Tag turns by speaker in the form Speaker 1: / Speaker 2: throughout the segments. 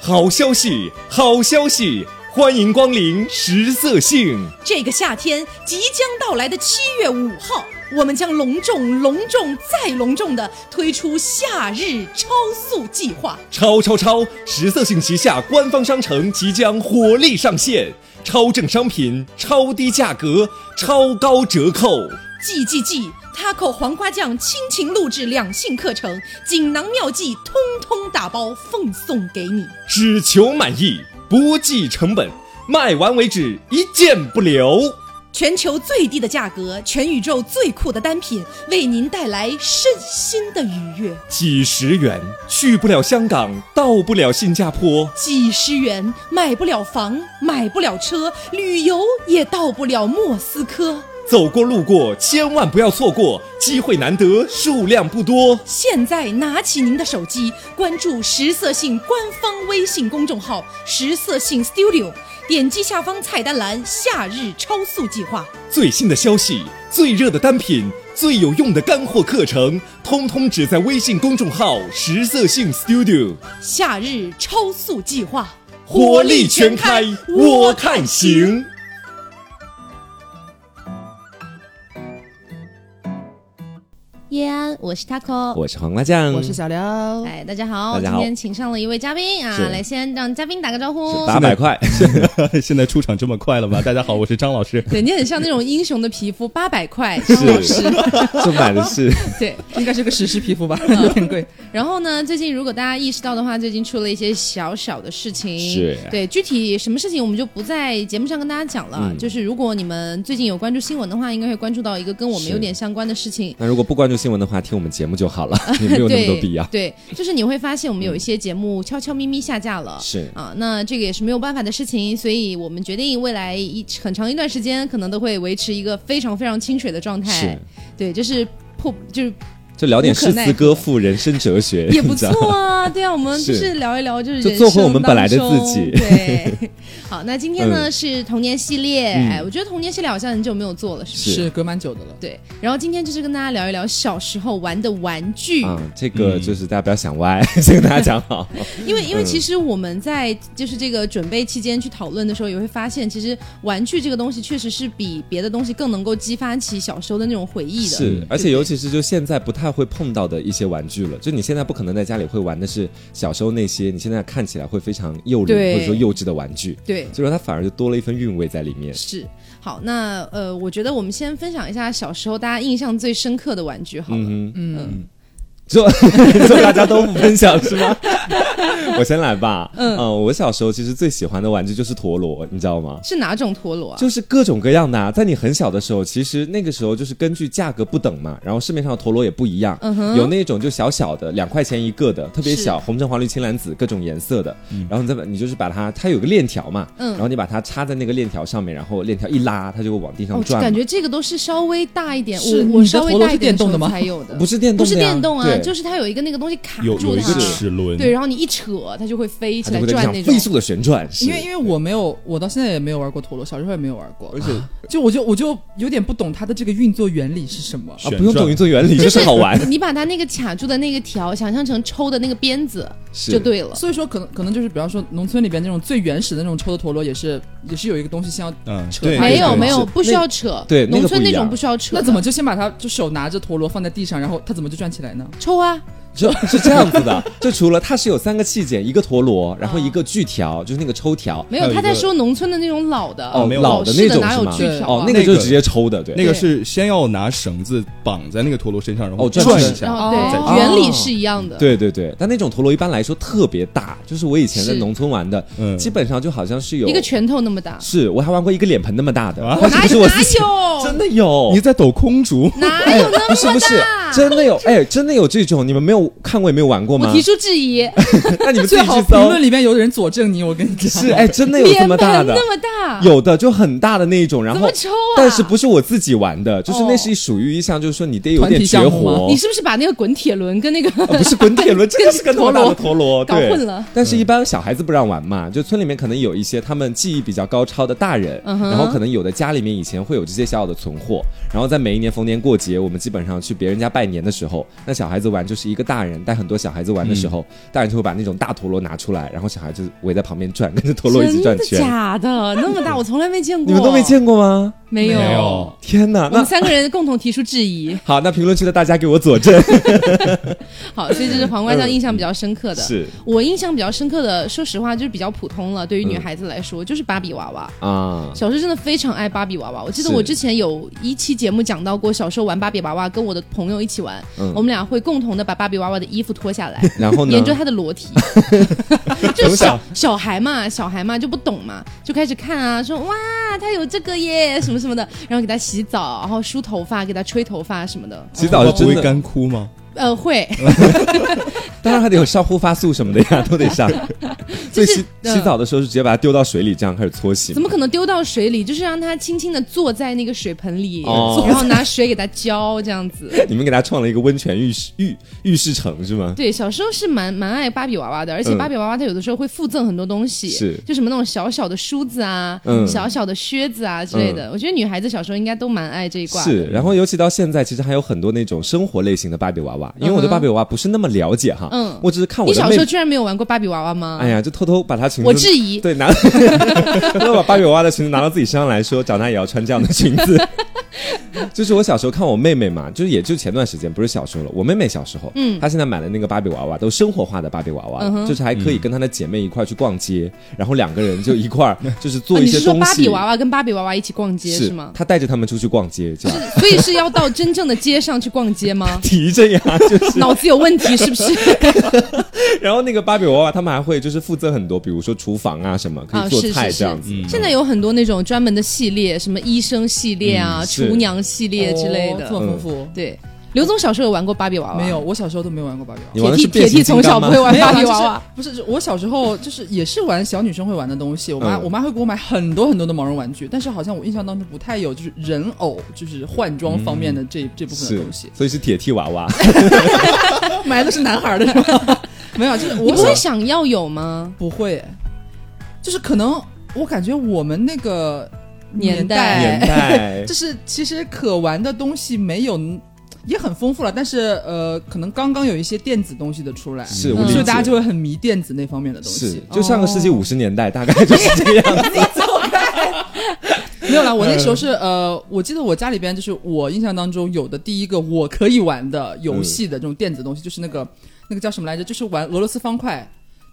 Speaker 1: 好消息，好消息！欢迎光临食色性。
Speaker 2: 这个夏天即将到来的七月五号，我们将隆重、隆重再隆重地推出夏日超速计划。
Speaker 1: 超超超！食色性旗下官方商城即将火力上线，超正商品、超低价格、超高折扣。
Speaker 2: 记记记！Taco 黄瓜酱亲情录制两性课程，锦囊妙计通通打包奉送给你。
Speaker 1: 只求满意，不计成本，卖完为止，一件不留。
Speaker 2: 全球最低的价格，全宇宙最酷的单品，为您带来身心的愉悦。
Speaker 1: 几十元，去不了香港，到不了新加坡，
Speaker 2: 几十元买不了房，买不了车，旅游也到不了莫斯科。
Speaker 1: 走过路过，千万不要错过，机会难得，数量不多。
Speaker 2: 现在拿起您的手机，关注十色性官方微信公众号“十色性 Studio”，点击下方菜单栏“夏日超速计划
Speaker 1: 最新的消息，最热的单品，最有用的干货课程，通通只在微信公众号“食色性 Studio”，”。
Speaker 2: 夏日超速计划，
Speaker 1: 火力全开，我看行。
Speaker 3: 耶安，我是 Taco。
Speaker 1: 我是黄瓜酱，
Speaker 4: 我是小廖，
Speaker 3: 哎，大家好，
Speaker 1: 大家好
Speaker 3: 今天请上了一位嘉宾啊
Speaker 1: 是，
Speaker 3: 来先让嘉宾打个招呼。
Speaker 1: 八百块，
Speaker 4: 现在出场这么快了吗？大家好，我是张 老师。
Speaker 3: 对你很像那种英雄的皮肤，八百 块，张老师。
Speaker 1: 这买的是
Speaker 3: 对，
Speaker 4: 应该是个史诗皮肤吧，有点贵。
Speaker 3: 然后呢，最近如果大家意识到的话，最近出了一些小小的事情。
Speaker 1: 是
Speaker 3: 对，具体什么事情我们就不在节目上跟大家讲了。
Speaker 1: 嗯
Speaker 3: 就是如果你们最近有关注新闻的话，应该会关注到一个跟我们
Speaker 1: 是
Speaker 3: 有点相关的事情。
Speaker 1: 那如果不关注新闻的话，听我们节目就 好了，也没有那么多必要。
Speaker 3: 对， 对就是你会发现我们有一些节目悄悄咪咪下架了，
Speaker 1: 嗯是
Speaker 3: 啊，那这个也是没有办法的事情，所以我们决定未来一很长一段时间可能都会维持一个非常非常清水的状态
Speaker 1: 是，
Speaker 3: 对，就是破就是
Speaker 1: 就聊点诗
Speaker 3: 无可奈
Speaker 1: 词
Speaker 3: 何
Speaker 1: 歌赋、人生哲学，
Speaker 3: 也不
Speaker 1: 你知道
Speaker 3: 错啊，对啊，我们就是是聊一聊，就是
Speaker 1: 就
Speaker 3: 人
Speaker 1: 做回我
Speaker 3: 生
Speaker 1: 们本
Speaker 3: 当
Speaker 1: 来的自
Speaker 3: 中
Speaker 1: 己嗯
Speaker 3: 对， 好，那今天呢是童年系列，哎，我觉得童年系列好像很久没有做了，是不是？
Speaker 4: 是隔蛮久的了，
Speaker 3: 对，然后今天就是跟大家聊一聊小时候玩的玩具，
Speaker 1: 啊、这个就是大家不要想歪， 先跟大家讲好。
Speaker 3: 因为因为其实我们在就是这个准备期间去讨论的时候，也会发现，其实玩具这个东西确实是比别的东西更能够激发起小时候的那种回忆的。
Speaker 1: 是，而且尤其是就现在不太会碰到的一些玩具了，就你现在不可能在家里会玩的是小时候那些你现在看起来会非常幼稚
Speaker 3: 对
Speaker 1: 或者说幼稚的玩具，
Speaker 3: 对，
Speaker 1: 所以说它反而就多了一份韵味在里面。
Speaker 3: 是。好，那呃，我觉得我们先分享一下小时候大家印象最深刻的玩具好
Speaker 1: 嗯
Speaker 3: 了。
Speaker 4: 嗯
Speaker 1: 就就大家都不分享是吗？ 我先来吧。嗯、我小时候其实最喜欢的玩具就是陀螺，你知道吗？
Speaker 3: 是哪种陀螺啊？
Speaker 1: 就是各种各样的、啊，在你很小的时候，其实那个时候就是根据价格不等嘛，然后市面上的陀螺也不一样，
Speaker 3: 嗯
Speaker 1: 有那种就小小的，两块钱一个的，特别小，红橙黄绿青蓝紫各种颜色的，然后你再把你就是把它，它有个链条嘛，
Speaker 3: 嗯
Speaker 1: 然后你把它插在那个链条上面，然后链条一拉，它就会往地上
Speaker 3: 哦，
Speaker 1: 转嘛。
Speaker 3: 感觉这个都是稍微大一点，我
Speaker 4: 是
Speaker 3: 我
Speaker 4: 你的
Speaker 3: 稍微
Speaker 4: 陀螺
Speaker 3: 大
Speaker 4: 是
Speaker 3: 一点
Speaker 4: 电动
Speaker 3: 时
Speaker 4: 的
Speaker 3: 候
Speaker 4: 吗
Speaker 3: 才有的，
Speaker 1: 不是电动
Speaker 3: 不
Speaker 1: 的
Speaker 3: 是
Speaker 1: 呀，
Speaker 3: 电动啊，
Speaker 1: 对
Speaker 3: 就是它有一个那个东西卡
Speaker 5: 有
Speaker 3: 住
Speaker 5: 有一
Speaker 3: 它
Speaker 5: 个，齿轮，
Speaker 3: 对，然后你一扯，它就会飞
Speaker 1: 它
Speaker 3: 起
Speaker 1: 就
Speaker 3: 来
Speaker 1: 会在地
Speaker 3: 转
Speaker 1: 上
Speaker 3: 那种
Speaker 1: 飞。速的旋转，是
Speaker 4: 因为因为我没有，我到现在也没有玩过陀螺，小时候也没有玩过
Speaker 5: 而，且
Speaker 4: 就我就我就有点不懂它的这个运作原理是什么。
Speaker 1: 啊
Speaker 5: 旋转
Speaker 1: 不用懂运作原理，就是 好玩，
Speaker 3: 你把它那个卡住的那个条想象成抽的那个鞭子
Speaker 1: 是
Speaker 3: 就对了。
Speaker 4: 所以说，可能可能就是，比方说农村里边那种最原始的那种抽的陀螺，也是也是有一个东西先要
Speaker 5: 嗯，
Speaker 4: 扯
Speaker 5: 对，
Speaker 4: 开
Speaker 3: 没
Speaker 4: 那
Speaker 3: 有
Speaker 4: 个
Speaker 3: 没有，
Speaker 1: 是
Speaker 3: 不需要扯。
Speaker 1: 对那个
Speaker 3: 农村
Speaker 1: 不
Speaker 3: 那
Speaker 1: 一样
Speaker 3: 种不需要扯的。
Speaker 4: 那怎么就先把它就手拿着陀螺放在地上，然后它怎么就转起来 呢？
Speaker 3: 抽啊？
Speaker 1: 就是这样子的。就除了它是有三个器件，一个陀螺，然后一个锯条，就是那个抽条，
Speaker 3: 没有，
Speaker 5: 还有一
Speaker 3: 他
Speaker 5: 个
Speaker 3: 在说农村的那种啊老的
Speaker 1: 哦，
Speaker 5: 没有
Speaker 1: 老的
Speaker 3: 式
Speaker 1: 那
Speaker 3: 的
Speaker 1: 种
Speaker 3: 哪
Speaker 1: 是
Speaker 3: 有
Speaker 1: 吗
Speaker 3: 锯
Speaker 4: 对
Speaker 3: 条
Speaker 1: 哦
Speaker 3: 啊，
Speaker 1: 那个就
Speaker 5: 那
Speaker 1: 是
Speaker 5: 个
Speaker 1: 直接抽的，对，
Speaker 5: 那个是先要拿绳子绑在那个陀螺身上，然后
Speaker 1: 哦转
Speaker 5: 转
Speaker 1: 身
Speaker 5: 一
Speaker 3: 然
Speaker 5: 下，
Speaker 3: 后
Speaker 5: 再
Speaker 3: 对，
Speaker 5: 转
Speaker 3: 原理是一样的。
Speaker 1: 对对对，但那种陀螺一般来说特别大，就是我以前在
Speaker 3: 是
Speaker 1: 农村玩的，
Speaker 5: 嗯
Speaker 1: 基本上就好像是有
Speaker 3: 一个拳头那么大。
Speaker 1: 是我还玩过一个脸盆那么大的，
Speaker 5: 啊
Speaker 1: 但是
Speaker 3: 哪
Speaker 1: 不是
Speaker 3: 有
Speaker 1: 我
Speaker 3: 哪
Speaker 1: 自己真
Speaker 3: 有？
Speaker 1: 的有，
Speaker 5: 你在抖空竹，
Speaker 3: 哪有那
Speaker 1: 哎不是不
Speaker 3: 么
Speaker 1: 是
Speaker 3: 大？
Speaker 1: 真的有，哎，真的有这种，你们没有看过也没有玩过
Speaker 3: 我
Speaker 1: 吗
Speaker 3: 提？出质疑，
Speaker 1: 那你们自
Speaker 4: 最
Speaker 1: 己
Speaker 4: 好
Speaker 1: 去
Speaker 4: 评
Speaker 1: 搜，
Speaker 4: 论里面有人佐证你，我跟你 讲。
Speaker 1: 是哎，真的有这
Speaker 3: 脸
Speaker 1: 么
Speaker 3: 盆
Speaker 1: 大的，
Speaker 3: 那么大，
Speaker 1: 有的就很大的那一种，然
Speaker 3: 怎
Speaker 1: 后
Speaker 3: 么抽啊？
Speaker 1: 但是不是我自己玩的，就是那
Speaker 3: 哦
Speaker 1: 是属于一项，就是说你得有
Speaker 4: 团体
Speaker 1: 点绝
Speaker 4: 项目吗
Speaker 1: 活
Speaker 3: 你。是不是把那个滚铁轮跟那个
Speaker 1: 啊不是滚铁轮，这个是个多大 的
Speaker 3: 跟
Speaker 1: 陀螺，
Speaker 3: 搞
Speaker 1: 对
Speaker 3: 混了。
Speaker 1: 但是，一般小孩子不让玩嘛，就村里面可能有一些他们技艺比较高超的大人，
Speaker 3: 嗯哼
Speaker 1: 然后可能有的家里面以前会有这些小小的存货，然后在每一年逢年过节，我们基本上去别人家拜年的时候，那小孩子玩就是一个大人带很多小孩子玩的时
Speaker 3: 嗯
Speaker 1: 候，大人就会把那种大陀螺拿出来，然后小孩就围在旁边转，跟着陀螺一起
Speaker 3: 真
Speaker 1: 转
Speaker 3: 的
Speaker 1: 圈。
Speaker 3: 假的？那 么大，我从来没见过。
Speaker 1: 你们都没？见过吗？
Speaker 3: 没有。
Speaker 5: 没有。
Speaker 1: 天哪！
Speaker 3: 我
Speaker 1: 那
Speaker 3: 们三个人共同提出质疑。
Speaker 1: 好，那评论区的大家给我佐证。
Speaker 3: 好，所以这是黄瓜酱印象比较深刻的。
Speaker 1: 嗯是
Speaker 3: 我印象比较深刻的，说实话就是比较普通了。
Speaker 1: 嗯
Speaker 3: 对于女孩子来说，就是芭比娃娃。
Speaker 1: 啊，
Speaker 3: 小时候真的非常爱芭比娃娃，我记得
Speaker 1: 是
Speaker 3: 我之前有一期节目讲到过，小时候玩芭比娃娃，跟我的朋友一起玩，
Speaker 1: 嗯
Speaker 3: 我们俩会共同的把芭比娃娃的衣服脱下来，
Speaker 1: 然后呢
Speaker 3: 研？究她的裸 体，就是小小孩嘛，小孩嘛就不懂嘛，就开始看啊，说哇，她有这个耶，什么什么的，然后给她洗澡，然后梳头发，给她吹头发什么的，
Speaker 1: 洗澡是
Speaker 5: 哦不
Speaker 1: 真
Speaker 5: 会
Speaker 1: 的，
Speaker 5: 干枯吗？
Speaker 3: 呃，会，
Speaker 1: 嗯当然还得有上护发素什么的呀，都得 上。所以洗
Speaker 3: 嗯
Speaker 1: 洗澡的时候是直接把它丢到水里，这样开始搓洗
Speaker 3: 怎。么可能丢到水里？就是让她轻轻的坐在那个水盆里，
Speaker 1: 哦
Speaker 3: 然后拿水给她浇，这样 子。
Speaker 1: 你们给他创了一个温泉浴室浴浴室城是吗？
Speaker 3: 对，小时候是蛮蛮爱芭比娃娃的，而且
Speaker 1: 嗯
Speaker 3: 芭比娃娃它有的时候会附赠很多东西，
Speaker 1: 是
Speaker 3: 就什么那种小小的梳子啊，
Speaker 1: 嗯
Speaker 3: 小小的靴子啊之类的。我觉得女孩子小时候应该都蛮爱这一挂的。
Speaker 1: 是，然后尤其到现在，其实还有很多那种生活类型的芭比娃娃，因为我对芭比娃娃不是那么了解哈，
Speaker 3: 嗯
Speaker 1: 我只是看
Speaker 3: 你
Speaker 1: 我的
Speaker 3: 小
Speaker 1: 妹
Speaker 3: 时候，居然没有玩过芭比娃娃吗？
Speaker 1: 哎呀，就偷偷把她裙子，
Speaker 3: 我质疑。
Speaker 1: 对拿， 偷偷把芭比娃娃的裙子拿到自己身上来说，长大也要穿这样的裙子。 就是我小时候看我妹妹嘛，就是也就前段时间，不是小时候了，我妹妹小时候，嗯，她现在买了那个芭比娃娃，都生活化的芭比娃娃
Speaker 3: 嗯
Speaker 1: 了，就是还可以跟她的姐妹一块儿去逛街，然后两个人就一块儿就是做
Speaker 3: 哦
Speaker 1: 一
Speaker 3: 你是
Speaker 1: 些
Speaker 3: 说
Speaker 1: 东
Speaker 3: 芭
Speaker 1: 西。
Speaker 3: 比娃娃跟芭比娃娃一起逛街
Speaker 1: 是
Speaker 3: 吗？
Speaker 1: 她带着他们出去逛街，这样。？
Speaker 3: 所以是要到真正的街上去逛街吗
Speaker 1: 提着呀，就是，
Speaker 3: 脑子有问题是不是？
Speaker 1: 然后那个芭比娃娃他们还会就是附赠很多，比如说厨房啊什么，可以
Speaker 3: 啊，
Speaker 1: 做
Speaker 3: 是
Speaker 1: 菜
Speaker 3: 是
Speaker 1: 这样
Speaker 3: 是
Speaker 1: 子。。
Speaker 3: 现在有很多那种专门的系列，什么医生系列啊、
Speaker 1: 嗯是
Speaker 3: 厨娘系列之类
Speaker 4: 哦这么
Speaker 3: 的。
Speaker 4: 丰富。
Speaker 3: 对，刘总小时候有玩过芭比
Speaker 1: 哦
Speaker 3: 娃娃？
Speaker 4: 没有，我小时候都没有玩过芭比娃
Speaker 1: 你
Speaker 4: 娃。
Speaker 1: 玩
Speaker 3: 铁
Speaker 1: 的
Speaker 3: 弟铁
Speaker 1: 是变
Speaker 3: 弟
Speaker 1: 形金
Speaker 3: 从小
Speaker 1: 刚
Speaker 3: 不
Speaker 1: 吗？
Speaker 3: 会玩 芭比
Speaker 4: 啊就是
Speaker 3: 娃娃，
Speaker 4: 不是我小时候就是也是玩小女生会玩的东西，我妈、
Speaker 1: 嗯
Speaker 4: 我妈会给我买很多很多的毛绒玩具，但是好像我印象当中不太有就是人偶就是换装方面的这、这部分的
Speaker 1: 嗯是
Speaker 4: 东西，，
Speaker 1: 所以是铁剃娃娃。
Speaker 4: 买的都是男孩儿的是吧？ 没有，啊就是
Speaker 3: 你
Speaker 4: 我
Speaker 3: 不会想要有吗？
Speaker 4: 不会，就是可能我感觉我们那个
Speaker 3: 年代
Speaker 4: 代，
Speaker 1: 年代
Speaker 4: 就是其实可玩的东西没有。也很丰富了，但是呃，可能刚刚有一些电子东西的出来，
Speaker 1: 是我
Speaker 3: 嗯
Speaker 1: 理
Speaker 4: 所
Speaker 1: 解，
Speaker 4: 以大家就会很迷电子那方面的东
Speaker 1: 是
Speaker 4: 西。
Speaker 1: 就上个世纪五十年代大概就是这样子。
Speaker 4: 没有啦，我那时候
Speaker 1: 嗯
Speaker 4: 是呃，我记得我家里边就是我印象当中有的第一个我可以玩的游戏的这种电子东西，就是那个那个叫什么来着？就是玩俄罗斯方块，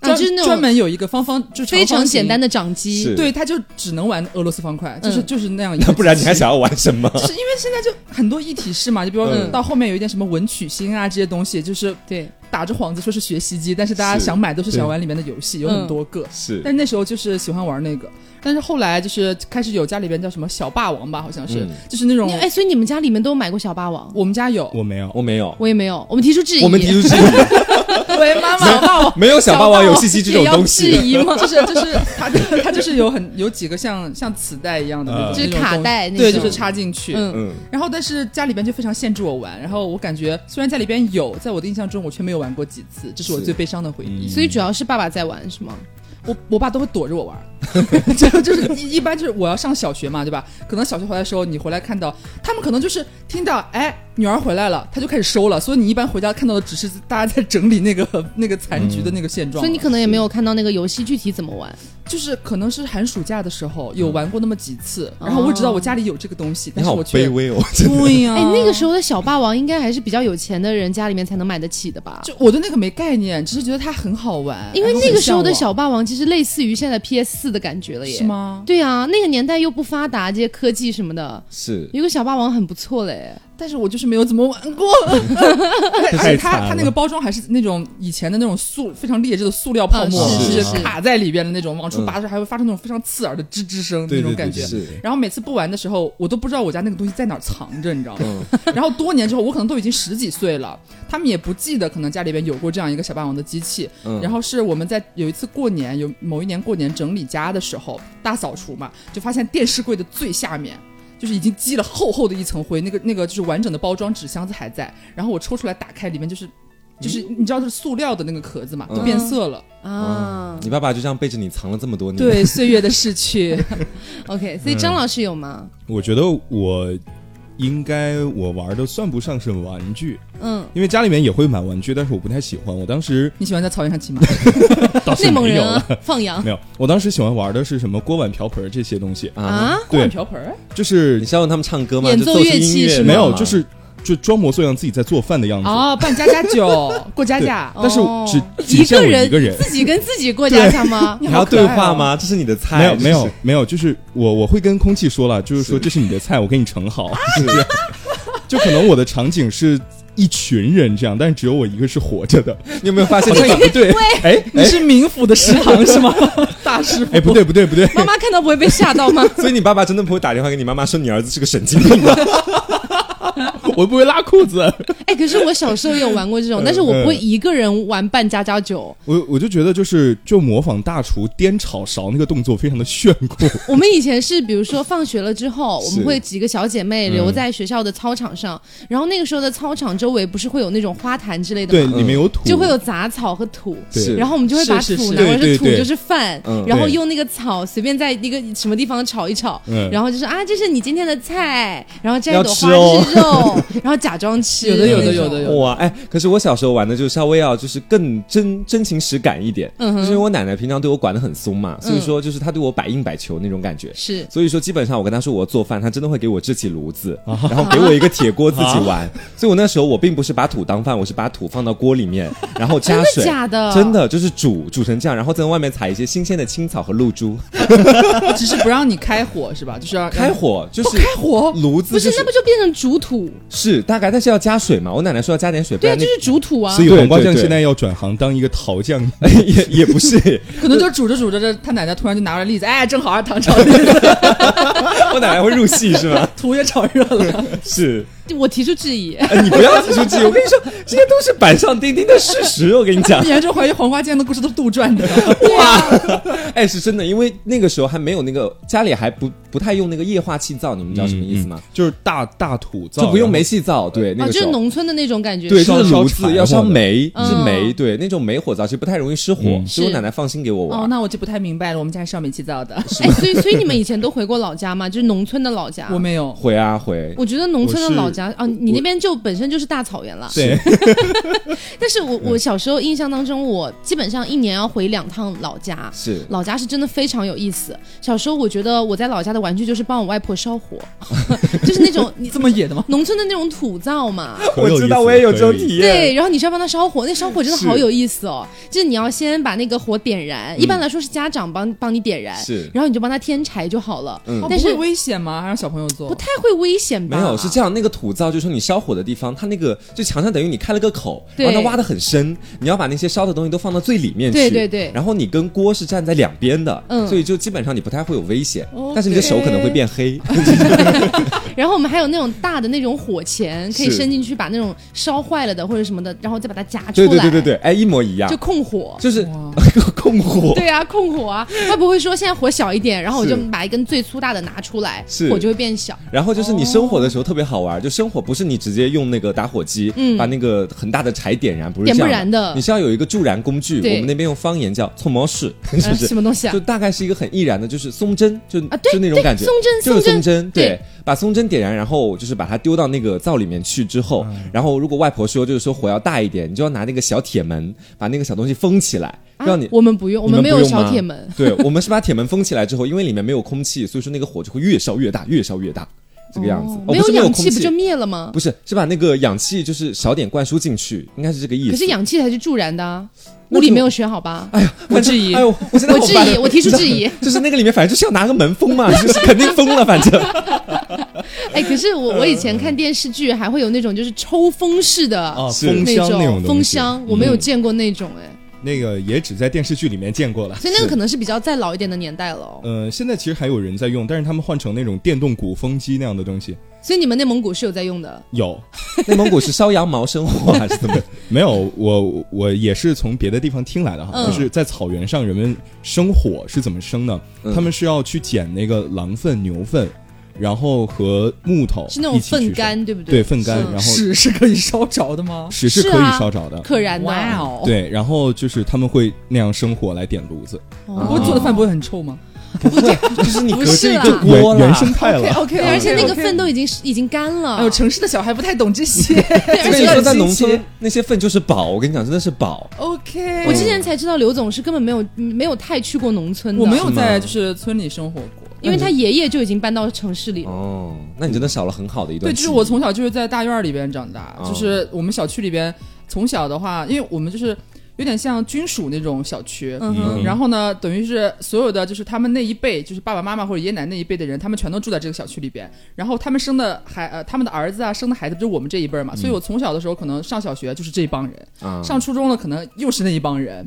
Speaker 3: 啊
Speaker 4: 专、
Speaker 3: 就是那种
Speaker 4: 专门有一个方方，就是
Speaker 3: 非常简单
Speaker 4: 的，
Speaker 3: 的掌机，
Speaker 1: 是
Speaker 4: 对，他就只能玩俄罗斯方块，就是、
Speaker 3: 嗯
Speaker 4: 就是那样一个
Speaker 1: 那 不然你还
Speaker 4: 机器
Speaker 1: 想要玩什么？
Speaker 4: 就是因为现在就很多一体式嘛，就比如说
Speaker 1: 嗯
Speaker 4: 到后面有一点什么文曲星啊这些东西，就是
Speaker 3: 对，
Speaker 4: 打着幌子说是学习机，但是大家
Speaker 1: 是
Speaker 4: 想买都是想
Speaker 1: 对
Speaker 4: 玩里面的游戏，有很
Speaker 3: 嗯
Speaker 4: 多个。
Speaker 1: 是
Speaker 4: 但是那时候就是喜欢玩那个，但是后来就是开始有家里边叫什么小霸王吧，好像是，
Speaker 1: 嗯
Speaker 4: 就是那种
Speaker 3: 你哎，所以你们家里面都有买过小霸王？
Speaker 4: 我们家有，
Speaker 5: 我没有，
Speaker 1: 我没有，
Speaker 3: 我也没有，我们提出质疑，
Speaker 1: 我们提出质疑，
Speaker 4: 喂妈妈，小霸王
Speaker 1: 没有小霸王游戏机这种
Speaker 3: 也要
Speaker 1: 东
Speaker 3: 质
Speaker 1: 西。
Speaker 3: 疑 吗？
Speaker 4: 就是就是它它就是有很有几个像像磁带一样的那种，
Speaker 5: 呃
Speaker 3: 就是
Speaker 4: 那种东
Speaker 3: 卡带那
Speaker 4: 对，
Speaker 3: 种
Speaker 4: 就是插进去。
Speaker 3: 嗯，
Speaker 1: 嗯，
Speaker 4: 然后，但是家里边就非常限制我玩。然后我感觉，虽然家里边有，在我的印象中，我却没有玩过几次，这是我
Speaker 1: 是嗯
Speaker 4: 最悲伤的回忆。
Speaker 3: 所以主要是爸爸在玩是吗？
Speaker 4: 我我爸都会躲着我玩儿， 就就是一一般就是我要上小学嘛，对吧？可能小学回来的时候，你回来看到他们可能就是听到哎女儿回来了，他就开始收了，所以你一般回家看到的只是大家在整理那个那个残
Speaker 1: 嗯
Speaker 4: 局的那个现状
Speaker 3: 所
Speaker 4: 了。
Speaker 3: 以你可能也没有看到那个游戏具体怎么玩。
Speaker 4: 就是可能是寒暑假的时候有玩过那么几次，
Speaker 3: 嗯
Speaker 4: 然后我知道我家里有这个东西，
Speaker 1: 你
Speaker 4: 但是
Speaker 1: 好
Speaker 4: 我却
Speaker 1: 卑微哦，真的
Speaker 4: 对呀、
Speaker 3: 哎，那个时候的小霸王应该还是比较有钱的人家里面才能买得起的吧？
Speaker 4: 就我对那个没概念，只是觉得它很好玩，
Speaker 3: 因为
Speaker 4: 然后
Speaker 3: 那个时候的
Speaker 4: 很向
Speaker 3: 小霸王其实类似于现在 PS 四的感觉了
Speaker 4: 往
Speaker 3: 耶，
Speaker 4: 是？吗？
Speaker 3: 对啊，那个年代又不发达，这些科技什么的，
Speaker 1: 是
Speaker 3: 有个小霸王很不错嘞。
Speaker 4: 但是我就是没有怎么玩 过，而
Speaker 5: 太
Speaker 4: 且
Speaker 5: 惨
Speaker 4: 它
Speaker 5: 了
Speaker 4: 它那个包装还是那种以前的那种塑非常劣质的塑料泡沫，
Speaker 3: 啊
Speaker 5: 是嗯
Speaker 4: 就是
Speaker 3: 是
Speaker 4: 卡在里边的那种，往出拔的时候还会发出那种非常刺耳的吱吱声
Speaker 5: 对
Speaker 4: 那种
Speaker 5: 对
Speaker 4: 感
Speaker 5: 对
Speaker 4: 觉。
Speaker 1: 是，
Speaker 4: 然后每次不玩的时候，我都不知道我家那个东西在哪儿藏着，你知道吗？
Speaker 1: 嗯，
Speaker 4: 然后多年之后，我可能都已经十几岁了，他们也不记得可能家里边有过这样一个小霸王的机器。
Speaker 1: 嗯
Speaker 4: 然后是我们在有一次过年，有某一年过年整理家的时候，大扫除嘛，就发现电视柜的最下面。就是已经积了厚厚的一层灰，那个那个就是完整的包装纸箱子还在，然后我抽出来打开，里面就是，就是
Speaker 5: 嗯
Speaker 4: 你知道是塑料的那个壳子嘛，都
Speaker 1: 嗯
Speaker 4: 变色了。
Speaker 3: 啊
Speaker 1: 你爸爸就这样背着你藏了这么多年。，
Speaker 4: 对，岁月的逝去，
Speaker 3: ，OK，所以张老师有吗？
Speaker 5: 我觉得我应该我玩的算不上是玩具，
Speaker 3: 嗯，
Speaker 5: 因为家里面也会买玩具，但是我不太喜欢。我当时
Speaker 4: 你喜欢在草原上骑马？
Speaker 5: 倒 是
Speaker 3: 内蒙
Speaker 5: 哦没有
Speaker 3: 人
Speaker 5: 了
Speaker 3: 啊，，放羊
Speaker 5: 没有。我当时喜欢玩的是什么锅碗瓢盆这些东西，
Speaker 1: 啊，
Speaker 3: 啊，
Speaker 5: 对，
Speaker 4: 瓢盆儿，
Speaker 5: 就是
Speaker 1: 你是要用他们唱歌吗？
Speaker 3: 演
Speaker 1: 就
Speaker 3: 奏
Speaker 1: 奏出
Speaker 3: 乐器
Speaker 1: 音乐
Speaker 3: 是吗
Speaker 1: 吗
Speaker 5: 没有，就是就装模作样自己在做饭的样子。
Speaker 4: 哦，办家家酒，过家家。
Speaker 5: 但是
Speaker 3: 哦
Speaker 5: 只仅
Speaker 3: 一
Speaker 5: 限
Speaker 3: 个
Speaker 5: 我一个人
Speaker 3: 人，自己跟自己过家家吗？
Speaker 1: 你还要
Speaker 4: 哦
Speaker 1: 对话吗？这是你的菜？
Speaker 5: 没有没
Speaker 1: 就
Speaker 5: 有
Speaker 1: 是
Speaker 5: 没有，就是我我会跟空气说了，就是说这是你的菜，我给你盛 好，是这样。就可能我的场景是一群人这样，但是只有我一个是活着的。
Speaker 1: 你有没有 发现这个不对？
Speaker 5: 哎
Speaker 4: 你是冥府的食堂是吗？大师傅
Speaker 5: 哎，不对不对不 对，
Speaker 3: 妈妈看到不会被吓到吗？
Speaker 1: 所以你爸爸真的不会打电话给你妈妈说你儿子是个神经病吗？
Speaker 5: 我不会拉裤子。
Speaker 3: 哎，可是我小时候也有玩过这种，但是我不会一个人玩扮家家酒。
Speaker 5: 我我就觉得就是就模仿大厨颠炒勺那个动作非常的炫 酷。
Speaker 3: 我们以前是，比如说放学了之后，我
Speaker 1: 是
Speaker 3: 们会几个小姐妹留在学校的操场上，然后那个时候的操场周围不是会有那种花坛之类的
Speaker 5: 对，
Speaker 3: 吗？
Speaker 5: 里面有土，
Speaker 3: 就会有杂草和土。
Speaker 5: 对
Speaker 1: 是
Speaker 3: 然后我们就会把
Speaker 4: 是是
Speaker 3: 土
Speaker 4: 是
Speaker 3: 拿过来，
Speaker 5: 对对
Speaker 3: 土
Speaker 5: 对
Speaker 3: 就是饭
Speaker 1: 嗯，
Speaker 3: 然后
Speaker 5: 对
Speaker 3: 用那个草随便在一个什么地方炒一炒
Speaker 5: 嗯，
Speaker 3: 然后就说啊，这是你今天的菜，然后摘一
Speaker 1: 要
Speaker 3: 朵
Speaker 1: 吃
Speaker 3: 花
Speaker 1: 哦
Speaker 3: 是肉，然后假装吃。
Speaker 4: 有的有的
Speaker 3: 那
Speaker 4: 有
Speaker 3: 种
Speaker 4: 的有的
Speaker 1: 哇，哎，可是我小时候玩的就稍微要就是更真真情实感一点，
Speaker 3: 嗯哼
Speaker 1: 就是因为我奶奶平常对我管得很松嘛，所以
Speaker 3: 嗯
Speaker 1: 说就是她对我百应百求那种感觉。
Speaker 3: 是
Speaker 1: 所以说，基本上我跟她说我要做饭，她真的会给我支起炉子，
Speaker 3: 啊
Speaker 1: 然后给我一个铁锅自己玩。所以我那时候我并不是把土当饭，我是把土放到锅里面，然后加水，
Speaker 3: 真的假的
Speaker 1: 真的就是煮煮成这样，然后在外面采一些新鲜的青草和 露珠，
Speaker 4: 只是不让你开火是吧？就是要
Speaker 1: 开火就
Speaker 4: 不
Speaker 1: 是
Speaker 4: 开火，
Speaker 1: 炉子、
Speaker 3: 哦不
Speaker 1: 就是是
Speaker 3: 那不就变成煮土？
Speaker 1: 是大概，但是要加水嘛。我奶奶说要加点水，不
Speaker 3: 对啊，
Speaker 1: 然
Speaker 3: 就
Speaker 1: 那
Speaker 3: 是煮土啊
Speaker 5: 所。以
Speaker 1: 对
Speaker 5: 黄瓜
Speaker 1: 对
Speaker 5: 酱
Speaker 1: 对
Speaker 5: 现在要转行当一个陶匠。
Speaker 1: 也也不是。
Speaker 4: 可能就煮着煮着，这他奶奶突然就拿了栗子，哎，正好啊，糖炒栗子，
Speaker 1: 我奶奶会入戏是 吗？
Speaker 4: 土也炒热了。
Speaker 1: 是。
Speaker 3: 我提出质疑，啊
Speaker 1: 哎，你不要提出质疑，我跟你说，这些都是板上钉钉的事实。我跟你讲，
Speaker 4: 严重怀疑黄瓜酱的故事都是杜撰的。
Speaker 1: 哎，是真的，因为那个时候还没有那个家里还不不太用那个液化气灶，你们知道什么意思吗？
Speaker 5: 就是大大土嗯灶，
Speaker 1: 就不用煤
Speaker 5: 然后
Speaker 1: 气灶，对，那
Speaker 3: 啊，
Speaker 1: 个
Speaker 3: 就
Speaker 1: 时
Speaker 3: 是
Speaker 1: 候。
Speaker 3: 农村的那种感觉。
Speaker 1: 对，
Speaker 5: 烧
Speaker 1: 就是炉
Speaker 5: 烧柴
Speaker 1: 子要
Speaker 5: 火
Speaker 1: 烧
Speaker 5: 的
Speaker 1: 煤，
Speaker 3: 嗯
Speaker 1: 是煤，对，那种煤火灶其实不太容易失火，
Speaker 5: 嗯
Speaker 1: 所以我
Speaker 3: 是
Speaker 1: 奶奶放心给我玩。
Speaker 4: 哦，那我就不太明白了，我们家是烧煤气灶的，
Speaker 3: 哎，所以所以你们以前都回过老家吗？就是农村的老家。
Speaker 4: 我没有。
Speaker 1: 回啊回，
Speaker 3: 我觉得农村
Speaker 5: 我
Speaker 3: 的
Speaker 5: 是
Speaker 3: 老家啊，你
Speaker 5: 我
Speaker 3: 那边就本身就是大草原了。
Speaker 5: 对，
Speaker 3: 但是我我小时候印象当中，我基本上一年要回两趟老家。
Speaker 1: 是
Speaker 3: 老家是真的非常有意思。小时候我觉得我在老家的玩具就是帮我外婆烧火， 就是那种 你
Speaker 4: 这么野的吗？
Speaker 3: 农村的那种土灶嘛。
Speaker 5: 很有
Speaker 1: 我知
Speaker 5: 意
Speaker 1: 道，
Speaker 5: 思
Speaker 1: 我也有这种
Speaker 5: 可以
Speaker 1: 体验。
Speaker 3: 对，啊然后你是要帮他烧火，那烧火真的好有意思哦。就是你要先把那个火点燃，一般来说是家长帮帮你点燃，
Speaker 1: 嗯是
Speaker 3: 然后你就帮他添柴就好了。
Speaker 1: 嗯
Speaker 4: 哦
Speaker 3: 但
Speaker 4: 不会
Speaker 3: 是
Speaker 4: 危险吗？还让小朋友做
Speaker 3: 不？太会危险吧？
Speaker 1: 没有，是这样，那个土灶就是说你烧火的地方，它那个就墙上等于你开了个口，
Speaker 3: 对
Speaker 1: 然后它挖的很深，你要把那些烧的东西都放到最里面去。
Speaker 3: 对对对
Speaker 1: 然后你跟锅是站在两边的，
Speaker 3: 嗯
Speaker 1: 所以就基本上你不太会有危险，但是你的手可能会 变黑。
Speaker 3: 然后我们还有那种大的那种火钳，可以
Speaker 1: 是
Speaker 3: 伸进去把那种烧坏了的或者什么的，然后再把它夹出
Speaker 1: 对
Speaker 3: 来。
Speaker 1: 对对对对，哎，一模一样
Speaker 3: 就，控火。
Speaker 1: 就是 控火。
Speaker 3: 对啊，控火啊，他不会说现在火小一点，然后我
Speaker 1: 是
Speaker 3: 就把一根最粗大的拿出来，
Speaker 1: 是
Speaker 3: 火就会变小。
Speaker 1: 然后就是你生火的时候特别好玩，就生火不是你直接用那个打火机、
Speaker 3: 嗯
Speaker 1: 把那个很大的柴点燃，不是这样
Speaker 3: 点不燃的
Speaker 1: 你是要有一个助燃工具，
Speaker 3: 对
Speaker 1: 我们那边用方言叫搓毛式， 是
Speaker 3: 呃
Speaker 1: 不是
Speaker 3: 什？么东西啊
Speaker 1: 就？大概是一个很易燃的，就是松针，就
Speaker 3: 啊对
Speaker 1: 就那种感觉，
Speaker 3: 对松针
Speaker 1: 就是
Speaker 3: 松针
Speaker 1: 松针，对，
Speaker 3: 对
Speaker 1: 把松针点燃，然后就是把它丢到那个灶里面去之后，
Speaker 3: 嗯
Speaker 1: 然后如果外婆说就是说火要大一点，你就要拿那个小铁门把那个小东西封起来，
Speaker 3: 啊
Speaker 1: 让你。
Speaker 3: 我们不用，我
Speaker 1: 你
Speaker 3: 没
Speaker 1: 不
Speaker 3: 有
Speaker 1: 用吗
Speaker 3: 小铁门。
Speaker 1: 对我们是把铁门封起来之后，因为里面没有空气，所以说那个火就会越烧越大，越烧越大，这个样子。哦
Speaker 3: 嗯没
Speaker 1: 不是没有
Speaker 3: 氧
Speaker 1: 空
Speaker 3: 气不就灭了吗？
Speaker 1: 不是，是把那个氧气就是少点灌输进去，应该是这个意思。
Speaker 3: 可是氧气才是助燃的啊，
Speaker 1: 那
Speaker 3: 物理
Speaker 1: 就
Speaker 3: 没有学好吧？
Speaker 1: 哎呀，
Speaker 4: 我质疑
Speaker 1: 哎呦，我现在
Speaker 3: 我
Speaker 1: 好
Speaker 3: 质
Speaker 1: 烦
Speaker 3: 疑，我提出质疑。
Speaker 1: 就是那个里面反正就是要拿个门封嘛，就是肯定封了，反正。
Speaker 3: 哎，可是我我以前看电视剧还会有那种就是抽风式的
Speaker 5: 啊，
Speaker 1: 是
Speaker 5: 风
Speaker 3: 那
Speaker 5: 箱那
Speaker 3: 种
Speaker 5: 种
Speaker 3: 风箱，我没有见过那种哎，
Speaker 5: 那个也只在电视剧里面见过了。
Speaker 3: 所以那个可能是比较再老一点的年代了哦。
Speaker 5: 呃，现在其实还有人在用，但是他们换成那种电动鼓风机那样的东西。
Speaker 3: 所以你们内蒙古是有在用的，
Speaker 5: 有
Speaker 1: 内蒙古是烧羊毛生 活还是怎么？
Speaker 5: 没有？我我也是从别的地方听来的哈，
Speaker 3: 嗯
Speaker 5: 就是在草原上人们生火是怎么生呢？
Speaker 1: 嗯
Speaker 5: 他们是要去捡那个狼粪、牛粪，然后和木头
Speaker 3: 是那种
Speaker 5: 一起去
Speaker 3: 粪
Speaker 5: 烧，
Speaker 3: 干，对不
Speaker 5: 对
Speaker 3: 对？
Speaker 5: 粪干，
Speaker 3: 嗯
Speaker 5: 然后
Speaker 4: 屎是可以烧着的吗？
Speaker 5: 屎是
Speaker 3: 是
Speaker 5: 可以
Speaker 3: 啊
Speaker 5: 烧着的。
Speaker 3: 可燃的。
Speaker 4: 哇哦！
Speaker 5: 对，然后就是他们会那样生火来点炉子，
Speaker 3: 哦，
Speaker 4: 我
Speaker 1: 啊
Speaker 4: 做的饭不会很臭吗？
Speaker 1: 不会，就是你隔
Speaker 3: 不是
Speaker 1: 着一
Speaker 3: 啦哦
Speaker 1: 个锅
Speaker 5: 原
Speaker 1: 啦
Speaker 5: 原生态了。
Speaker 4: OK，
Speaker 3: 对，而且那个粪 都已经已经干了。
Speaker 4: 哎呦，城市的小孩不太懂这 些。
Speaker 1: 我跟你说，在农村那些粪就是宝，我跟你讲，真的是宝。
Speaker 4: OK，
Speaker 3: 我之前才知道刘总是根本没有没有太去过农村的，
Speaker 4: 我没有在就是村里生活过，
Speaker 3: 因为他爷爷就已经搬到城市里了。
Speaker 1: 哦，那你真的少了很好的一段
Speaker 4: 对，就
Speaker 1: 记忆。
Speaker 4: 是我从小就是在大院儿里边长大，
Speaker 1: 哦
Speaker 4: 就是我们小区里边，从小的话，因为我们就是有点像军属那种小区，
Speaker 3: 嗯哼，
Speaker 5: 嗯
Speaker 4: 然后呢，等于是所有的就是他们那一辈，就是爸爸妈妈或者爷爷奶奶那一辈的人，他们全都住在这个小区里边。然后他们生的孩呃，他们的儿子啊，生的孩子不就是我们这一辈儿嘛。所以我从小的时候，可能上小学就是这帮人，
Speaker 1: 啊
Speaker 4: 上初中了可能又是那一帮人。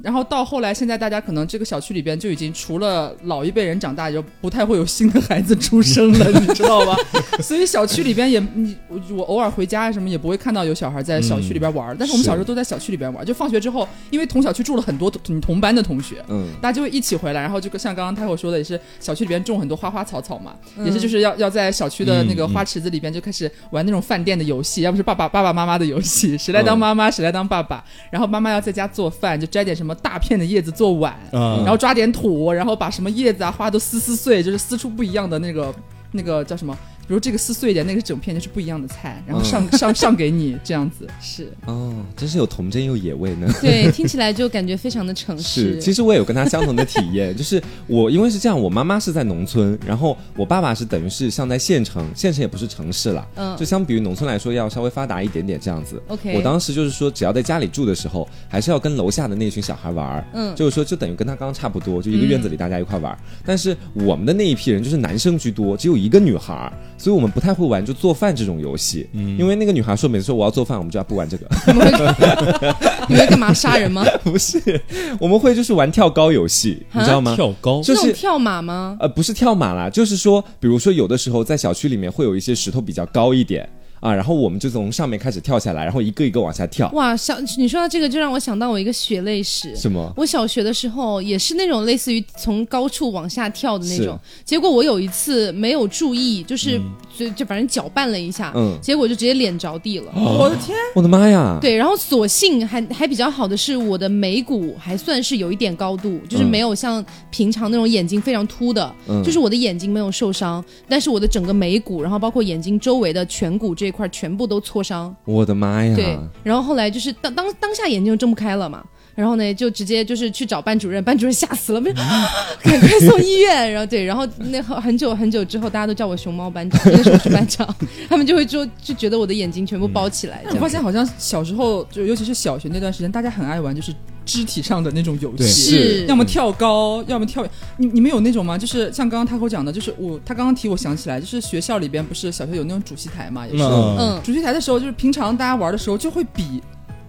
Speaker 4: 然后到后来，现在大家可能这个小区里边就已经除了老一辈人长大，就不太会有新的孩子出生了，你知道吧？所以小区里边也你我我偶尔回家什么也不会看到有小孩在小区里边玩儿，但是我们
Speaker 1: 是
Speaker 4: 小时候都在小区里边玩儿，就放学之后，因为同小区住了很多同同班的同学，
Speaker 1: 嗯，
Speaker 4: 大家就会一起回来，然后就像刚刚太后说的，也是小区里边种很多花花草草嘛，也是就是要要在小区的那个花池子里边就开始玩那种饭店的游戏，啊要不是爸爸爸爸妈妈的游戏，谁来当妈妈、谁来当爸爸，然后妈妈要在家做饭，就摘点什么大片的叶子做碗，
Speaker 5: 嗯
Speaker 4: 然后抓点土，然后把什么叶子啊花都撕撕碎，就是撕出不一样的那个那个叫什么。比如这个撕碎一点，那个整片就是不一样的菜，然后上、上上给你这样子，是
Speaker 1: 哦，真是有童真又野味呢。
Speaker 3: 对，听起来就感觉非常的城市。
Speaker 1: 是，其实我也有跟他相同的体 验，就是我因为是这样，我妈妈是在农村，然后我爸爸是等于是像在县城，县城也不是城市啦，
Speaker 3: 嗯
Speaker 1: 就相比于农村来说要稍微发达一点点这样子。
Speaker 3: OK
Speaker 1: 我当时就是说，只要在家里住的时候，还是要跟楼下的那群小孩玩儿，
Speaker 3: 嗯
Speaker 1: 就是说就等于跟他刚刚差不多，就一个院子里大家一块玩儿。但是我们的那一批人就是男生居多，只有一个女孩儿，所以我们不太会玩就做饭这种游戏，因为那个女孩说每次说我要做饭，我们就要啊不玩这个。
Speaker 3: 你们会你们会干嘛杀人吗？
Speaker 1: 不是，我们会就是玩跳高游戏，
Speaker 3: 啊
Speaker 1: 你知道吗？
Speaker 5: 跳高
Speaker 1: 就
Speaker 3: 那种
Speaker 1: 是。
Speaker 3: 跳马吗？
Speaker 1: 呃，不是跳马啦，就是说，比如说有的时候在小区里面会有一些石头比较高一点啊，然后我们就从上面开始跳下来，然后一个一个往下跳。
Speaker 3: 哇，想你说到这个，就让我想到我一个血泪史。
Speaker 1: 什么
Speaker 3: 我小学的时候也是那种类似于从高处往下跳的那种，结果我有一次没有注意，就是、就就反正搅拌了一下，
Speaker 1: 嗯哦
Speaker 3: 结果就直接脸着地了。
Speaker 4: 我的天，
Speaker 1: 我的妈呀！，
Speaker 3: 对，然后所幸还还比较好的是，我的眉骨还算是有一点高度，就是
Speaker 1: 嗯
Speaker 3: 没有像平常那种眼睛非常凸的，
Speaker 1: 嗯
Speaker 3: 就是我的眼睛没有受伤，但是我的整个眉骨，然后包括眼睛周围的颧骨这一块全部都挫伤。
Speaker 1: 我的妈
Speaker 3: 对
Speaker 1: 呀！，
Speaker 3: 然后后来就是当当当下眼睛就睁不开了嘛。然后呢，就直接就是去找班主任，班主任吓死 了，没有、啊赶快送医院。然后对，然后那后很久很久之后，大家都叫我熊猫班长，那个时候是班 长，他们就会就就觉得我的眼睛全部包起来。这
Speaker 4: 我
Speaker 3: 样
Speaker 4: 发现好像小时候，就尤其是小学那段时间，大家很爱玩就是肢体上的那种游
Speaker 5: 对
Speaker 4: 戏，
Speaker 3: 是
Speaker 4: 要么跳高，要么跳。你你们有那种吗？就是像刚刚他给我讲的，就是我他刚刚提我想起来，就是学校里边不是小学有那种主席台嘛，也是、
Speaker 5: 嗯，
Speaker 3: 嗯，
Speaker 4: 主席台的时候，就是平常大家玩的时候就会比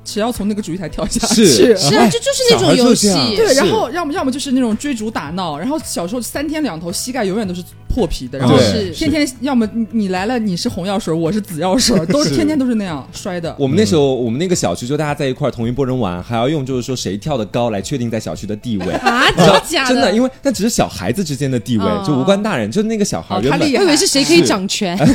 Speaker 4: 谁要从那个主席台跳下去。
Speaker 1: 是
Speaker 3: 是啊，就就是那
Speaker 1: 哎小
Speaker 3: 种
Speaker 1: 孩
Speaker 3: 游
Speaker 1: 就
Speaker 3: 戏
Speaker 1: 这，样
Speaker 4: 对，
Speaker 1: 是
Speaker 4: 然后要么要么就是那种追逐打闹，然后小时候三天两头膝盖永远都是破皮的，然后
Speaker 3: 是
Speaker 5: 对
Speaker 4: 天天要么你你来了你是红药水，我是紫药水，都是
Speaker 1: 是
Speaker 4: 天天都是那样摔的。
Speaker 1: 我们那时候，我们那个小区就大家在一块儿同一波人玩，还要用就是说谁跳得高来确定在小区的地 位。
Speaker 3: 啊，真 的假
Speaker 1: 真的，因
Speaker 3: 为
Speaker 1: 为但只是小孩子之间的地位，
Speaker 3: 哦
Speaker 1: 就无关大人，就那个小孩
Speaker 4: 哦
Speaker 1: 原
Speaker 4: 他
Speaker 1: 本
Speaker 4: 厉害
Speaker 3: 我以为是谁可以掌权，
Speaker 1: 哎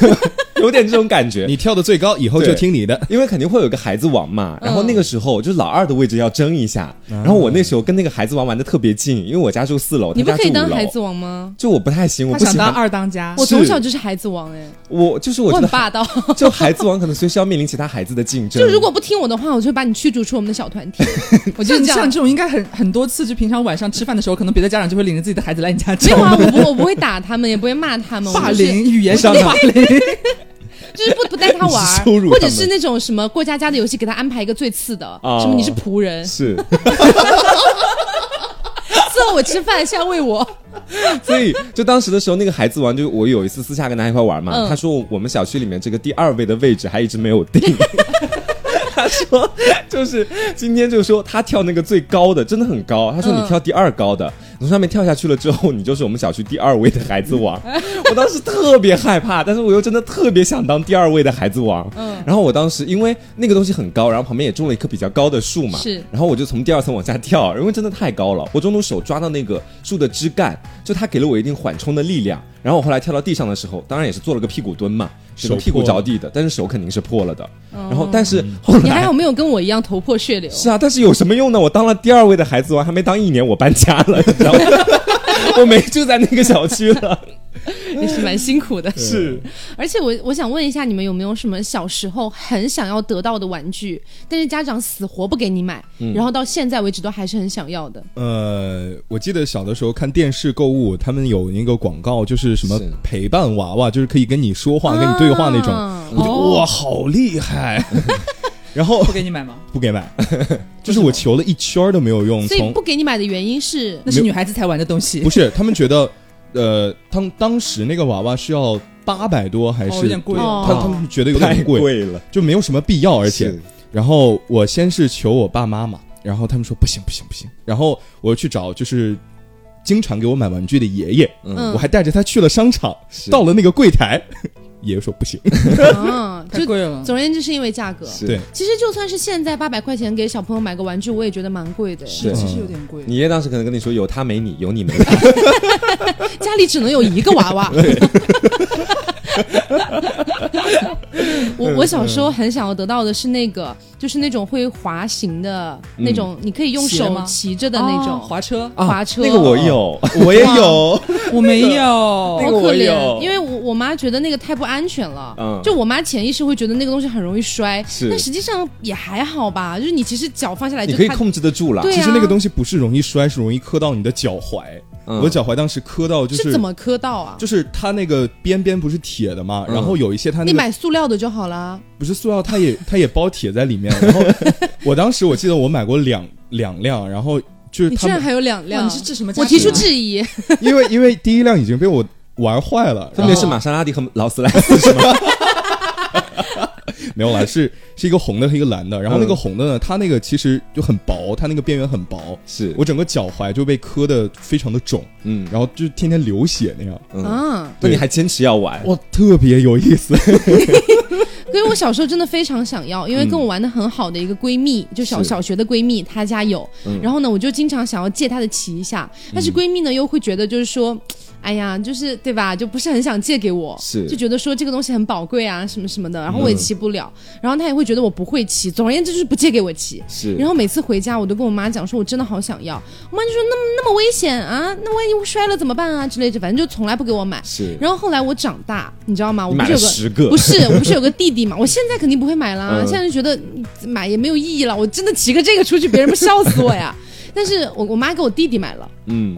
Speaker 1: 有点这种 感觉。
Speaker 5: 你跳的最高，以后就
Speaker 1: 对
Speaker 5: 听你的。
Speaker 1: 因为肯定会有个孩子王嘛，然后那个
Speaker 3: 嗯
Speaker 1: 时候就是老二的位置要争一下，然后我那时候跟那个孩子王玩的特别近，因为我家住四楼，他
Speaker 3: 你不
Speaker 1: 家
Speaker 3: 可
Speaker 1: 住
Speaker 3: 以
Speaker 1: 五
Speaker 3: 当孩子
Speaker 1: 楼，
Speaker 3: 王吗？
Speaker 1: 就我不太行，我
Speaker 4: 他
Speaker 1: 不
Speaker 4: 想
Speaker 1: 喜
Speaker 4: 当
Speaker 1: 欢，
Speaker 4: 二当家，
Speaker 3: 我
Speaker 1: 是
Speaker 3: 从小就是孩子王哎，
Speaker 1: 我就是
Speaker 3: 我
Speaker 1: 我觉
Speaker 3: 很
Speaker 1: 得
Speaker 3: 霸道。
Speaker 1: 就孩子王可能随时要面临其他孩子的竞争，
Speaker 3: 就如果不听我的话，我就会把你驱逐出我们的小团 体。我就
Speaker 4: 像
Speaker 3: 是这
Speaker 4: 像
Speaker 3: 样。
Speaker 4: 这种应该很很多次，就平常晚上吃饭的时候，可能别的家长就会领着自己的孩子来你家
Speaker 3: 没
Speaker 4: 叫
Speaker 3: 有 啊，我不我不会打他们，也不会骂他们，我
Speaker 4: 霸
Speaker 3: 就是
Speaker 4: 凌，语言上的
Speaker 1: 我
Speaker 4: 霸凌。
Speaker 3: 就是不不带他玩儿
Speaker 1: 羞辱，他们
Speaker 3: 或者是那种什么过家家的游戏，给他安排一个最次的，
Speaker 1: 哦
Speaker 3: 什么你是仆人，
Speaker 1: 是，
Speaker 3: 伺候我吃饭，下喂我。
Speaker 1: 所以就当时的时候，那个孩子王就我有一次私下跟他一块玩嘛，
Speaker 3: 嗯
Speaker 1: 他说我们小区里面这个第二位的位置还一直没有定。 他说，就是今天就说他跳那个最高的，真的很高。他说
Speaker 3: 嗯
Speaker 1: 你跳第二高的，从上面跳下去了之后，你就是我们小区第二位的孩子王。 我当时特别害怕，但是我又真的特别想当第二位的孩子王。
Speaker 3: 嗯
Speaker 1: 然后我当时因为那个东西很高，然后旁边也种了一棵比较高的树嘛，
Speaker 3: 是
Speaker 1: 然后我就从第二层往下跳，因为真的太高了，我中途手抓到那个树的枝干，就它给了我一定缓冲的力量。然后我后来跳到地上的时候，当然也是做了个屁股蹲嘛，整个
Speaker 5: 手
Speaker 1: 屁股
Speaker 5: 破了
Speaker 1: 着地的，但是手肯定是破了的。
Speaker 3: 哦
Speaker 1: 然后，但是后
Speaker 3: 你还
Speaker 1: 来
Speaker 3: 好没有跟我一样头破血流，
Speaker 1: 是啊，但是有什么用呢？我当了第二位的孩子，我还没当一年，我搬家了，你知道吗？ 我没住在那个小区了，
Speaker 3: 也是蛮辛苦的。
Speaker 1: 是
Speaker 3: 而且我我想问一下，你们有没有什么小时候很想要得到的玩具，但是家长死活不给你买，然后到现在为止都还是很想要的？
Speaker 5: 呃，我记得小的时候看电视购物，他们有那个广告，就是什么
Speaker 1: 是
Speaker 5: 陪伴娃娃，就是可以跟你说话、跟你对话那种。
Speaker 3: 啊
Speaker 5: 我就、 哇，好厉害！然后
Speaker 4: 不给你买吗？
Speaker 5: 不给买，就是我求了一圈儿都没有用。
Speaker 3: 所以
Speaker 5: 从
Speaker 3: 不给你买的原因是
Speaker 4: 那是女孩子才玩的东西，
Speaker 5: 不是他们觉得，呃，当当时那个娃娃是要八百多还
Speaker 4: 哦
Speaker 5: 是？
Speaker 4: 有点贵
Speaker 5: 他
Speaker 3: 哦
Speaker 5: 他们觉得有
Speaker 1: 太
Speaker 5: 点贵，
Speaker 1: 贵了，
Speaker 5: 就没有什么必要，而且
Speaker 1: 是
Speaker 5: 然后我先是求我爸妈嘛，然后他们说不行不行不行，然后我又去找就是经常给我买玩具的爷爷，
Speaker 3: 嗯
Speaker 5: 我还带着他去了商场，
Speaker 1: 是
Speaker 5: 到了那个柜台， 爷爷说不行，
Speaker 3: 啊，
Speaker 4: 太
Speaker 3: 就
Speaker 4: 贵了。
Speaker 3: 总而言之是因为价格。
Speaker 1: 是
Speaker 5: 对
Speaker 3: 其实就算是现在八百块钱给小朋友买个玩具，我也觉得蛮贵的，
Speaker 4: 是，
Speaker 1: 对
Speaker 4: 其实有点贵。
Speaker 1: 你爷当时可能跟你说有他没你，有你没他，
Speaker 3: 家里只能有一个娃娃。我
Speaker 1: 嗯
Speaker 3: 我小时候很想要得到的是那个，就是那种会滑行的那
Speaker 1: 嗯
Speaker 3: 种，你可以用
Speaker 4: 鞋
Speaker 3: 手
Speaker 4: 吗
Speaker 3: 骑着的那
Speaker 4: 哦
Speaker 3: 种
Speaker 4: 滑车，
Speaker 3: 滑车。
Speaker 1: 啊那个 我有，
Speaker 5: 我也有，
Speaker 4: 我没有
Speaker 1: 那
Speaker 3: 好
Speaker 1: 个
Speaker 3: 可
Speaker 1: 我有
Speaker 3: 怜，因为我我妈觉得那个太不安全了，
Speaker 1: 嗯
Speaker 3: 就我妈潜意识会觉得那个东西很容易摔，
Speaker 1: 是
Speaker 3: 但实际上也还好吧，就是你其实脚放下来
Speaker 1: 你
Speaker 3: 就
Speaker 1: 可以
Speaker 3: 看
Speaker 1: 控制得住啦。
Speaker 3: 对啊
Speaker 5: 其实那个东西不是容易摔，是容易磕到你的脚踝，
Speaker 1: 嗯
Speaker 5: 我脚踝当时磕到就是是
Speaker 3: 怎么磕到啊？
Speaker 5: 就是它那个边边不是铁的嘛，
Speaker 1: 嗯
Speaker 5: 然后有一些它那
Speaker 3: 你
Speaker 5: 个
Speaker 3: 买塑料的就好了，
Speaker 5: 不是塑料，它也 它也包铁在里面，然后我当时我记得我买过两两辆，然后就是
Speaker 3: 你
Speaker 5: 他
Speaker 3: 居然
Speaker 5: 们
Speaker 3: 还有两
Speaker 4: 哇
Speaker 3: 辆
Speaker 4: 你，是治什么家庭
Speaker 3: 我
Speaker 4: 啊？
Speaker 3: 提出质疑，
Speaker 5: 因为因为第一辆已经被我玩坏了，然后
Speaker 1: 分别是玛莎拉蒂和劳斯莱 斯，
Speaker 5: 没有啦，是 是一个红的和一个蓝的。然后那个红的呢，它那个其实就很薄，它那个边缘很薄，
Speaker 1: 是
Speaker 5: 我整个脚踝就被磕的非常的肿，
Speaker 1: 嗯
Speaker 5: 然后就天天流血那样。
Speaker 1: 嗯，
Speaker 3: 啊。
Speaker 1: 那你还坚持要玩？
Speaker 5: 哇，特别有意思，
Speaker 3: 因为我小时候真的非常想要，因
Speaker 5: 嗯
Speaker 3: 为跟我玩的很好的一个闺蜜，就小
Speaker 1: 是
Speaker 3: 小学的闺蜜，她家有，
Speaker 5: 嗯
Speaker 3: 然后呢，我就经常想要借她的骑一下，但是闺蜜呢又会觉得就是说。哎呀，就是对吧？就不是很想借给我，
Speaker 1: 是
Speaker 3: 就觉得说这个东西很宝贵啊，什么什么的。然
Speaker 5: 嗯
Speaker 3: 后我也骑不了，然后她也会觉得我不会骑。总而言之，就是不借给我骑。
Speaker 1: 是
Speaker 3: 然后每次回家，我都跟我妈讲说，我真的好想要。我妈就说那么那么危险啊，那万一我摔了怎么办啊之类的，反正就从来不给我买。
Speaker 1: 是，
Speaker 3: 然后后来我长大，你知道吗？我
Speaker 1: 你
Speaker 3: 不
Speaker 1: 买
Speaker 3: 是
Speaker 1: 了
Speaker 3: 有个
Speaker 1: 十个
Speaker 3: 不，是，我不是有个弟 弟嘛？我现在肯定不会买啦，
Speaker 1: 嗯
Speaker 3: 现在就觉得嗯买也没有意义了。我真的骑个这个出去，别人不笑死我 呀？但是我我妈给我弟弟买了，
Speaker 1: 嗯，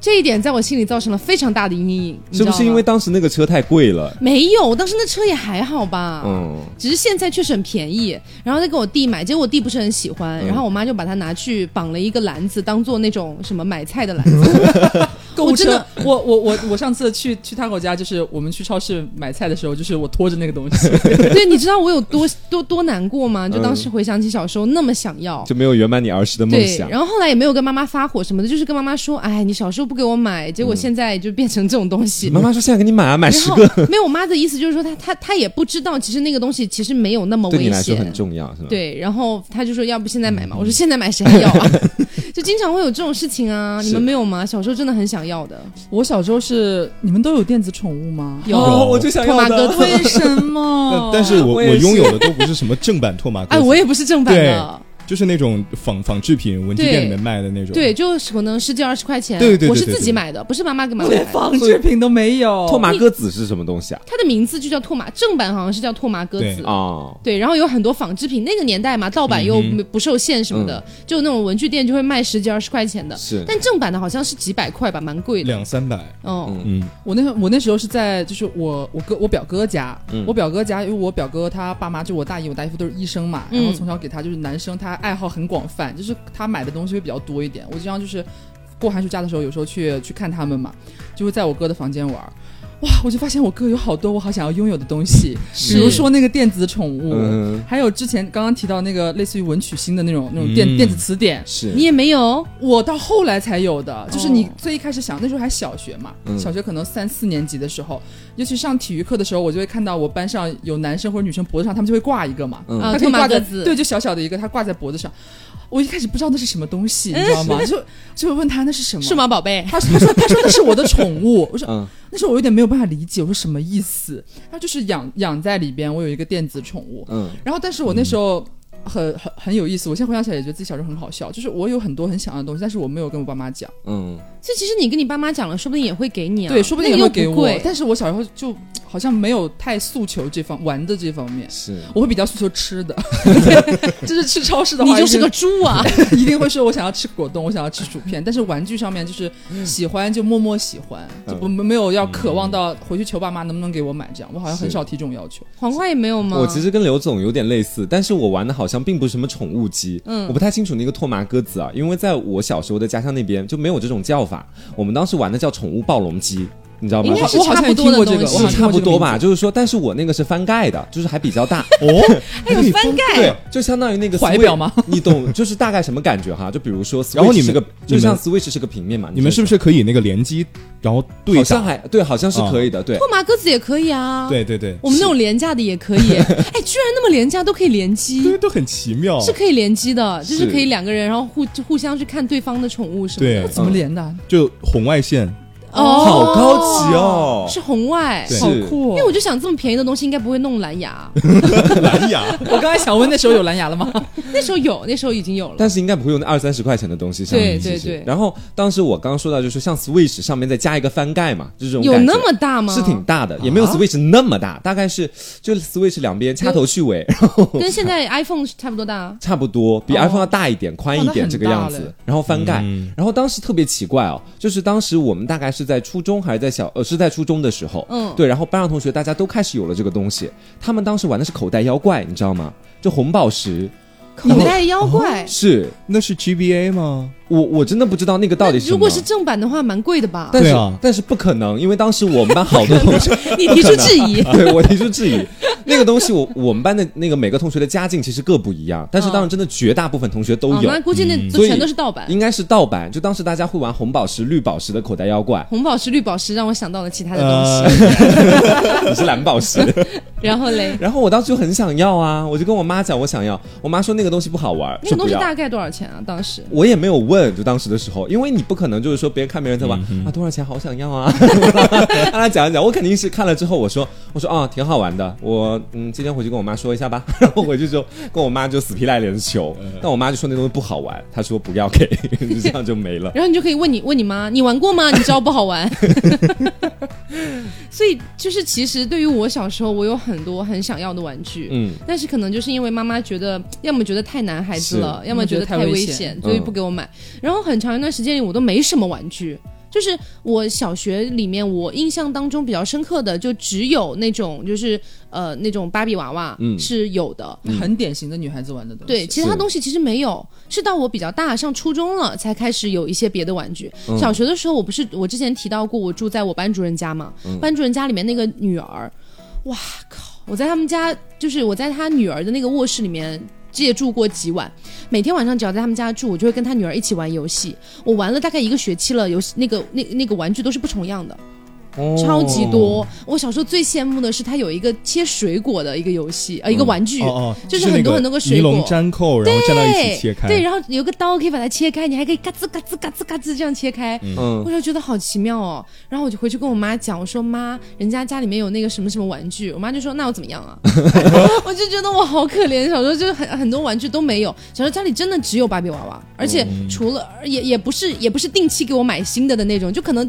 Speaker 3: 这一点在我心里造成了非常大的阴影。你知
Speaker 1: 是不
Speaker 3: 道
Speaker 1: 是因
Speaker 3: 吗
Speaker 1: 为当时那个车太贵了？
Speaker 3: 没有？当时那车也还好吧，
Speaker 1: 嗯，
Speaker 3: 只是现在确实很便宜。然后再给我弟买，结果我弟不是很喜欢，
Speaker 1: 嗯
Speaker 3: 然后我妈就把它拿去绑了一个篮子，当做那种什么买菜的篮子。
Speaker 4: 购物
Speaker 3: 我真
Speaker 4: 车
Speaker 3: 的，
Speaker 4: 我我我我上次去去他给我家，就是我们去超市买菜的时候，就是我拖着那个东西，
Speaker 3: 对，你知道我有多多多难过吗？就当时
Speaker 1: 嗯
Speaker 3: 回想起小时候那么想要，
Speaker 1: 就没有圆满你儿时的梦
Speaker 3: 对，
Speaker 1: 想。
Speaker 3: 然后后来也没有跟妈妈发火什么的，就是跟妈妈说，哎，你小时候不给我买，结果现在就变成这种东西。
Speaker 1: 妈妈说现在给你买啊，买
Speaker 3: 然
Speaker 1: 十
Speaker 3: 后
Speaker 1: 个，
Speaker 3: 没有，我妈的意思就是说，她她她也不知道，其实那个东西其实没有那么
Speaker 1: 对你
Speaker 3: 危
Speaker 1: 来说很
Speaker 3: 险。
Speaker 1: 重要，
Speaker 5: 嗯
Speaker 1: 是吧？，
Speaker 3: 对，然后她就说，要不现在买嘛？我说现在买谁还要 啊？就经常会有这种事情啊，你们没有吗？小时候真的很想要的，
Speaker 4: 我小时候是，你们都有电子宠物吗？
Speaker 3: 有
Speaker 1: 哦，我就想
Speaker 3: 托
Speaker 1: 要
Speaker 3: 马 哥
Speaker 1: 的。
Speaker 3: 特。
Speaker 4: 为 什
Speaker 5: 但
Speaker 3: 哦
Speaker 4: 么？
Speaker 5: 但是我
Speaker 1: 我
Speaker 5: 我
Speaker 1: 也是
Speaker 5: 拥有的都不是什么正版拓马克，
Speaker 3: 哎，我也不是正版的，
Speaker 5: 就是那种仿仿制品文具
Speaker 3: 对
Speaker 5: 店里面卖的那种。
Speaker 3: 对，就是可能十几二十块钱，
Speaker 5: 对对对
Speaker 3: 我是
Speaker 5: 对
Speaker 3: 自己
Speaker 5: 对
Speaker 3: 买的，不是妈妈给买
Speaker 4: 连
Speaker 3: 的。
Speaker 4: 仿制品都没有。
Speaker 1: 拓
Speaker 3: 哦
Speaker 1: 麻鸽子是什么东西啊？
Speaker 3: 它的名字就叫拓马，正版好像是叫拓马鸽
Speaker 5: 对
Speaker 3: 子。
Speaker 1: 哦，
Speaker 3: 对，然后有很多仿制品，那个年代嘛，盗版又
Speaker 5: 嗯哼嗯
Speaker 3: 没不受限什么的，就那种文具店就会卖十几二十块钱的，
Speaker 1: 是
Speaker 3: 但正版的好像是几百块吧，蛮贵的。
Speaker 5: 两三百，
Speaker 3: 哦，
Speaker 5: 嗯，
Speaker 4: 我那我那时候是在就是我我哥我表哥家，
Speaker 1: 嗯
Speaker 4: 我表哥家，因为我表哥他爸妈就我大姨我大姨夫都是医生嘛，
Speaker 3: 嗯
Speaker 4: 然后从小给他就是男生他爱好很广泛，就是他买的东西会比较多一点。我经常就是过寒暑假的时候，有时候去去看他们嘛，就会在我哥的房间玩儿。哇！我就发现我哥有好多我好想要拥有的东西，比如说那个电子宠物，
Speaker 1: 嗯
Speaker 4: 还有之前刚刚提到那个类似于文曲星的那种那种电、
Speaker 5: 嗯
Speaker 4: 电子词典，
Speaker 1: 是
Speaker 3: 你也没有，
Speaker 4: 我到后来才有的，就是
Speaker 3: 哦
Speaker 4: 你最一开始想，那时候还小学嘛，
Speaker 1: 嗯
Speaker 4: 小学可能三四年级的时候，尤其上体育课的时候，我就会看到我班上有男生或者女生脖子上，他们就会挂一个嘛，
Speaker 1: 嗯
Speaker 3: 啊
Speaker 4: 他可
Speaker 3: 托
Speaker 4: 以
Speaker 3: 马
Speaker 4: 挂在
Speaker 3: 鸽子
Speaker 4: 对，就小小的一个，他挂在脖子上。我一开始不知道那是什么东西，你知道吗？就就问他那是什么？
Speaker 3: 数？码宝贝。
Speaker 4: 他说他说他说那是我的宠物，我说
Speaker 1: 嗯，
Speaker 4: 那时候我有点没有办法理解，我说什么意思？它就是养养在里边，我有一个电子宠物，
Speaker 1: 嗯，
Speaker 4: 然后，但是我那时候很很很有意思，我现在回想起来也觉得自己小时候很好笑，就是我有很多很想要的东西，但是我没有跟我爸妈讲，
Speaker 1: 嗯，
Speaker 3: 这其实你跟你爸妈讲了，说不定也会给你啊。
Speaker 4: 对，说不定
Speaker 3: 那
Speaker 4: 也
Speaker 3: 又
Speaker 4: 会给
Speaker 3: 不
Speaker 4: 我
Speaker 3: 贵，
Speaker 4: 但是我小时候就好像没有太诉求这方玩的这方面。
Speaker 1: 是，
Speaker 4: 我会比较诉求 吃的，就是去超市的话，
Speaker 3: 你就是个猪啊！
Speaker 4: 一定一定会说我想要吃果冻，我想要吃薯片。但是玩具上面就是喜欢就默默喜欢，
Speaker 3: 嗯
Speaker 4: 就不没有要渴望到回去求爸妈能不能给我买这样。我好像很
Speaker 1: 是
Speaker 4: 少提这种要求。
Speaker 3: 黄瓜也没有吗？
Speaker 1: 我其实跟刘总有点类似，但是我玩的好像并不是什么宠物鸡，嗯，我不太清楚那个拓麻鸽子啊，因为在我小时候的家乡那边就没有这种叫法，我们当时玩的叫宠物暴龙鸡，你知道吗
Speaker 3: 应？该是
Speaker 4: 我好
Speaker 3: 差
Speaker 4: 像
Speaker 3: 不
Speaker 4: 也
Speaker 3: 多
Speaker 4: 听
Speaker 3: 的
Speaker 4: 过这
Speaker 3: 东
Speaker 4: 个
Speaker 3: 西
Speaker 4: 我好像
Speaker 1: 差不多
Speaker 4: 我
Speaker 1: 吧，就是说，但是我那个是翻盖的，就是还比较大，
Speaker 5: 哦，还
Speaker 3: 哎有翻盖
Speaker 1: 对，就相当于那个
Speaker 4: 怀
Speaker 1: Switch，
Speaker 4: 表吗
Speaker 1: 你懂，就是大概什么感觉哈？就比如说 Switch
Speaker 5: 然后你们
Speaker 1: 是个，
Speaker 5: 你
Speaker 1: 就
Speaker 5: 们
Speaker 1: 像 Switch 是个平面嘛，
Speaker 5: 你们是不
Speaker 1: 是
Speaker 5: 是可以那个联机，然后对
Speaker 1: 好像
Speaker 5: 打？
Speaker 1: 还对，好像是可以的，对
Speaker 3: 破麻鸽子也可以啊。，
Speaker 5: 对对对，
Speaker 3: 我们那种廉价的也可以。 哎，居然那么廉价都可以联机
Speaker 5: 对，都很奇妙，
Speaker 3: 是可以联机的，就是
Speaker 1: 是
Speaker 3: 可以两个人然后互互相去看对方的宠物什么的。
Speaker 5: 对，
Speaker 4: 怎么连的？
Speaker 5: 就红外线，
Speaker 3: 哦，
Speaker 1: 好高级哦
Speaker 3: 是红外。
Speaker 5: 对
Speaker 4: 好
Speaker 1: 是
Speaker 4: 酷、
Speaker 3: 因
Speaker 4: 哦！
Speaker 3: 为我就想这么便宜的东西应该不会弄蓝牙，
Speaker 5: 蓝牙，
Speaker 4: 我刚才想问，那时候有蓝牙了吗？
Speaker 3: 那时候有，那时候已经有了。
Speaker 1: 但是应该不会用那二三十块钱的东西上
Speaker 3: 对
Speaker 1: 面
Speaker 3: 对
Speaker 1: 其实
Speaker 3: 对
Speaker 1: 然后当时我刚刚说到，就是像 Switch 上面再加一个翻盖嘛，就这种
Speaker 3: 有
Speaker 1: 感觉
Speaker 3: 那么大吗？啊
Speaker 1: 是挺大的，也没有 Switch 那么大，大概是就 Switch 两边掐头去尾，然后
Speaker 3: 跟现在 iPhone 差不多大。
Speaker 1: 差不多比
Speaker 4: 哦
Speaker 1: iPhone 要大一点、宽一
Speaker 4: 那
Speaker 1: 点
Speaker 4: 很
Speaker 1: 这个样
Speaker 4: 大嘞
Speaker 1: 子，然后翻盖。
Speaker 5: 嗯
Speaker 1: 然后当时特别奇怪哦，就是当时我们大概是在初中还是在小呃是在初中的时候，
Speaker 3: 嗯
Speaker 1: 对，然后班上同学大家都开始有了这个东西，他们当时玩的是口袋妖怪，你知道吗？就红宝石
Speaker 3: 口袋妖怪，
Speaker 1: 是。
Speaker 5: 那是 GBA 吗？
Speaker 1: 我我真的不知道那个到底是什
Speaker 3: 如
Speaker 1: 么
Speaker 3: 果是正版的话，蛮贵的吧？
Speaker 1: 但是、
Speaker 5: 对啊
Speaker 1: 但是不可能，因为当时我们班好多同学，，
Speaker 3: 你提出质疑
Speaker 1: 对我提出质疑。那个东西我，我们班的那个每个同学的家境其实各不一样，但是当然真的绝大部分同学都
Speaker 3: 嗯哦
Speaker 1: 有，
Speaker 3: 那估计那
Speaker 1: 所
Speaker 3: 都
Speaker 1: 以
Speaker 3: 全都是盗版。，
Speaker 1: 应该是盗版。就当时大家会玩红宝石、绿宝石的口袋妖怪
Speaker 3: 红宝石、绿宝石让我想到了其他的东西。
Speaker 5: 呃，
Speaker 1: 你是蓝宝石。
Speaker 3: 然后嘞，
Speaker 1: 然后我当时就很想要啊，我就跟我妈讲我想要，我妈说那个东西不好玩，
Speaker 3: 那个
Speaker 1: 说
Speaker 3: 东
Speaker 1: 不
Speaker 3: 西
Speaker 1: 要
Speaker 3: 大概多少钱啊？当时
Speaker 1: 我也没有问，就当时的时候，因为你不可能就是说别人看别人在玩、啊多少钱好想要啊， 跟他讲一讲，我肯定是看了之后我说我说啊挺好玩的，我嗯今天回去跟我妈说一下吧， 然后回去之后跟我妈就死皮赖脸的求，但我妈就说那东西不好玩，她说不要给， 就这样就没了。
Speaker 3: 然后你就可以问你问你妈，你玩过吗？你知道不好玩。 所以就是，其实对于我小时候，我有很多很想要的玩具，
Speaker 1: 嗯，
Speaker 3: 但是可能就是因为妈妈觉得，要么觉得太男孩子了，要
Speaker 4: 要么
Speaker 3: 么觉
Speaker 4: 觉得
Speaker 3: 得
Speaker 4: 太
Speaker 3: 太
Speaker 4: 危
Speaker 3: 危
Speaker 4: 险
Speaker 3: 险，所以不给我买。然后很长一段时间里，我都没什么玩具。就是我小学里面，我印象当中比较深刻的，就只有那种就是呃那种芭比娃娃
Speaker 1: 嗯
Speaker 3: 是有的，
Speaker 4: 很典型的女孩子玩的东西。
Speaker 3: 对，其他
Speaker 1: 是
Speaker 3: 东西其实没有，是到我比较大，上初中了才开始有一些别的玩具。
Speaker 1: 嗯
Speaker 3: 小学的时候，我不是我之前提到过，我住在我班主任家嘛，班主任家里面那个女儿，哇靠！我在他们家，就是我在他女儿的那个卧室里面。借住过几晚，每天晚上只要在他们家住，我就会跟他女儿一起玩游戏。我玩了大概一个学期了，游戏那个那那个玩具都是不重样的，
Speaker 1: 哦
Speaker 3: 超级多。我小时候最羡慕的是他有一个切水果的一个游戏，呃，一个玩具。
Speaker 5: 哦哦，
Speaker 3: 就是
Speaker 5: 那
Speaker 3: 很多
Speaker 5: 个
Speaker 3: 很多个水
Speaker 5: 尼龙
Speaker 3: 果
Speaker 5: 粘扣，然后站到一起切开，
Speaker 3: 对，然后有个刀可以把它切开，你还可以嘎吱嘎吱嘎吱嘎吱这样切开。
Speaker 1: 嗯
Speaker 3: 我就觉得好奇妙哦，然后我就回去跟我妈讲，我说妈，人家家里面有那个什么什么玩具，我妈就说那又怎么样啊？ 我就觉得我好可怜，小时候就是很很多玩具都没有，小时候家里真的只有芭比娃娃，而且
Speaker 1: 嗯
Speaker 3: 除了、也也不是也不是定期给我买新的的那种，就可能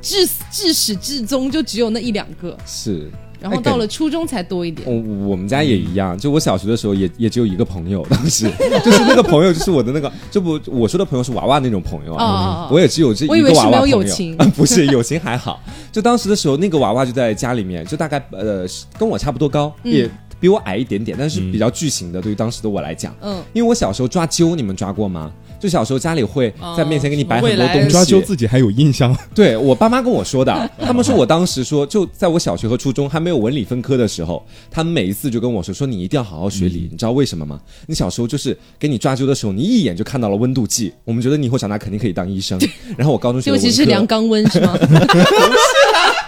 Speaker 3: 至至始至终就只有那一两个，
Speaker 1: 是。
Speaker 3: 然后
Speaker 1: 哎哦感
Speaker 3: 到了初中才多一点。
Speaker 1: 我我们家也一样，就我小学的时候也也只有一个朋友，当时 就是那个朋友就是我的那个，就不我说的朋友是娃娃那种朋友
Speaker 3: 哦哦
Speaker 1: 啊
Speaker 3: 哦，
Speaker 1: 我也只有这
Speaker 3: 我
Speaker 1: 一
Speaker 3: 以
Speaker 1: 个
Speaker 3: 为
Speaker 1: 娃
Speaker 3: 是没
Speaker 1: 娃
Speaker 3: 有
Speaker 1: 朋
Speaker 3: 友
Speaker 1: 友，
Speaker 3: 情
Speaker 1: 不 是友情还好。就当时的时候，那个娃娃就在家里面，就大概呃是跟我差不多高，也比我矮一点点，但是比较巨型的，对于当时的我来讲。
Speaker 3: 嗯，
Speaker 1: 因为我小时候抓阄，你们抓过吗？就小时候家里会在面前给你摆
Speaker 4: 哦
Speaker 1: 很
Speaker 4: 未
Speaker 1: 多
Speaker 4: 来
Speaker 1: 东西，
Speaker 5: 抓阄自己还有印象，
Speaker 1: 对我爸妈跟我说的，他们说我当时说，就在我小学和初中还没有文理分科的时候，他们每一次就跟我说，说你一定要好好学理，你知道为什么吗？你小时候就是给你抓阄的时候，你一眼就看到了温度计，我们觉得你以后长大肯定可以当医生。然后我高中学
Speaker 3: 结
Speaker 1: 的
Speaker 3: 果
Speaker 1: 文科
Speaker 3: 其实是量肛温是吗？
Speaker 1: 这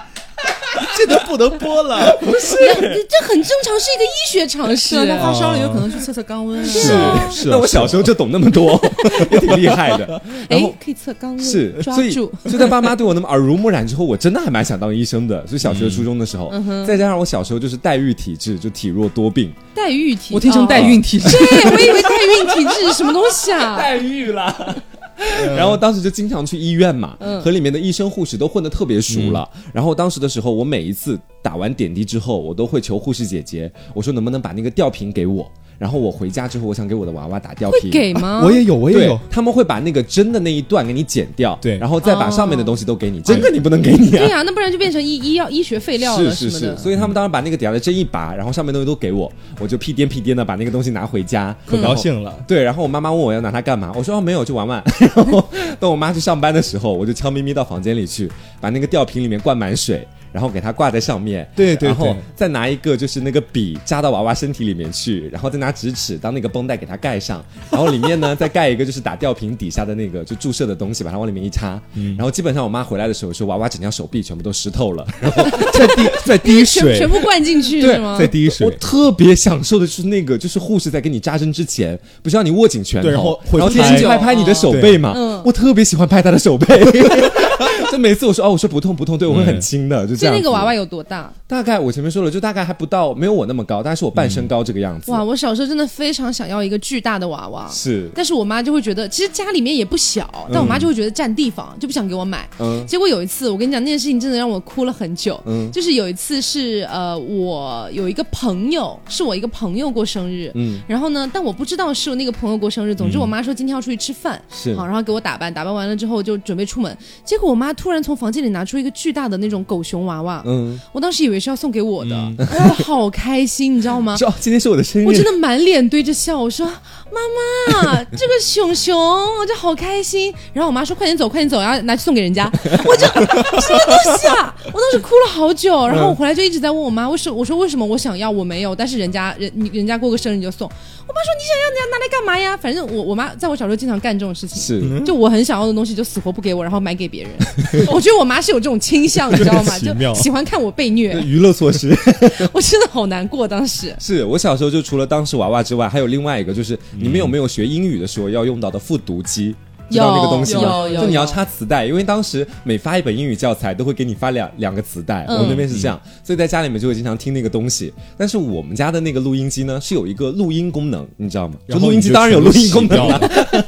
Speaker 6: 这个不能播了。
Speaker 3: 这很正常，是一个医学常识
Speaker 4: 是。啊，他发
Speaker 5: 哦
Speaker 4: 烧了有可能去测测肛温啊。
Speaker 5: 是是，
Speaker 1: 哦那我小时候就懂那 么多，也挺厉害的。然
Speaker 3: 哎
Speaker 1: 后，
Speaker 3: 可以测肛温，
Speaker 1: 是，
Speaker 3: 抓
Speaker 1: 所以
Speaker 3: 住。
Speaker 1: 所以在爸妈对我那么耳濡目染之后，我真的还蛮想当医 生的。所以小学、初中的时候，
Speaker 3: 嗯
Speaker 1: 再加上我小时候就是代孕体质，就体弱多病，
Speaker 3: 代孕体，
Speaker 4: 我听成代孕体哦
Speaker 5: 哦
Speaker 4: 质，
Speaker 3: 对，我以为代孕体质是什么东西啊？
Speaker 1: 孕啦。
Speaker 3: 嗯
Speaker 1: 然后当时就经常去医院嘛，和里面的医生护士都混得特别熟了。
Speaker 3: 嗯
Speaker 1: 然后当时的时候，我每一次打完点滴之后，我都会求护士姐姐，我说能不能把那个吊瓶给我？然后我回家之后，我想给我的娃娃打吊
Speaker 3: 会
Speaker 1: 瓶，
Speaker 3: 给吗？
Speaker 5: 我也有，我也
Speaker 1: 对
Speaker 5: 哎有。
Speaker 1: 他们会把那个针的那一段给你剪掉，
Speaker 5: 对哦
Speaker 1: 然后再把上面的东西都给你，这个你不能给你
Speaker 3: 对
Speaker 1: 啊。
Speaker 3: 呀、那不然就变成医医药医学废料
Speaker 1: 是
Speaker 3: 了
Speaker 1: 是
Speaker 3: 什么
Speaker 1: 是，
Speaker 3: 的。
Speaker 1: 所以他们当时把那个底下的针一拔，然后上面东西都给我，我就屁颠屁颠的把那个东西拿回家，
Speaker 5: 可
Speaker 1: 然后
Speaker 5: 高兴了，
Speaker 1: 对，然后我妈妈问我要拿它干嘛，我说哦没有，就玩 玩。然后等我妈去上班的时候，我就悄咪咪到房间里去，把那个吊瓶里面灌满水，然后给它挂在上面。
Speaker 5: 对对
Speaker 1: 然后
Speaker 5: 对
Speaker 1: 再拿一个就是那个笔扎到娃娃身体里面去，然后再拿直尺当那个绷带给它盖上，然后里面呢再盖一个就是打吊瓶底下的那个就注射的东西，把它往里面一插。
Speaker 5: 嗯
Speaker 1: 然后基本上我妈回来的时候说娃娃整条手臂全部都湿透了，然后
Speaker 5: 在滴在滴
Speaker 3: 全
Speaker 5: 水
Speaker 3: 全，部灌进去
Speaker 1: 对
Speaker 3: 是吗
Speaker 5: 在？滴
Speaker 1: 我
Speaker 5: 水，
Speaker 1: 特别享受的就是那个，就是护士在给你扎针之前，不是让你握紧拳头，
Speaker 5: 对然后会
Speaker 1: 然后
Speaker 5: 拍
Speaker 1: 轻轻拍拍你的手背嘛
Speaker 3: 对嗯。
Speaker 1: 我特别喜欢拍他的手背， 就每次我说哦，我说不痛不痛，对我会很轻的，就这
Speaker 3: 所以
Speaker 1: 样。
Speaker 3: 那个娃娃，有多大？
Speaker 1: 大概我前面说了，就大概还不到没有我那么高，但是我半身高这个样子。
Speaker 3: 哇，我小时候真的非常想要一个巨大的娃娃。
Speaker 1: 是，
Speaker 3: 但是我妈就会觉得，其实家里面也不小，但我妈就会觉得占地方，就不想给我买。
Speaker 1: 嗯
Speaker 3: 结果有一次，我跟你讲，那件事情真的让我哭了很久。
Speaker 1: 嗯
Speaker 3: 就是有一次是呃，我有一个朋友，是我一个朋友过生日，
Speaker 1: 嗯，
Speaker 3: 然后呢，但我不知道是我那个朋友过生日。总之，我妈说今天要出去吃饭，
Speaker 1: 是
Speaker 3: 好，然后给我打扮，打扮完了之后就准备出门。结果我妈突然从房间里拿出一个巨大的那种狗熊娃娃，
Speaker 1: 嗯，
Speaker 3: 我当时以为是要送给我的，哎我好开心，你知道 吗？
Speaker 1: 说哦今天是我的生日，
Speaker 3: 我真的满脸堆着笑，我说：“妈妈，这个熊熊，我就好开心。”然后我妈说：“快点走，快点走，然后拿去送给人家。” 我就什么东西啊！我当时哭了好久，然后我回来就一直在问我妈：“为什么？”我说：“为什么我想要我没有？但是人家人你人家过个生日你就送。”我妈说：“你想要，你要拿来干嘛呀？”反正我我妈在我小时候经常干这种事情。
Speaker 1: 是
Speaker 3: 就我很想要的东西，就死活不给我，然后买给别 人。我觉得我妈是有这种倾向，你知道吗？
Speaker 5: 奇妙
Speaker 3: 就喜欢看我被虐，
Speaker 1: 娱乐措施。
Speaker 3: 我真的好难过。当 时
Speaker 1: 是我小时候就除了当时娃娃之外，还有另外一个就是你
Speaker 4: 嗯
Speaker 1: 们有没有学英语的时候要用到的复读机？知道那个东西吗
Speaker 4: 有？有
Speaker 1: 就你要
Speaker 4: 有
Speaker 1: 插磁带，因为当时每发一本英语教材都会给你发两两个磁带，我们那
Speaker 4: 嗯
Speaker 1: 边是这样，所以在家里面就会经常听那个东西。但是我们家的那个录音机呢，是有一个录音功能，你知道吗？就
Speaker 5: 然后
Speaker 1: 录音
Speaker 5: 你
Speaker 1: 机
Speaker 5: 就
Speaker 1: 当然有
Speaker 5: 全部
Speaker 1: 录音功
Speaker 5: 洗
Speaker 1: 能
Speaker 5: 掉
Speaker 1: 了，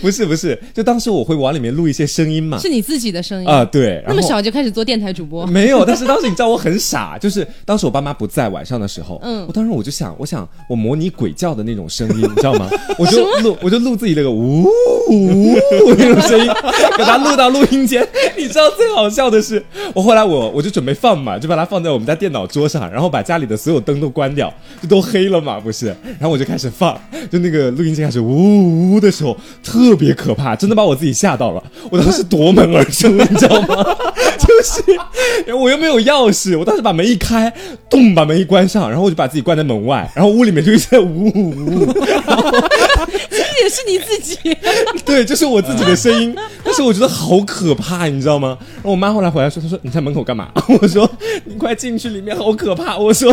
Speaker 1: 不是不是，就当时我会往里面录一些声音嘛
Speaker 3: 是，你自己的声音
Speaker 1: 啊对，
Speaker 3: 那
Speaker 1: 然
Speaker 3: 么
Speaker 1: 后。
Speaker 3: 小就开始做电台主播，
Speaker 1: 没有，但是当时你知道我很傻， 就是当时我爸妈不在晚上的时候，
Speaker 3: 嗯
Speaker 1: 我当时我就想，我想我模拟鬼叫的那种声音，你知道 吗？我就录，我就录自己那个呜呜那种声音， 给它录到录音间。你知道最好笑的是，我后来我我就准备放嘛，就把它放在我们家电脑桌上，然后把家里的所有灯都关掉，就都黑了嘛，不是？然后我就开始放，就那个录音机开始呜呜呜的时候，特别可怕，真的把我自己吓到了，我当时夺门而出，你知道吗？
Speaker 5: 哦
Speaker 1: 嗯就是我又没有钥匙，我当时把门一开，咚把门一关上，然后我就把自己关在门外，然后屋里面就一直在呜呜呜，
Speaker 3: 这也是你自己。
Speaker 1: 对，就是我自己的声音，但是我觉得好可怕，你知道吗？然后我妈后来回来说，她说你在门口干嘛？我说你快进去，里面好可怕。我说，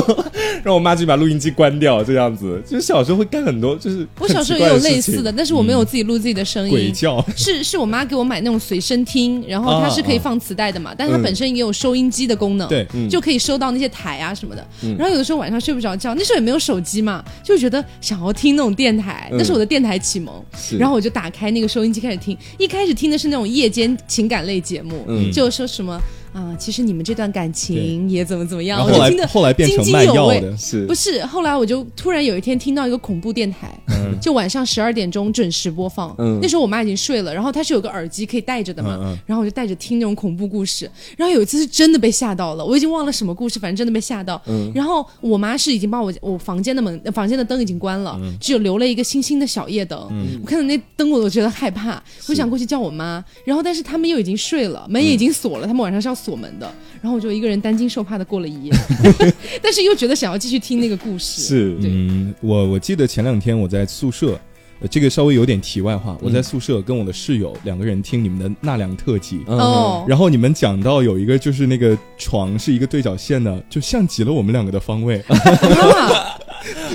Speaker 1: 然后我妈就把录音机关掉，这样子，就是小时候会干很多，就是
Speaker 3: 我小时候也有类 似的，但是我没有自己录自己的声
Speaker 5: 鬼
Speaker 3: 音。
Speaker 5: 叫，
Speaker 3: 是是我妈给我买那种随身听，然后它是可以放磁带的嘛，但是它本身也有收音机的功能，
Speaker 5: 对
Speaker 1: 嗯
Speaker 3: 就可以收到那些台啊什么的。然后有的时候晚上睡不着觉，那时候也没有手机嘛，就觉得想要听那种电台，
Speaker 1: 嗯
Speaker 3: 那是我的电台启蒙。
Speaker 1: 是
Speaker 3: 然后我就打开那个收音机开始听，一开始听的是那种夜间情感类节目，
Speaker 1: 嗯
Speaker 3: 就说什么啊，其实你们这段感情也怎么怎么样，
Speaker 5: 然后
Speaker 3: 我
Speaker 5: 后
Speaker 3: 就听得
Speaker 5: 来后来变
Speaker 3: 津
Speaker 5: 成
Speaker 3: 津
Speaker 5: 卖
Speaker 3: 有
Speaker 5: 药
Speaker 3: 味
Speaker 5: 的，
Speaker 1: 是
Speaker 3: 不是，后来我就突然有一天听到一个恐怖电台，就晚上十二点钟准时播放。
Speaker 1: 嗯
Speaker 3: 那时候我妈已经睡了，然后她是有个耳机可以戴着的嘛，
Speaker 5: 嗯嗯
Speaker 3: 然后我就戴着听那种恐怖故事。然后有一次是真的被吓到了，我已经忘了什么故事，反正真的被吓到。然后我妈是已经把我我房间的门、呃房间的灯已经关了，只有留了一个星星的小夜灯。我看到那灯我都觉得害怕，我想过去叫我妈，然后但是他们又已经睡了，门也已经锁了，他们晚上是要锁门的。然后我就一个人担惊受怕的过了一夜。 但是又觉得想要继续听那个故事。
Speaker 1: 是
Speaker 3: 对
Speaker 5: 嗯，我我记得前两天我在宿舍，呃这个稍微有点题外
Speaker 1: 嗯
Speaker 5: 话，我在宿舍跟我的室友两个人听你们的纳凉特辑，
Speaker 1: 嗯
Speaker 3: 哦，
Speaker 5: 然后你们讲到有一个就是那个床是一个对角线的，就像极了我们两个的 方位，
Speaker 4: 嗯
Speaker 3: 啊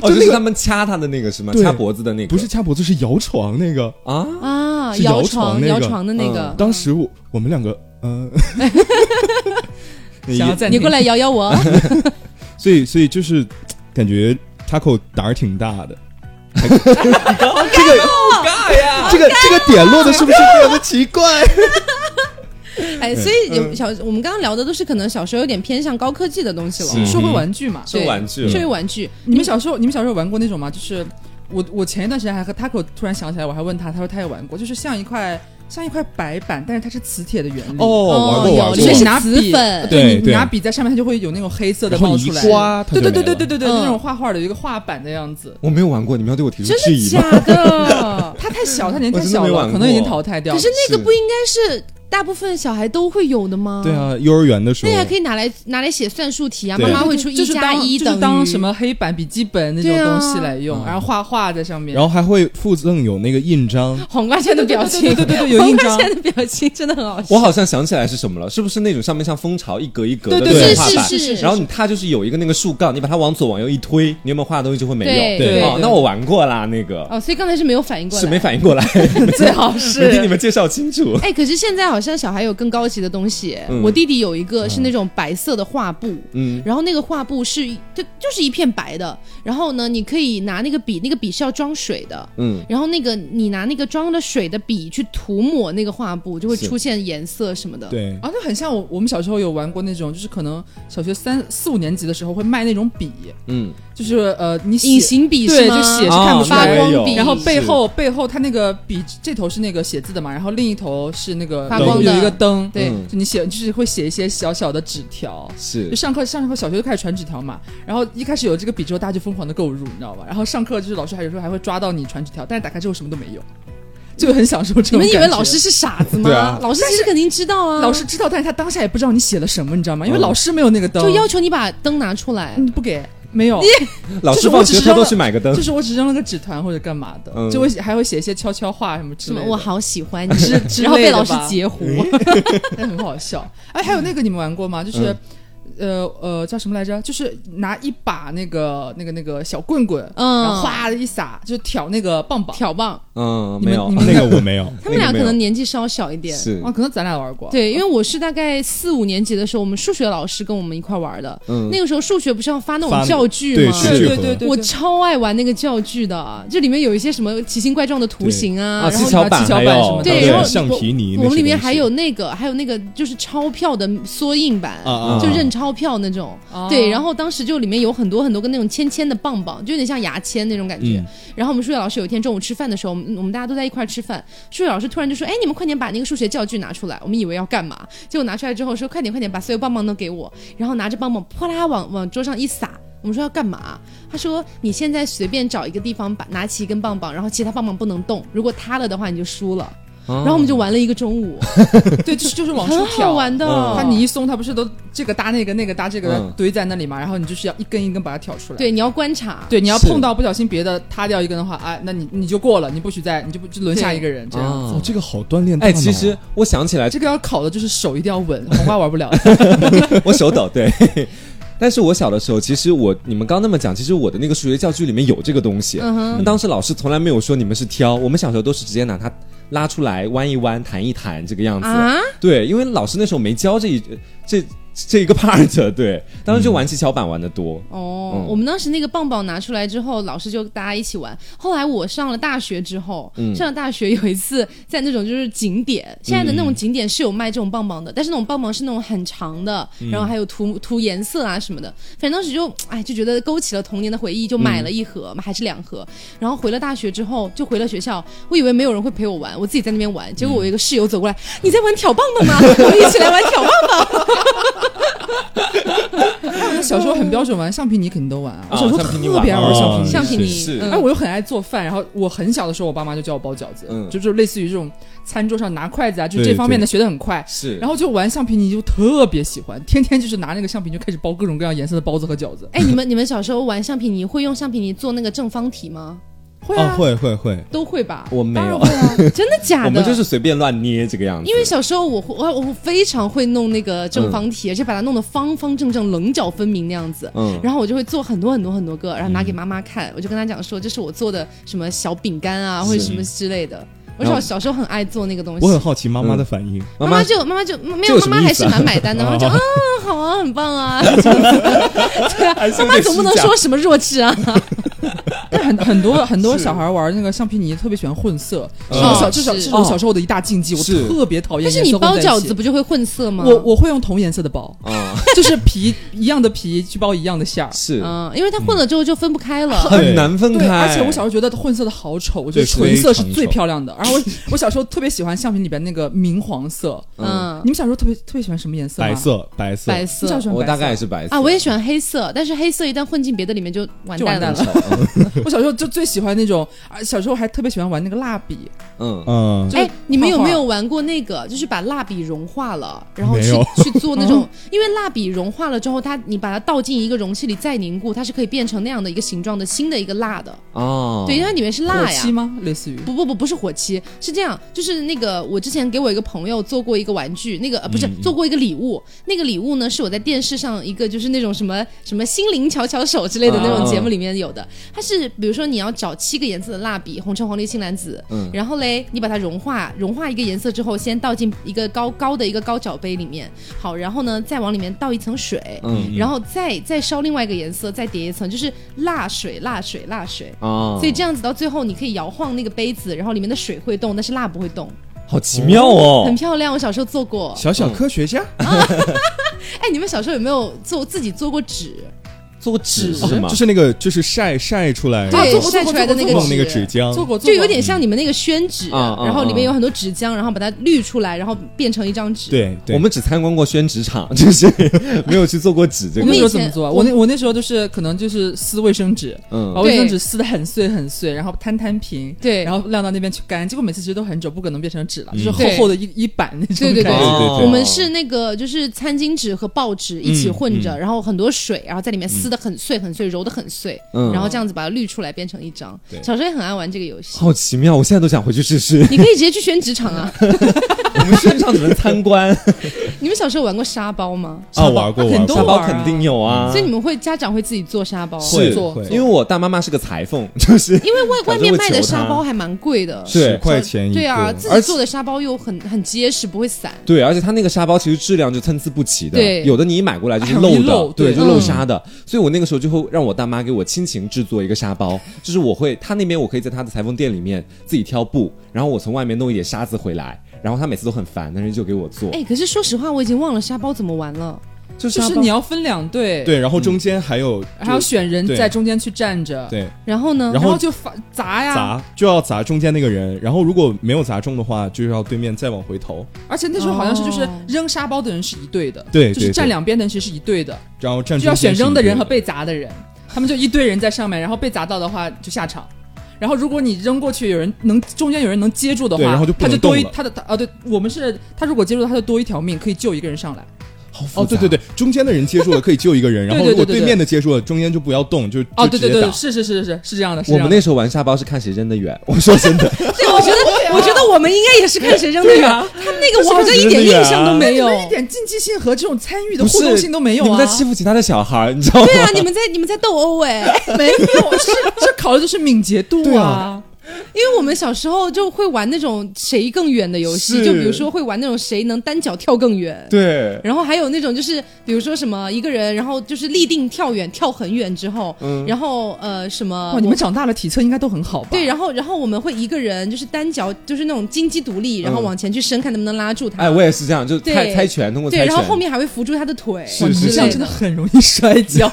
Speaker 1: 哦，就是他们掐他的那个是吗？
Speaker 5: 对
Speaker 1: 掐脖子的那个
Speaker 5: 不是掐脖子是摇床那个。
Speaker 1: 啊？
Speaker 3: 啊，
Speaker 5: 是
Speaker 3: 摇
Speaker 5: 摇床
Speaker 3: 床
Speaker 5: 那个
Speaker 3: 摇床的那个，
Speaker 5: 当时我我们两个，嗯、
Speaker 4: 想要暂
Speaker 3: 你
Speaker 4: 停
Speaker 3: 过来摇摇 我，
Speaker 5: 所以所以就是感觉 Taco 胆儿挺大的。这个呀，这个这个点落的是不是非常的奇怪？
Speaker 3: 哎，所以
Speaker 4: 嗯
Speaker 3: 有小我们刚刚聊的都是可能小时候有点偏向高科技的东西
Speaker 5: 嗯
Speaker 3: 了，
Speaker 1: 是
Speaker 4: 说回玩具嘛，
Speaker 1: 是玩具了，
Speaker 3: 社会玩具，
Speaker 4: 你们小时候，你们小时候玩过那种吗？就是我我前一段时间还和 Taco 突然想起来，我还问他，他说他也玩过，就是像一块像一块白板，但是它是磁铁的原理。
Speaker 5: 哦，玩过
Speaker 3: 有
Speaker 5: 玩
Speaker 4: 就
Speaker 5: 过
Speaker 3: 这
Speaker 4: 是
Speaker 3: 是，
Speaker 4: 拿
Speaker 3: 磁
Speaker 4: 笔
Speaker 3: 粉
Speaker 5: 对
Speaker 4: 你你拿笔在上面，它就会有那种黑色的
Speaker 5: 然后
Speaker 4: 冒
Speaker 5: 你一
Speaker 4: 出来。
Speaker 5: 刮，它
Speaker 4: 对对
Speaker 5: 就
Speaker 4: 对
Speaker 5: 没了
Speaker 4: 对对对对，
Speaker 3: 嗯
Speaker 4: 那种画画的有一个画板的样 子。
Speaker 1: 我没有玩过，你们要对我提出
Speaker 3: 真
Speaker 1: 质
Speaker 3: 的
Speaker 1: 疑吗？
Speaker 3: 假 的？
Speaker 4: 它太小，它年纪太
Speaker 1: 我真的
Speaker 4: 小
Speaker 1: 没玩
Speaker 4: 了，
Speaker 1: 过
Speaker 4: 可能已经淘汰掉
Speaker 3: 可
Speaker 4: 了
Speaker 3: 是。那个
Speaker 1: 是
Speaker 3: 不应该是大部分小孩都会有的吗？
Speaker 5: 对。啊，幼儿园的时候
Speaker 3: 那还可以拿来拿来写算术题啊，
Speaker 5: 对
Speaker 3: 妈
Speaker 5: 啊
Speaker 3: 妈会出一
Speaker 4: 就是
Speaker 3: 加
Speaker 4: 当
Speaker 3: 一
Speaker 4: 就是
Speaker 3: 等于
Speaker 4: 当什？么黑板笔记本那种
Speaker 3: 对啊
Speaker 4: 东西来用，然后画画在上面
Speaker 5: 嗯然。后还会附赠有那个印章，
Speaker 3: 黄瓜现在的表情，
Speaker 4: 对对对对对有
Speaker 3: 黄
Speaker 4: 印
Speaker 3: 瓜
Speaker 4: 章
Speaker 3: 现在的表情真的很好笑。
Speaker 1: 我好像想起来是什么了，是不是那种上面像蜂巢一格一格的
Speaker 4: 对
Speaker 1: 那
Speaker 4: 对
Speaker 1: 种
Speaker 5: 对
Speaker 1: 画
Speaker 3: 是
Speaker 1: 板？
Speaker 3: 是是是
Speaker 1: 然后你它就是有一个那个树干，你把它往左往右一推，你有没有画的东西就会没
Speaker 3: 对
Speaker 1: 有。
Speaker 5: 对
Speaker 1: 哦，
Speaker 4: 对
Speaker 1: 那我玩过啦，那个
Speaker 3: 哦，所以刚才是没有反应过来，
Speaker 1: 是没反应过来，
Speaker 3: 最好
Speaker 1: 没听你们介绍清楚。
Speaker 3: 哎，可是现在好像小孩有更高级的东西。
Speaker 1: 嗯
Speaker 3: 我弟弟有一个是那种白色的画布，
Speaker 1: 嗯，
Speaker 3: 然后那个画布是就就是一片白的，然后呢，你可以拿那个笔，那个笔是要装水的，
Speaker 1: 嗯，
Speaker 3: 然后那个你拿那个装了水的笔去涂抹那个画布，就会
Speaker 1: 是
Speaker 3: 出现颜色什么的。
Speaker 5: 对，
Speaker 4: 啊，就很像我我们小时候有玩过那种，就是可能小学三四五年级的时候会卖那种笔，
Speaker 1: 嗯，
Speaker 4: 就是呃，你写
Speaker 3: 隐形笔
Speaker 4: 对，
Speaker 3: 吗？
Speaker 4: 就写是看不出
Speaker 3: 发
Speaker 4: 来
Speaker 1: 哦那我也有
Speaker 3: 光笔，
Speaker 4: 然后
Speaker 1: 是
Speaker 4: 背后背后它那个笔这头是那个写字的嘛，然后另一头是那个
Speaker 3: 发
Speaker 4: 有
Speaker 5: 光
Speaker 4: 有
Speaker 3: 的
Speaker 4: 一个灯，
Speaker 3: 对
Speaker 1: 嗯
Speaker 4: 就你写就是会写一些小小的纸条。
Speaker 1: 是
Speaker 4: 就上课上课小学就开始传纸条嘛，然后一开始有这个笔之后，大家就疯狂的购入，你知道吧？然后上课就是老师还有时候还会抓到你传纸条，但是打开之后什么都没有，就很享受这
Speaker 3: 你
Speaker 4: 种
Speaker 3: 们以为
Speaker 4: 感觉
Speaker 3: 老师是傻子吗？
Speaker 1: 对啊
Speaker 3: 老师其实肯定知道啊，
Speaker 4: 老师知道，但是他当下也不知道你写了什么，你知道吗？因为
Speaker 1: 嗯
Speaker 4: 老师没有那个灯，
Speaker 3: 就要求你把灯拿出来。
Speaker 4: 嗯不给没有，
Speaker 1: 老
Speaker 4: 就是
Speaker 1: 师
Speaker 4: 我
Speaker 1: 放
Speaker 4: 只
Speaker 1: 学
Speaker 4: 知
Speaker 1: 偷
Speaker 4: 道
Speaker 1: 偷
Speaker 4: 了
Speaker 1: 去买个灯
Speaker 4: 就，是我只扔了个纸团或者干嘛的，
Speaker 1: 嗯
Speaker 4: 就会还会写一些悄悄话什么之
Speaker 3: 什
Speaker 4: 类
Speaker 3: 么？
Speaker 4: 的。
Speaker 3: 我好喜欢你
Speaker 4: 之之，
Speaker 3: 然后被
Speaker 4: 类的
Speaker 3: 老师
Speaker 4: 吧
Speaker 3: 截胡。
Speaker 4: 那很好笑。哎，还有那个你们玩过吗？就是。
Speaker 1: 嗯
Speaker 4: 呃呃，叫什么来着？就是拿一把那个那个那个小棍棍，
Speaker 3: 嗯
Speaker 4: 然后哗一撒，就挑那个棒棒。
Speaker 3: 挑棒，
Speaker 1: 嗯，
Speaker 4: 你
Speaker 1: 没
Speaker 4: 们
Speaker 1: 有
Speaker 4: 你，们
Speaker 5: 那个我没有，
Speaker 3: 他们
Speaker 1: 那个
Speaker 3: 俩
Speaker 1: 没
Speaker 3: 可能
Speaker 1: 有
Speaker 3: 年纪稍小一点。
Speaker 1: 是
Speaker 4: 啊，可能咱俩玩过。
Speaker 3: 对，因为我是大概四五年级的时候，我们数学老师跟我们一块玩的。
Speaker 1: 嗯
Speaker 3: 那个时候数学不是要发那
Speaker 5: 发
Speaker 3: 种
Speaker 5: 那个
Speaker 3: 教具
Speaker 5: 对
Speaker 3: 吗？
Speaker 5: 是
Speaker 4: 对对对对，
Speaker 3: 我
Speaker 4: 对
Speaker 3: 超爱玩那个教具的，这里面有一些什么奇形怪状的图形啊，
Speaker 1: 啊，
Speaker 3: 然
Speaker 1: 七
Speaker 3: 后
Speaker 1: 巧板
Speaker 4: 七巧
Speaker 1: 还
Speaker 4: 板什
Speaker 1: 有
Speaker 4: 么的
Speaker 3: 对，
Speaker 5: 对
Speaker 3: 然后
Speaker 5: 橡皮泥
Speaker 3: 我
Speaker 5: 那
Speaker 3: 我们
Speaker 5: 些
Speaker 3: 里面
Speaker 5: 东西
Speaker 3: 还有那个，还有那个就是钞票的缩印版，
Speaker 5: 啊啊，
Speaker 3: 就
Speaker 5: 啊
Speaker 3: 认钞票那种。
Speaker 4: 哦
Speaker 3: 对，然后当时就里面有很多很多个那种签签的棒棒，就有点像牙签那种感觉。
Speaker 5: 嗯
Speaker 3: 然后我们数学老师有一天中午吃饭的时候，我们我们大家都在一块儿吃饭，数学老师突然就说：“哎，你们快点把那个数学教具拿出来。”我们以为要干嘛，结果拿出来之后说：“快点，快点，把所有棒棒都给我。”然后拿着棒棒啪啦往往桌上一撒。我们说要干嘛？他说：“你现在随便找一个地方把拿起一根棒棒，然后其他棒棒不能动，如果塌了的话你就输了。然后我们就玩了一个中午，
Speaker 4: 对，就是就是往出
Speaker 3: 很
Speaker 4: 挑。
Speaker 3: 好玩的。
Speaker 1: 嗯
Speaker 4: 它你一松，它不是都这个搭那个，那个搭这个
Speaker 1: 嗯
Speaker 4: 堆在那里嘛？然后你就是要一根一根把它挑出来。
Speaker 3: 对，你要观察。
Speaker 4: 对，你要
Speaker 1: 是
Speaker 4: 碰到不小心别的塌掉一根的话，哎，那你你就过了，你不许再，你就不就轮下一个人这样。
Speaker 1: 啊
Speaker 5: 哦，这个好锻炼大
Speaker 1: 哎，
Speaker 5: 脑。
Speaker 1: 其实我想起来，
Speaker 4: 这个要考的就是手一定要稳，黄瓜玩不了。
Speaker 1: 我手抖，对。但是我小的时候，其实我你们刚那么讲，其实我的那个数学教具里面有这个东
Speaker 3: 嗯
Speaker 1: 西。那当时老师从来没有说你们是挑，我们小时候都是直接拿它拉出来弯一弯、弹一弹这个样子。
Speaker 3: 啊，
Speaker 1: 对，因为老师那时候没教这一这这一个 part，对，当时就玩七巧板玩的多。
Speaker 3: 哦，
Speaker 1: 嗯
Speaker 3: 我们当时那个棒棒拿出来之后，老师就大家一起玩。后来我上了大学之后，
Speaker 1: 嗯
Speaker 3: 上了大学有一次在那种就是景点，现在的那种景点是有卖这种棒
Speaker 1: 嗯
Speaker 3: 棒的，但是那种棒棒是那种很长的，然后还有涂涂颜色啊什么的。反正当时就哎就觉得勾起了童年的回忆，就买了一盒、还是两盒。然后回了大学之后，就回了学校，我以为没有人会陪我玩，我自己在那边玩。结果我有一个室友走过来，
Speaker 1: 嗯
Speaker 3: 你在玩挑棒棒吗？ 我们一起来玩挑棒棒。
Speaker 4: 我小时候很标准玩橡皮泥，肯定都玩啊。我
Speaker 1: 啊
Speaker 4: 小时候
Speaker 1: 橡皮泥
Speaker 4: 特别爱玩橡皮泥，
Speaker 3: 橡皮泥，
Speaker 1: 是
Speaker 3: 嗯
Speaker 4: 哎，我又很爱做饭，然后我很小的时候，我爸妈就叫我包饺子，
Speaker 1: 嗯
Speaker 4: 就就类似于这种餐桌上拿筷子啊，就
Speaker 5: 对
Speaker 4: 这方面的学的很快。
Speaker 1: 是，
Speaker 4: 然后就玩橡皮泥，就特别喜欢，天天就是拿那个橡皮泥就开始包各 种各样颜色的包子和饺子。
Speaker 3: 哎，你们你们小时候玩橡皮泥会用橡皮泥做那个正方体吗？
Speaker 4: 会
Speaker 5: 啊，
Speaker 4: 啊，
Speaker 5: 会会会，
Speaker 3: 都会吧？
Speaker 1: 我没
Speaker 4: 当然
Speaker 1: 有
Speaker 4: 会，啊。
Speaker 3: 真的假的？
Speaker 1: 我们就是随便乱捏这个样子。
Speaker 3: 因为小时候我会我我非常会弄那个正方体，而且把它弄得方方正正、棱角分明那样子。
Speaker 1: 嗯
Speaker 3: 然后我就会做很多很多很多个，然后拿给妈妈看，我就跟她讲说这是我做的什么小饼干啊，或者什么之类的。我
Speaker 1: 然后
Speaker 3: 小小时候很爱做那个东西
Speaker 5: 我，很好奇妈妈的反应。
Speaker 1: 妈
Speaker 3: 妈
Speaker 1: 妈
Speaker 3: 就妈妈就没
Speaker 1: 这
Speaker 3: 有妈
Speaker 1: 有什么
Speaker 3: 妈还
Speaker 1: 意
Speaker 3: 是
Speaker 1: 思啊
Speaker 3: 蛮买单的， 妈妈就
Speaker 5: 哦
Speaker 3: 啊好啊很棒啊，这样子对啊，妈妈总不能说什么弱智啊，
Speaker 4: 但很很多很多小孩玩那个橡皮泥，特别喜欢混色。
Speaker 1: 嗯
Speaker 4: 这种小这小这
Speaker 3: 是哦
Speaker 4: 是我小时候的一大禁忌，我
Speaker 1: 是
Speaker 4: 特别讨厌
Speaker 3: 但是
Speaker 4: 颜
Speaker 3: 你
Speaker 4: 色
Speaker 3: 包
Speaker 4: 混在一起。
Speaker 3: 饺子不就会混色吗？
Speaker 4: 我我会用同颜色的包，
Speaker 1: 啊，
Speaker 4: 就是皮一样的皮去包一样的馅儿。
Speaker 1: 是
Speaker 3: 嗯，因为它混了之后就分不开了。
Speaker 1: 很难分
Speaker 4: 对，
Speaker 1: 开。
Speaker 4: 而且我小时候觉得混色的好丑，我觉得
Speaker 5: 对
Speaker 4: 纯色是
Speaker 5: 非常
Speaker 4: 最
Speaker 5: 丑
Speaker 4: 漂亮的。然后我我小时候特别喜欢橡皮里边那个明黄色。
Speaker 3: 嗯
Speaker 4: 你，们小时候特别特别喜欢什么颜色吗？
Speaker 5: 白。色，白色，
Speaker 3: 白
Speaker 4: 你
Speaker 3: 色
Speaker 4: 小时候喜欢
Speaker 1: 我
Speaker 4: 白色
Speaker 1: 大概也是白色
Speaker 3: 啊，我也喜欢黑色，但是黑色一旦混进别的里面就完
Speaker 4: 就完
Speaker 3: 蛋
Speaker 4: 蛋
Speaker 3: 了。
Speaker 4: 了。我小时候就最喜欢那种，啊，小时候还特别喜欢玩那个蜡笔。
Speaker 1: 嗯，
Speaker 5: 嗯，
Speaker 4: 就是
Speaker 3: 哎，你们有
Speaker 4: 画画
Speaker 3: 没有玩过那个？就是把蜡笔融化了，然后
Speaker 5: 没
Speaker 3: 去
Speaker 5: 有
Speaker 3: 去做那种，因为蜡笔融化了之后，它你把它倒进一个容器里再凝固，它是可以变成那样的一个形状的新的一个蜡的。
Speaker 1: 哦，
Speaker 3: 对，因为它里面是蜡
Speaker 4: 火漆
Speaker 3: 呀。
Speaker 4: 吗？类似于
Speaker 3: 不不不，不是火漆，是这样，就是那个我之前给我一个朋友做过一个玩具，那个呃不是、
Speaker 1: 嗯
Speaker 3: 做过一个礼物，那个礼物呢是我在电视上一个就是那种什么什么心灵巧巧手之类的那
Speaker 1: 嗯
Speaker 3: 种节目里面有的，它是比如说你要找七个颜色的蜡笔，红橙黄绿青蓝紫，
Speaker 1: 嗯
Speaker 3: 然后嘞你把它融化，融化一个颜色之后，先倒进一个高高的一个高脚杯里面，好，然后呢再往里面倒一层水，
Speaker 1: 嗯
Speaker 3: 然后再再烧另外一个颜色，再叠一层，就是蜡水蜡水蜡水，
Speaker 1: 啊，
Speaker 3: 所以这样子到最后，你可以摇晃那个杯子，然后里面的水会动，但是蜡不会动，
Speaker 1: 好奇妙哦
Speaker 3: 很。漂亮。我小时候做过。
Speaker 5: 小小科学家，
Speaker 3: 哎，你们小时候有没有做自己做过纸？
Speaker 1: 做纸嗯哦是吗
Speaker 5: 就？是那个，就是晒晒出来，
Speaker 4: 啊做
Speaker 3: 对，
Speaker 4: 过
Speaker 3: 晒
Speaker 4: 做过
Speaker 3: 出来的
Speaker 4: 做
Speaker 3: 那个
Speaker 4: 过
Speaker 5: 弄那个纸浆，
Speaker 4: 做过，做
Speaker 3: 就
Speaker 4: 过
Speaker 3: 有点像你们那个宣纸，
Speaker 1: 啊啊
Speaker 3: 然后里面有很多纸浆，然后把它滤出来，然后变成一张纸。，
Speaker 5: 对对，
Speaker 1: 我们只参观过宣纸厂， 就是没有去做过纸这
Speaker 4: 我
Speaker 1: 个
Speaker 4: 那。时
Speaker 3: 以
Speaker 4: 候怎么
Speaker 3: 前
Speaker 4: 做啊？我那我那时候就是可能就是撕卫生纸，把
Speaker 1: 嗯，
Speaker 4: 卫生纸撕的很碎很碎，然后摊摊平，
Speaker 3: 对
Speaker 4: 然后晾到那边去干。结果每次其实都很丑，不可能变成纸了，就是厚
Speaker 3: 对
Speaker 4: 厚的一一板那种
Speaker 3: 对对对
Speaker 4: 感
Speaker 1: 哦
Speaker 4: 觉
Speaker 5: 对对对
Speaker 3: 我们是那个就是餐巾纸和报纸一起混着，然后很多水，然后在里面撕的很碎很碎，揉的很碎，
Speaker 1: 嗯
Speaker 3: 然后这样子把它滤出来变成一张
Speaker 5: 对。
Speaker 3: 小时候也很爱玩这个游戏，。
Speaker 1: 好奇妙，我现在都想回去试试
Speaker 3: 你可以直接去宣纸厂啊。
Speaker 1: 我们宣纸厂只能参观，
Speaker 3: 你们小时候玩过沙包吗？
Speaker 5: 啊玩过玩
Speaker 4: 很
Speaker 5: 过
Speaker 4: 多
Speaker 1: 沙
Speaker 4: 都
Speaker 1: 包
Speaker 4: 玩啊
Speaker 1: 肯定有啊。
Speaker 3: 所以你们会家长会自己做沙包，
Speaker 1: 是
Speaker 4: 做
Speaker 5: 会
Speaker 1: 因为我大妈妈是个裁缝， 就是
Speaker 3: 因为外
Speaker 1: 小时候
Speaker 3: 外面
Speaker 1: 会
Speaker 3: 卖的
Speaker 1: 求
Speaker 3: 沙
Speaker 1: 她
Speaker 3: 包还蛮贵的，
Speaker 1: 是
Speaker 5: 十块钱一个，
Speaker 3: 对啊，自
Speaker 1: 而
Speaker 3: 己做的沙包又很很结实，不会散。
Speaker 1: 对，而且它那个沙包其实质量就参差不齐的，
Speaker 3: 对哎
Speaker 1: 有的你一买过来就是
Speaker 4: 很
Speaker 1: 漏
Speaker 4: 容易
Speaker 1: 的，
Speaker 4: 漏
Speaker 1: 对，
Speaker 4: 对
Speaker 1: 就
Speaker 3: 嗯
Speaker 1: 漏沙的。所以我那个时候就会让我大妈给我亲情制作一个沙包，就是我会，她那边我可以在她的裁缝店里面自己挑布，然后我从外面弄一点沙子回来，然后她每次都很烦，但是就给我做，
Speaker 3: 哎，可是说实话，我已经忘了沙包怎么玩了。
Speaker 1: 就
Speaker 4: 就
Speaker 1: 沙
Speaker 4: 是
Speaker 1: 包
Speaker 4: 你要分两队，，
Speaker 5: 对，然后中间还有
Speaker 4: 还要
Speaker 5: 就
Speaker 4: 选人
Speaker 5: 对
Speaker 4: 在中间去站着，
Speaker 5: 对
Speaker 3: 然后呢？
Speaker 5: 然后
Speaker 4: 然后就发砸呀，
Speaker 5: 砸就要砸中间那个人，然后如果没有砸中的话，就要对面再往回投，
Speaker 4: 而且那时候好像是就是
Speaker 3: 哦
Speaker 4: 扔沙包的人是一队的，
Speaker 5: 对
Speaker 4: 就是
Speaker 5: 对
Speaker 4: 站
Speaker 5: 对
Speaker 4: 两边的人其实是一队的，
Speaker 5: 然后站
Speaker 4: 就要
Speaker 5: 中间
Speaker 4: 选
Speaker 5: 是
Speaker 4: 扔
Speaker 5: 一
Speaker 4: 的
Speaker 5: 个
Speaker 4: 人和被砸的人，他们就一堆人在上面，然后被砸到的话就下场。然后如果你扔过去，有人能中间有人能接住的话，
Speaker 5: 对然后就不
Speaker 4: 他
Speaker 5: 能
Speaker 4: 就多一
Speaker 5: 动了
Speaker 4: 他的他啊，对我们是他如果接住他就多一条命，可以救一个人上来。
Speaker 1: 好复杂
Speaker 5: 哦，对对对，中间的人接住了可以救一个 人，然后如果
Speaker 4: 对对对对
Speaker 5: 对面的接住了，中间就不要动，就
Speaker 4: 哦，
Speaker 5: 就
Speaker 4: 对
Speaker 5: 直
Speaker 4: 对
Speaker 5: 接
Speaker 4: 对，
Speaker 5: 打。
Speaker 4: 是是是是是是这样的，是
Speaker 1: 我
Speaker 4: 这样
Speaker 1: 们
Speaker 4: 的
Speaker 1: 那。时候玩沙包是看谁扔得远，我说真 的，
Speaker 3: 对，啊我觉得，我觉得我们应该也是看谁扔得
Speaker 4: 对
Speaker 3: 远。
Speaker 4: 啊，
Speaker 3: 他们那个我好
Speaker 1: 看
Speaker 3: 像
Speaker 1: 谁
Speaker 3: 一
Speaker 1: 扔得
Speaker 3: 点
Speaker 1: 远
Speaker 3: 印
Speaker 1: 啊
Speaker 3: 象都没有。
Speaker 4: 一点竞技性和这种参与的
Speaker 1: 不是
Speaker 4: 互动性都没有
Speaker 1: 你们
Speaker 4: 啊
Speaker 1: 在！欺负其他的小孩，你知道吗？
Speaker 3: 对啊，你们在你们在斗殴哎，
Speaker 4: 没有，是这考虑的是敏捷度
Speaker 5: 对
Speaker 4: 啊
Speaker 5: 啊。
Speaker 3: 因为我们小时候就会玩那种谁更远的游戏，
Speaker 1: 是
Speaker 3: 就比如说会玩那种谁能单脚跳更远，
Speaker 1: 对，
Speaker 3: 然后还有那种就是，比如说什么一个人，然后就是立定跳远，跳很远之后，
Speaker 1: 嗯
Speaker 3: 然后呃什么
Speaker 4: 哇，，你们长大了体测应该都很好吧？
Speaker 3: 对，然后呃然后我们会一个人就是单脚就是那种金鸡独立，然后往前去伸，看能不能拉住他。
Speaker 1: 哎，我也是这样，就猜
Speaker 3: 对
Speaker 1: 猜拳，通过猜
Speaker 3: 对，
Speaker 1: 拳，
Speaker 3: 然后后面还会扶住他的腿。
Speaker 1: 是
Speaker 4: 哇，你们
Speaker 1: 是
Speaker 4: 这样
Speaker 1: 是
Speaker 4: 真的很容易摔 跤。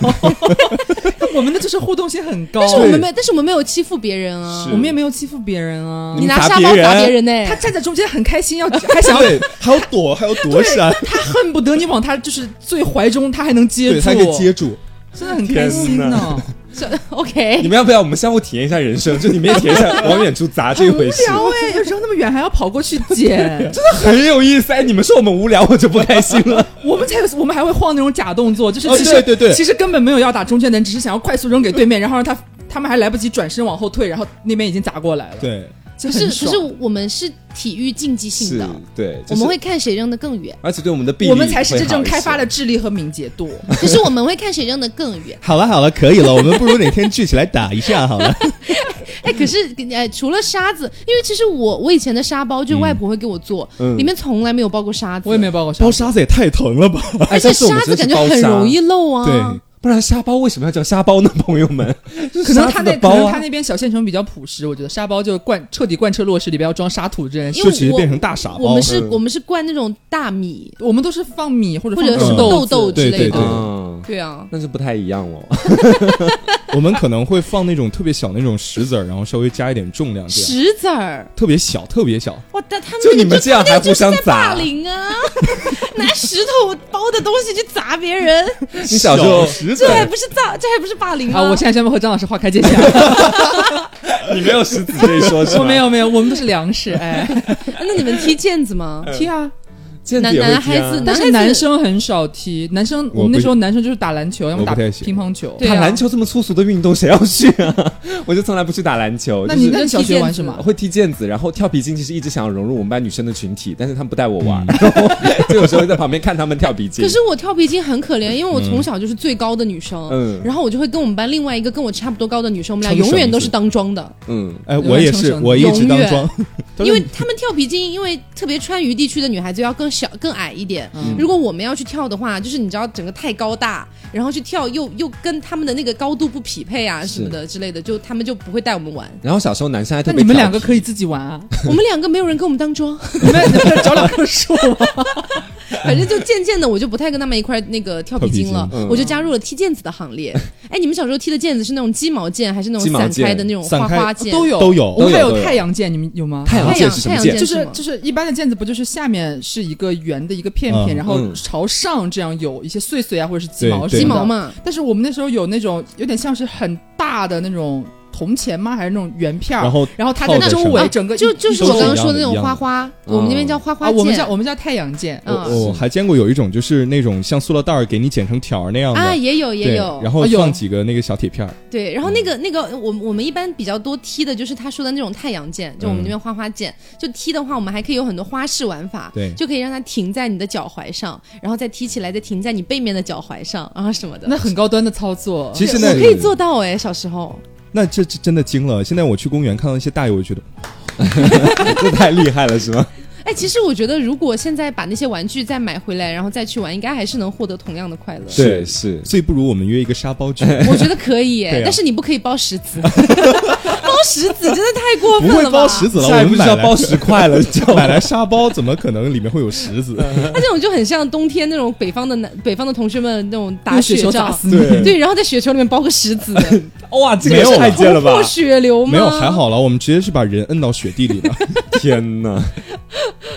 Speaker 4: 我们的就是互动性很高，
Speaker 3: 但是我们没，但是我们没有欺负别人啊
Speaker 1: 是。
Speaker 4: 我们也没有欺负别人啊。
Speaker 3: 你拿
Speaker 1: 砸
Speaker 3: 沙
Speaker 1: 别
Speaker 3: 包砸
Speaker 1: 人
Speaker 3: 别人呢、
Speaker 4: 他站在中间很开心，要还想要
Speaker 5: 对，还要躲，还要躲闪，
Speaker 4: 他恨不得你往他就是最怀中，他还能接
Speaker 5: 对，
Speaker 4: 住，
Speaker 5: 他可以接住。
Speaker 4: 真的很开心
Speaker 1: 天
Speaker 4: 呢。
Speaker 1: 你
Speaker 3: OK，
Speaker 1: 们要不要我们相互体验一下人生？就你们也体验 一下往远处砸这回事，
Speaker 4: 聊哎，要扔那么远还要跑过 去捡，
Speaker 1: 很有意思。哎，你们说我们无聊，我就不开 心了。
Speaker 4: 我们才有，我们还会晃那种假动作，就是
Speaker 5: 哦
Speaker 4: 其实、
Speaker 5: 对对对
Speaker 4: 其实根本没有要打中间的人，只是想要快速扔给对面，然后让他。他们还来不及转身往后退，然后那边已经砸过来了。，
Speaker 5: 对，
Speaker 4: 这
Speaker 3: 可
Speaker 4: 很
Speaker 3: 是可
Speaker 4: 爽
Speaker 3: 是我们是体育竞技性
Speaker 1: 是
Speaker 3: 的，，
Speaker 1: 对，就是
Speaker 3: 我们会看谁扔得更远，
Speaker 1: 而且对我们的臂力，
Speaker 4: 我们才是真正开发了。智力和敏捷 度。
Speaker 3: 可是我们会看谁扔得更远。
Speaker 5: 好了好了，可以了，我们不如哪天聚起来打一下 好了。
Speaker 3: 哎，可是哎，除了沙子，因为其实我我以前的沙包就外婆会给我做，
Speaker 1: 嗯
Speaker 3: 里面从来没有包过沙子，
Speaker 4: 我也没有包过
Speaker 5: 包
Speaker 4: 沙，
Speaker 5: 沙子也太疼了吧？
Speaker 1: 哎
Speaker 3: 而且
Speaker 1: 但是我
Speaker 3: 沙
Speaker 1: 们
Speaker 3: 子
Speaker 1: 真
Speaker 3: 感
Speaker 1: 的
Speaker 3: 觉很
Speaker 1: 是包沙
Speaker 3: 容易漏啊。
Speaker 5: 对，
Speaker 1: 不然沙包为什么要叫沙包呢，朋友们？
Speaker 4: 可能他
Speaker 1: 沙子
Speaker 4: 那
Speaker 1: 的
Speaker 4: 可
Speaker 1: 包
Speaker 4: 能
Speaker 1: 啊
Speaker 4: 他那边小县城比较朴实，我觉得沙包就贯彻底贯彻落实里边要装沙土这件事。
Speaker 3: 因
Speaker 5: 就
Speaker 3: 为
Speaker 5: 直接
Speaker 3: 我
Speaker 5: 变成大傻包。
Speaker 3: 我们是
Speaker 1: 嗯
Speaker 3: 我们是灌那种大米
Speaker 4: 我们都是放米或者
Speaker 3: 或
Speaker 4: 放
Speaker 3: 者
Speaker 5: 是
Speaker 3: 是
Speaker 4: 豆
Speaker 3: 豆豆
Speaker 4: 子
Speaker 3: 之类
Speaker 5: 对
Speaker 3: 的，
Speaker 1: 嗯，
Speaker 3: 对啊，
Speaker 1: 那是不太一样哦。
Speaker 5: 我们可能会放那种特别小那种石子儿，然后稍微加一点重量，这样
Speaker 3: 石子儿，
Speaker 5: 特别小，特别小。
Speaker 3: 哇，但他们
Speaker 1: 就
Speaker 3: 那个
Speaker 1: 你们这样
Speaker 3: 那个
Speaker 1: 还
Speaker 3: 就
Speaker 1: 互
Speaker 3: 是
Speaker 1: 相
Speaker 3: 在
Speaker 1: 砸
Speaker 3: 霸凌啊， 拿石头包的东西去砸别 人，
Speaker 1: 你小时候
Speaker 5: 石子
Speaker 3: 这
Speaker 5: 儿
Speaker 3: 还不是砸，这还不是霸凌吗？
Speaker 4: 啊！我现在宣布和张老师划开界限，
Speaker 1: 你没有石子这一说，是
Speaker 4: 我
Speaker 1: 吗
Speaker 4: 没，有没有，我们都是粮食 哎，
Speaker 3: 那你们踢毽子吗？
Speaker 1: 嗯
Speaker 4: 踢啊！
Speaker 1: 毽
Speaker 3: 男
Speaker 1: 子也会
Speaker 3: 男孩
Speaker 1: 踢啊
Speaker 3: 子
Speaker 4: 但是
Speaker 3: 男孩
Speaker 4: 男
Speaker 3: 子
Speaker 4: 生很少踢，男生我
Speaker 5: 我
Speaker 4: 们那
Speaker 5: 不
Speaker 4: 时候男生就是打篮球，要么
Speaker 5: 我
Speaker 4: 打
Speaker 5: 不太行
Speaker 4: 乒乓球。
Speaker 3: 对啊
Speaker 1: 打篮球这么粗俗的运动，谁要去啊？ 我就从来不去打篮球，
Speaker 4: 那
Speaker 1: 就是
Speaker 4: 你那小学玩
Speaker 3: 踢毽子
Speaker 4: 什么？
Speaker 1: 会踢毽子，然后跳皮筋，其实一直想要融入我们班女生的群体，但是他们不带我玩，然后 就有时候会在旁边看他们跳皮筋。
Speaker 3: 可是我跳皮筋很可怜，因为我从小就是最高的女生，
Speaker 1: 嗯
Speaker 3: 然后我就会跟我们班另外一个跟我差不多高的女生，我们俩
Speaker 5: 撑绳
Speaker 3: 永远都
Speaker 5: 子
Speaker 3: 是当庄的，
Speaker 1: 嗯，
Speaker 5: 哎，
Speaker 4: 有
Speaker 5: 我也
Speaker 4: 人撑
Speaker 5: 是，
Speaker 4: 绳子
Speaker 5: 我一直当
Speaker 3: 永
Speaker 5: 庄
Speaker 3: 远。
Speaker 5: 但
Speaker 3: 因
Speaker 5: 是
Speaker 3: 为他们跳皮筋，因为特别川渝地区的女孩子要更小、更矮一点。
Speaker 4: 嗯
Speaker 3: 如果我们要去跳的话，就是你知道整个太高大，然后去跳又又跟他们的那个高度不匹配啊什么的之类的，就他们就不会带我们玩。
Speaker 1: 然后小时候男生还特
Speaker 4: 那
Speaker 1: 别
Speaker 4: 你们
Speaker 1: 调
Speaker 4: 两个
Speaker 1: 皮
Speaker 4: 可以自己玩 啊，
Speaker 3: 我们两个没有人跟我们当庄，
Speaker 4: 你们你们找两棵树吧。
Speaker 3: 反正就渐渐的我就不太跟他们一块儿那个跳皮筋了
Speaker 5: 跳，
Speaker 1: 皮筋嗯
Speaker 3: 我就加入了踢毽子的行列。哎，你们小时候踢的毽子是那种鸡毛毽还是那
Speaker 1: 鸡
Speaker 3: 种
Speaker 1: 毛
Speaker 3: 散
Speaker 1: 毽
Speaker 3: 开的那种
Speaker 5: 散
Speaker 3: 花
Speaker 5: 开
Speaker 3: 花毽？
Speaker 4: 都有
Speaker 5: 都有
Speaker 4: 我们还
Speaker 1: 都
Speaker 4: 有
Speaker 1: 有
Speaker 4: 太阳剑，你们有吗？
Speaker 1: 太阳
Speaker 3: 太
Speaker 1: 剑
Speaker 3: 阳
Speaker 1: 是什
Speaker 3: 太
Speaker 1: 么
Speaker 3: 阳
Speaker 1: 剑
Speaker 3: 毽？
Speaker 4: 就
Speaker 3: 剑是
Speaker 4: 是
Speaker 3: 吗
Speaker 4: 就是一般的毽子不就是下面是一个圆的一个片片，
Speaker 5: 嗯
Speaker 4: 然后
Speaker 1: 嗯
Speaker 4: 朝上这样有一些碎碎啊或者是鸡毛
Speaker 5: 对
Speaker 4: 什
Speaker 5: 对
Speaker 3: 鸡
Speaker 4: 么的
Speaker 3: 毛。嘛，
Speaker 4: 但是我们那时候有那种有点像是很大的那种铜钱吗？还是那种圆片儿？
Speaker 5: 然后
Speaker 4: 然后它在
Speaker 5: 套在
Speaker 4: 周
Speaker 5: 上
Speaker 4: 围
Speaker 5: 面
Speaker 4: 整个一
Speaker 3: 啊就就是
Speaker 5: 都
Speaker 3: 我
Speaker 5: 是
Speaker 3: 刚刚
Speaker 5: 一样
Speaker 3: 说
Speaker 5: 的
Speaker 3: 的那
Speaker 5: 一
Speaker 3: 种
Speaker 5: 样
Speaker 3: 花
Speaker 5: 的嗯
Speaker 3: 花，我们那边叫花花
Speaker 4: 啊，我们
Speaker 3: 毽
Speaker 4: 叫我们叫太阳剑。
Speaker 3: 嗯
Speaker 5: 我我还见过有一种就是那种像塑料袋儿给你剪成条儿那样的，
Speaker 3: 啊，也有
Speaker 5: 对
Speaker 3: 也有，
Speaker 5: 然后
Speaker 4: 啊有
Speaker 5: 放几个那个小铁片儿，
Speaker 3: 对，然后那个那个，我我们一般比较多踢的就是他说的那种太阳毽，就我们
Speaker 5: 嗯
Speaker 3: 那边花花毽。就踢的话，我们还可以有很多花式玩法，
Speaker 5: 对
Speaker 3: 就可以让它停在你的脚踝上，然后再踢起来，再停在你背面的脚踝上啊什么的。
Speaker 4: 那很高端的操作。
Speaker 5: 其实
Speaker 3: 我
Speaker 5: 那
Speaker 3: 可以做到哎，小时候
Speaker 5: 那这这真的惊了。现在我去公园看到一些大爷，我觉得
Speaker 1: 这太厉害了，是吗？
Speaker 3: 哎，其实我觉得如果现在把那些玩具再买回来，然后再去玩，应该还是能获得同样的快乐。
Speaker 5: 对
Speaker 1: 是是，
Speaker 5: 所以不如我们约一个沙包局，
Speaker 3: 我觉得可以哎，
Speaker 5: 对啊
Speaker 3: 但是你不可以包石子， 包石子真的太过
Speaker 5: 不
Speaker 3: 分
Speaker 5: 会
Speaker 3: 了吧？
Speaker 5: 包石子了，
Speaker 1: 下
Speaker 5: 我
Speaker 1: 一
Speaker 5: 们
Speaker 1: 步就
Speaker 5: 买
Speaker 1: 要
Speaker 5: 来
Speaker 1: 包十 块了，你知道吗嗯
Speaker 5: 买？来沙包，怎么可能里面会有石子？
Speaker 3: 他这种就很像冬天那种北方的南北方的同学们那种打
Speaker 4: 用 雪球
Speaker 3: 仗，
Speaker 4: 打死你，
Speaker 1: 对，
Speaker 3: 对，然后在雪球里面包个石子，
Speaker 1: 哇，这
Speaker 5: 没
Speaker 1: 个
Speaker 5: 有
Speaker 1: 也太
Speaker 5: 了
Speaker 1: 贱了吧
Speaker 3: 破！血流吗？
Speaker 5: 没有，还。好了，我们直接是把人摁到雪地里了。
Speaker 1: 天哪，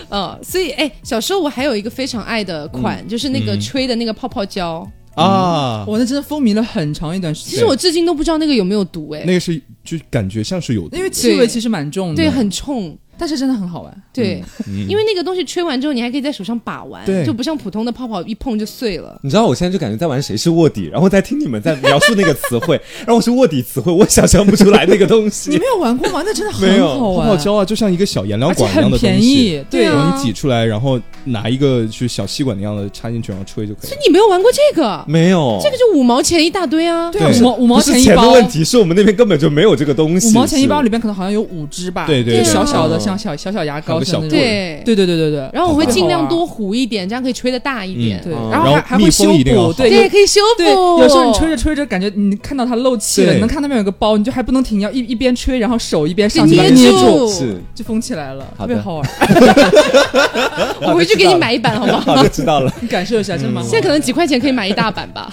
Speaker 3: 嗯，所以哎，小时候我还有一个非常爱的
Speaker 5: 嗯
Speaker 3: 款，就是那个吹的那个泡泡胶，
Speaker 5: 啊！
Speaker 4: 我那真的风靡了很长一段时
Speaker 3: 其
Speaker 4: 间。
Speaker 3: 实我至今都不知道那个有没有毒哎
Speaker 5: 那，个是就感觉像是有毒
Speaker 4: 因为气味其实蛮重的，
Speaker 3: 对，很冲。
Speaker 4: 但是真的很好玩。
Speaker 3: 对，
Speaker 5: 嗯
Speaker 3: 因为那个东西吹完之后，你还可以在手上把玩
Speaker 5: 对，
Speaker 3: 就不像普通的泡泡一碰就碎了。
Speaker 1: 你知道我现在就感觉在玩谁是卧底，然后在听你们在描述那个词汇， 然后我是卧底词汇，我想象不出来那个东
Speaker 4: 你
Speaker 1: 西
Speaker 4: 没。有玩过吗？那真的
Speaker 1: 没
Speaker 4: 很
Speaker 1: 有
Speaker 4: 好
Speaker 5: 泡
Speaker 4: 玩，
Speaker 5: 泡胶啊，就像一个小颜料
Speaker 4: 而且
Speaker 5: 管一样
Speaker 4: 很
Speaker 5: 的东
Speaker 4: 便
Speaker 5: 西，
Speaker 4: 宜。对
Speaker 3: 对啊
Speaker 5: 然后你挤出来，然后拿一个就小吸管那样的插进去，然后吹就可以了。
Speaker 3: 你没有玩过这个？
Speaker 1: 没有，
Speaker 3: 这个就五毛钱一大堆啊！
Speaker 4: 对啊，
Speaker 5: 对
Speaker 4: 五毛五毛
Speaker 1: 不是
Speaker 4: 一
Speaker 1: 钱的
Speaker 4: 包，
Speaker 1: 问题，是我们那边根本就没有这个东西。
Speaker 4: 五毛钱一包啊
Speaker 1: 是
Speaker 4: 里边可能好像有五支吧，
Speaker 5: 对对
Speaker 4: 就
Speaker 3: 对
Speaker 4: 小小的
Speaker 1: 对
Speaker 4: 像小小小牙膏
Speaker 5: 还有个
Speaker 4: 像那种
Speaker 5: 小棍
Speaker 3: 嗯对
Speaker 4: 对对对对对。
Speaker 3: 然后我会
Speaker 4: 好
Speaker 3: 尽量
Speaker 4: 玩
Speaker 3: 多糊一点，这样可以吹得大一点。
Speaker 4: 对，
Speaker 1: 嗯
Speaker 4: 然后还还
Speaker 5: 然后
Speaker 4: 会
Speaker 5: 密
Speaker 4: 修
Speaker 5: 封一定要
Speaker 4: 补，
Speaker 5: 好
Speaker 4: 对，
Speaker 3: 对，
Speaker 4: 有
Speaker 3: 可以修补。
Speaker 4: 对，有时候你吹着吹着，感觉你看到它漏气了，
Speaker 5: 对
Speaker 4: 你能看到那边有个包，你就还不能停，要一一边吹，然后手一边上去
Speaker 3: 就
Speaker 4: 把它
Speaker 3: 捏
Speaker 4: 捏
Speaker 3: 住
Speaker 1: 是，
Speaker 4: 就封起来了，
Speaker 1: 好
Speaker 4: 特
Speaker 1: 的
Speaker 4: 别好玩。
Speaker 3: 我回去给你买一版，好吗？
Speaker 1: 好的，知 道了。
Speaker 4: 你 感受一下，真的蛮好玩。
Speaker 3: 现在可能几块钱可以买一大版吧。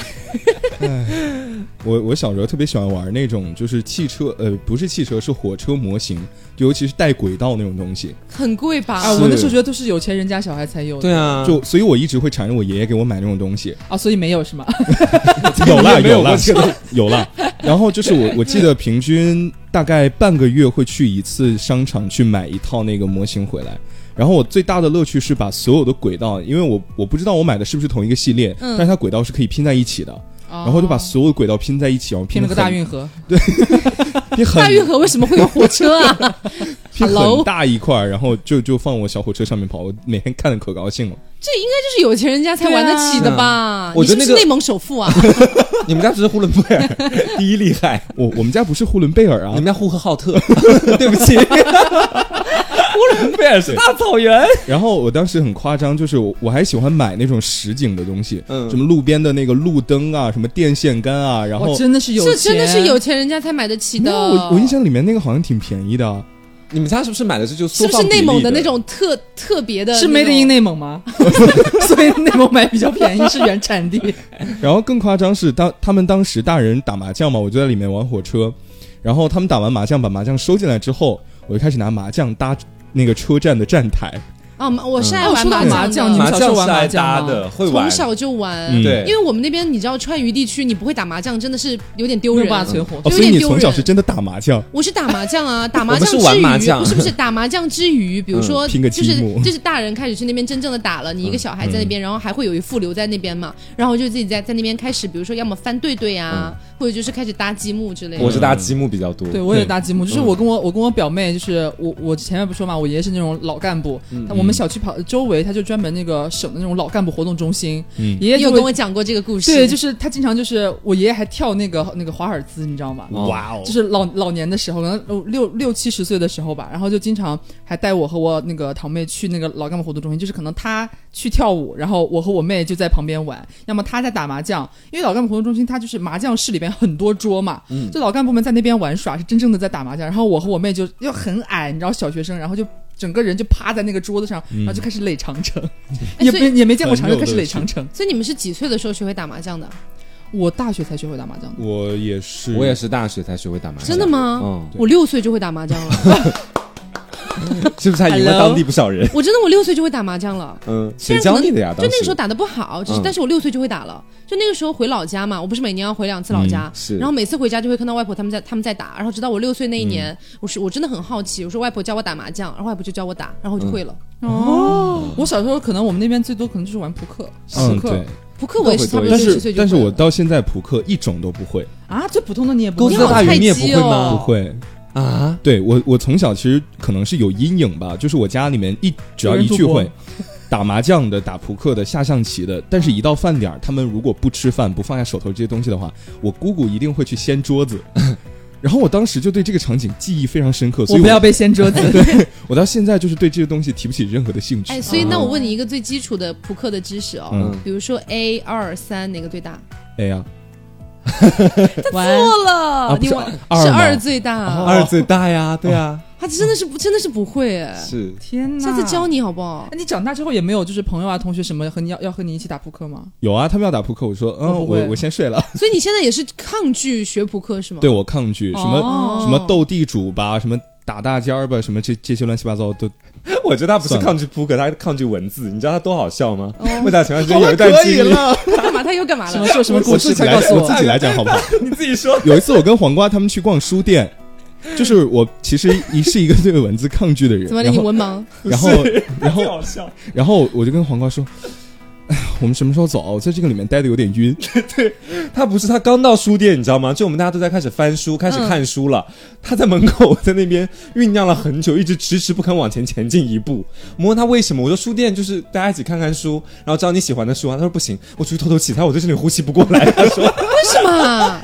Speaker 5: 我我小时候特别喜欢玩那种，就是汽车，呃，不是汽车，是火车模型，尤其是带轨道那种东西。
Speaker 3: 很贵吧？
Speaker 4: 啊，我那时候觉得都是有钱人家小孩才有的
Speaker 1: 对啊，
Speaker 5: 就所以，我一直会缠着我爷爷给我买那种东西。
Speaker 4: 啊，所以没有是吗？
Speaker 5: 有啦
Speaker 1: 也没有
Speaker 5: 啦
Speaker 1: 过这个东西
Speaker 5: 有啦。然后就是我我记得平均大概半个月会去一次商场去买一套那个模型回来。然后我最大的乐趣是
Speaker 4: 嗯
Speaker 5: 把所有的轨道，因为我我不知道我买的是不是同一个系列，但是它轨道是可以拼在一起的。然后就把所有的轨道拼在一起，然后
Speaker 4: 哦拼了个
Speaker 5: 得
Speaker 4: 大
Speaker 5: 很
Speaker 4: 运河，
Speaker 5: 拼很
Speaker 3: 大运河为什么会有火车啊？
Speaker 5: 拼
Speaker 3: Hello？
Speaker 5: 很大一块儿，然后就就放我小火车上面跑，我每天看的可高兴了。
Speaker 3: 这应该就是有钱人家才玩得起的吧？你是
Speaker 1: 对啊
Speaker 3: 不
Speaker 1: 我觉得那
Speaker 3: 是
Speaker 1: 个
Speaker 3: 内蒙首富啊？
Speaker 1: 你们家不是呼伦贝尔第一厉害，啊
Speaker 5: 我我们家不是呼伦贝尔啊
Speaker 1: 你，们家呼和浩 特，对不起，呼伦贝尔是大草原。
Speaker 5: 然后我当时很夸张，就是我我还喜欢买那种实景的东西，
Speaker 1: 嗯
Speaker 5: 什么路边的那个路灯啊，什么电线杆啊，然后
Speaker 4: 哇，真的是有
Speaker 3: 这
Speaker 4: 钱，
Speaker 3: 真的是有钱人家才买得起
Speaker 5: 没
Speaker 3: 的。
Speaker 5: 有我我印象里面那个好像挺便宜的啊，
Speaker 1: 你们家是不是买的这就是缩
Speaker 3: 不
Speaker 1: 放
Speaker 3: 是
Speaker 1: 比例
Speaker 3: 内蒙的那？种特特别的那
Speaker 4: 是
Speaker 3: 种？
Speaker 4: made in 内 蒙吗？ 所以内蒙买比较便宜，是原产地。
Speaker 5: 然后更夸张是当他们当时大人打麻将嘛，我就在里面玩火车，然后他们打完麻将把麻将收进来之后，我就开始拿麻将搭那个车站的站台，
Speaker 3: 啊，我是爱
Speaker 4: 哦
Speaker 3: 玩
Speaker 4: 说到麻
Speaker 3: 将
Speaker 4: 将
Speaker 3: 的
Speaker 4: 你
Speaker 1: 麻
Speaker 4: 们小时
Speaker 1: 将
Speaker 4: 候
Speaker 1: 是
Speaker 4: 玩麻
Speaker 1: 爱
Speaker 4: 将吗
Speaker 1: 搭的，会
Speaker 3: 从。
Speaker 1: 玩
Speaker 3: 小就玩。
Speaker 5: 嗯
Speaker 1: 对
Speaker 3: 因为我们那边你知道川渝地区你不会打麻将，真的是有点 丢
Speaker 4: 没
Speaker 3: 人
Speaker 4: 有。办法存活
Speaker 5: 哦，
Speaker 3: 有
Speaker 5: 所以
Speaker 3: 点
Speaker 5: 你
Speaker 3: 丢
Speaker 5: 从小
Speaker 3: 人
Speaker 5: 是真的打麻将，
Speaker 3: 我是打麻将啊，打麻
Speaker 1: 我们
Speaker 3: 将
Speaker 1: 是
Speaker 3: 之余，
Speaker 1: 玩麻将
Speaker 3: 不是不是打麻将之余，比如说、
Speaker 5: 嗯拼个
Speaker 3: 就
Speaker 5: 积
Speaker 3: 是
Speaker 5: 木
Speaker 3: 就是大人开始去那边真正的打了，你一个小孩在那边，然后还会有一副留在那边嘛，然后我就自己在在那边开始，比如说要么翻对对啊，或者就是开始搭积木之类的。
Speaker 1: 我是搭积木比较多，
Speaker 4: 对，我也搭积木，
Speaker 5: 嗯
Speaker 4: 就是我跟我我跟我表妹，就是我我前面不说嘛，我爷爷是那种老干部，
Speaker 5: 嗯
Speaker 4: 他我们小区旁周围他就专门那个省的那种老干部活动中心，
Speaker 5: 嗯
Speaker 4: 爷爷
Speaker 3: 你
Speaker 4: 就
Speaker 3: 有
Speaker 4: 会
Speaker 3: 跟我讲过这个故事？
Speaker 4: 对，就是他经常就是我爷爷还跳那个那个华尔兹，你知道吗？
Speaker 1: 哇哦
Speaker 4: 就是老老年的时候，可能六六六七十岁的时候吧，然后就经常还带我和我那个堂妹去那个老干部活动中心，就是可能他去跳舞，然后我和我妹就在旁边玩，要么他在打麻将，因为老干部活动中心它就是麻将室里边很多桌嘛，
Speaker 5: 嗯
Speaker 4: 就老干部们在那边玩耍是真正的在打麻将，然后我和我妹就又很矮，你知道小学生，然后就。整个人就趴在那个桌子上，然后
Speaker 5: 嗯
Speaker 4: 就开始垒长 城，
Speaker 3: 哎
Speaker 4: 也
Speaker 3: 所以
Speaker 4: 没也没见过长城，
Speaker 5: 很有
Speaker 4: 开始
Speaker 5: 乐
Speaker 4: 垒
Speaker 5: 趣
Speaker 4: 长城。
Speaker 3: 所以你们是几岁的时候学会打麻将的？
Speaker 4: 我大学才学会打麻将的。
Speaker 5: 我也是，
Speaker 1: 我也是大学才学会打麻将。
Speaker 3: 真的？吗？
Speaker 1: 嗯，
Speaker 3: 我六岁就会打麻将了，
Speaker 1: 是不是还赢了
Speaker 4: Hello？
Speaker 1: 当地不少人？
Speaker 3: 我真的我六岁就会打麻将了。
Speaker 1: 嗯，
Speaker 3: 虽
Speaker 1: 谁
Speaker 3: 然可
Speaker 1: 教
Speaker 3: 能
Speaker 1: 你的呀？
Speaker 3: 就那个时候
Speaker 1: 当
Speaker 3: 打的不好，就是、
Speaker 1: 嗯
Speaker 3: 但是我六岁就会打了。就那个时候回老家嘛，我不是每年要回两次老家，
Speaker 1: 是
Speaker 3: 然后每次回家就会看到外婆他们在他们在打，然后直到我六岁那一年，我是我真的很好奇，我说外婆教我打麻将，然后外婆就教我打，然后我就会了。
Speaker 4: 哦，我小时候可能我们那边最多可能就是玩扑克、扑
Speaker 5: 嗯
Speaker 4: 克、
Speaker 5: 对，
Speaker 3: 扑克我也是差不多六
Speaker 5: 但
Speaker 3: 七岁
Speaker 5: 是
Speaker 3: 就会
Speaker 5: 但
Speaker 3: 了
Speaker 5: 是我到现在扑克一种都不会，
Speaker 4: 啊，最普通的你也不
Speaker 1: 钩
Speaker 4: 会
Speaker 1: 子
Speaker 3: 你好
Speaker 1: 大
Speaker 4: 玩。
Speaker 1: 鱼
Speaker 3: 菜
Speaker 1: 你也不
Speaker 3: 鸡
Speaker 1: 会
Speaker 3: 哦
Speaker 1: 吗？
Speaker 5: 不会。
Speaker 1: 啊，
Speaker 5: 对我，我从小其实可能是有阴影吧，就是我家里面一只要一聚
Speaker 4: 有人
Speaker 5: 会
Speaker 4: 赌，
Speaker 5: 打麻将的、打扑克的、下象棋的，但是
Speaker 4: 嗯
Speaker 5: 一到饭点儿，他们如果不吃饭、不放下手头这些东西的话，我姑姑一定会去掀 桌子。然后我当时就对这个场景记忆非常深刻，所
Speaker 4: 我
Speaker 5: 以
Speaker 4: 不要
Speaker 5: 我
Speaker 4: 被掀桌子。
Speaker 5: 我到现在就是对这个东西提不起任何的兴趣。
Speaker 3: 哎，所以那我问你一个最基础的扑克的知识哦，
Speaker 5: 嗯
Speaker 3: 比如说 A 二三哪个最大？
Speaker 5: 哎呀，
Speaker 4: 玩
Speaker 3: 错了，
Speaker 5: 啊不
Speaker 3: 你
Speaker 5: 是
Speaker 3: 玩
Speaker 5: 二
Speaker 3: 是
Speaker 5: 吗
Speaker 3: 二最大，
Speaker 1: 哦二最大呀，对啊，
Speaker 3: 他真的是不真的是不会哎，
Speaker 1: 是
Speaker 4: 天哪！
Speaker 3: 下次教
Speaker 4: 你。
Speaker 3: 你好不好？
Speaker 4: 那你长大之后也没有就是朋友啊、同学什么和你要要和你一起打扑克吗？
Speaker 5: 有啊，他们要打扑克，我说嗯，
Speaker 4: 我不会
Speaker 5: 我我 先睡了。
Speaker 3: 所以你现在也是抗拒学扑克是吗？
Speaker 5: 对我抗拒什么、
Speaker 4: 哦
Speaker 5: 什么斗地主吧，什么打大尖儿吧，什么这这些乱七八糟都
Speaker 1: 我觉得他不是
Speaker 5: 算了
Speaker 1: 抗拒扑克，他是抗拒文字。你知道他多好笑吗？魏大强之间有一段
Speaker 5: 可以
Speaker 1: 经历，
Speaker 5: 了。
Speaker 3: 他干嘛？他又干嘛
Speaker 4: 什么
Speaker 3: 了？
Speaker 4: 做什么故
Speaker 5: 我自
Speaker 4: 事？
Speaker 5: 己
Speaker 4: 快
Speaker 5: 来
Speaker 4: 告诉，
Speaker 5: 我自己来讲好不好？
Speaker 1: 你自己说。
Speaker 5: 有一次我跟黄瓜他们去逛书 店，就是我其实一是一个对文字抗拒的人，
Speaker 3: 怎么了？
Speaker 5: 然
Speaker 3: 你
Speaker 5: 后
Speaker 3: 文盲？
Speaker 5: 然后 然
Speaker 1: 太
Speaker 5: 后
Speaker 1: 好笑，
Speaker 5: 然后我就跟黄瓜说。哎，我们什么时候走？我在这个里面待的有点晕。
Speaker 1: 他不是他刚到书店，你知道吗？就我们大家都在开始翻书，开始看书了。他在门口在那边酝酿了很久，一直迟迟不肯往前前进一步。我们问他为什么，我说书店就是大家一起看看书，然后找你喜欢的书啊。他说不行，我出去透透气。他说我在这里呼吸不过来。他说
Speaker 3: 为什么？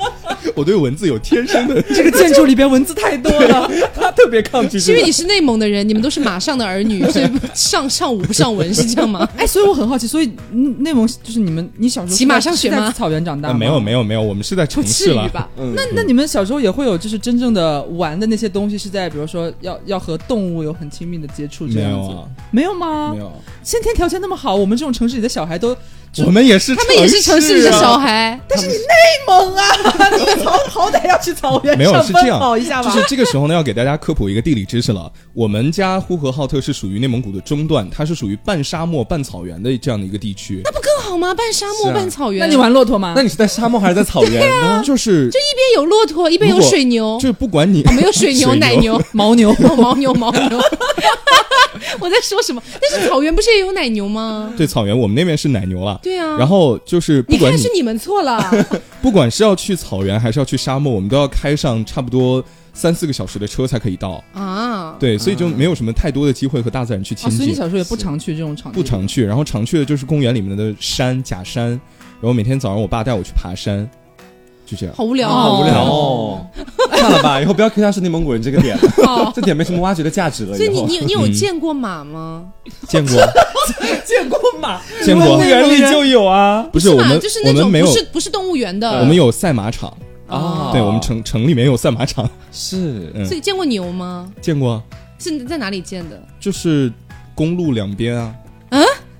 Speaker 5: 我对文字有天 生的，
Speaker 4: 这个建筑里边文字太多了。
Speaker 1: 他特别抗拒
Speaker 3: 是
Speaker 1: 这
Speaker 3: 因为
Speaker 1: 个。
Speaker 3: 你是内蒙的人，你们都是马上的儿女，所以不上上武不上文是这样吗？
Speaker 4: 哎，所以我很好奇，所以嗯内蒙就是你们，你小时候是
Speaker 3: 骑马
Speaker 4: 在
Speaker 3: 上学
Speaker 4: 是在
Speaker 3: 吗
Speaker 4: 草原长大
Speaker 5: 啊、
Speaker 4: 吗？
Speaker 5: 没有没有没有，我们是在
Speaker 4: 不
Speaker 5: 城市
Speaker 4: 至于
Speaker 5: 了。
Speaker 4: 吧？
Speaker 1: 嗯
Speaker 4: 那那你们小时候也会有，就是真正的玩的那些东西，是在比如说要要和动物有很亲密的接触这
Speaker 5: 没
Speaker 4: 样
Speaker 5: 有
Speaker 4: 子，
Speaker 5: 啊，
Speaker 4: 没有吗？
Speaker 5: 没。有啊，
Speaker 4: 先天条件那么好，我们这种城市里的小孩都就
Speaker 5: 我们也是，啊
Speaker 3: 他们也是城市里的小。孩，
Speaker 4: 猛啊！你们好好歹要去草原
Speaker 5: 没有
Speaker 4: 上
Speaker 5: 是这
Speaker 4: 奔
Speaker 5: 样
Speaker 4: 跑一下
Speaker 5: 就
Speaker 4: 吧。
Speaker 5: 是这个时候呢，要给大家科普一个地理知识了。我们家呼和浩特是属于内蒙古的中段，它是属于半沙漠半草原的这样的一个地区。
Speaker 3: 不更好吗？半沙漠
Speaker 1: 是啊
Speaker 3: 半草原，
Speaker 4: 那你玩骆驼吗？
Speaker 3: 啊
Speaker 1: 那你是在沙漠还是在草原呢？
Speaker 5: 就是
Speaker 3: 就一边边有骆驼，一边有
Speaker 5: 如果
Speaker 3: 水牛
Speaker 5: 就，是不管你
Speaker 3: 哦没有水牛、
Speaker 5: 水牛
Speaker 3: 奶牛、
Speaker 4: 牦牛
Speaker 3: 哦 牦牛、牦牛。 我在说什么？但是草原不是也有奶牛吗？
Speaker 5: 对草原，我们那边是奶牛了。
Speaker 3: 对啊
Speaker 5: 然后就是不
Speaker 3: 你
Speaker 5: 管
Speaker 3: 看
Speaker 5: 你
Speaker 3: 是你们错了，
Speaker 5: 不管是要去草原还是要去沙漠，我们都要开上差不多三四个小时的车才可以到。
Speaker 3: 啊，
Speaker 5: 对，所以就没有什么太多的机会和大自然去亲
Speaker 3: 哦
Speaker 4: 啊，所以
Speaker 5: 近
Speaker 4: 你，小时候也不常去这种场地，
Speaker 5: 不常去。然后常去的就是公园里面的山、假山，然后每天早上我爸带我去爬山，就这样。
Speaker 3: 好无聊、啊
Speaker 4: 好无聊
Speaker 1: 哦，算了吧，以后不要 Q 他是内蒙古人这个点了，这点没什么挖掘的价值了。
Speaker 3: 所以
Speaker 1: 以
Speaker 3: 你
Speaker 1: 后
Speaker 3: 你你有
Speaker 5: 嗯
Speaker 3: 见过马吗？
Speaker 5: 见过，
Speaker 1: 见过马，
Speaker 5: 见过
Speaker 1: 动 物。园里就有啊。
Speaker 5: 不是
Speaker 3: 是
Speaker 5: 我
Speaker 3: 马
Speaker 5: 们
Speaker 3: 就是，
Speaker 5: 我
Speaker 3: 那
Speaker 5: 们
Speaker 3: 种
Speaker 5: 没
Speaker 3: 不
Speaker 5: 有，
Speaker 3: 是不是动物园的，哦
Speaker 5: 我们有赛马场。
Speaker 1: 啊，
Speaker 5: 对我们城城里面有赛马场，
Speaker 1: 是
Speaker 5: 嗯
Speaker 3: 所以见过牛吗？
Speaker 5: 见过啊，
Speaker 3: 是在哪里见的？
Speaker 5: 就是公路两边啊。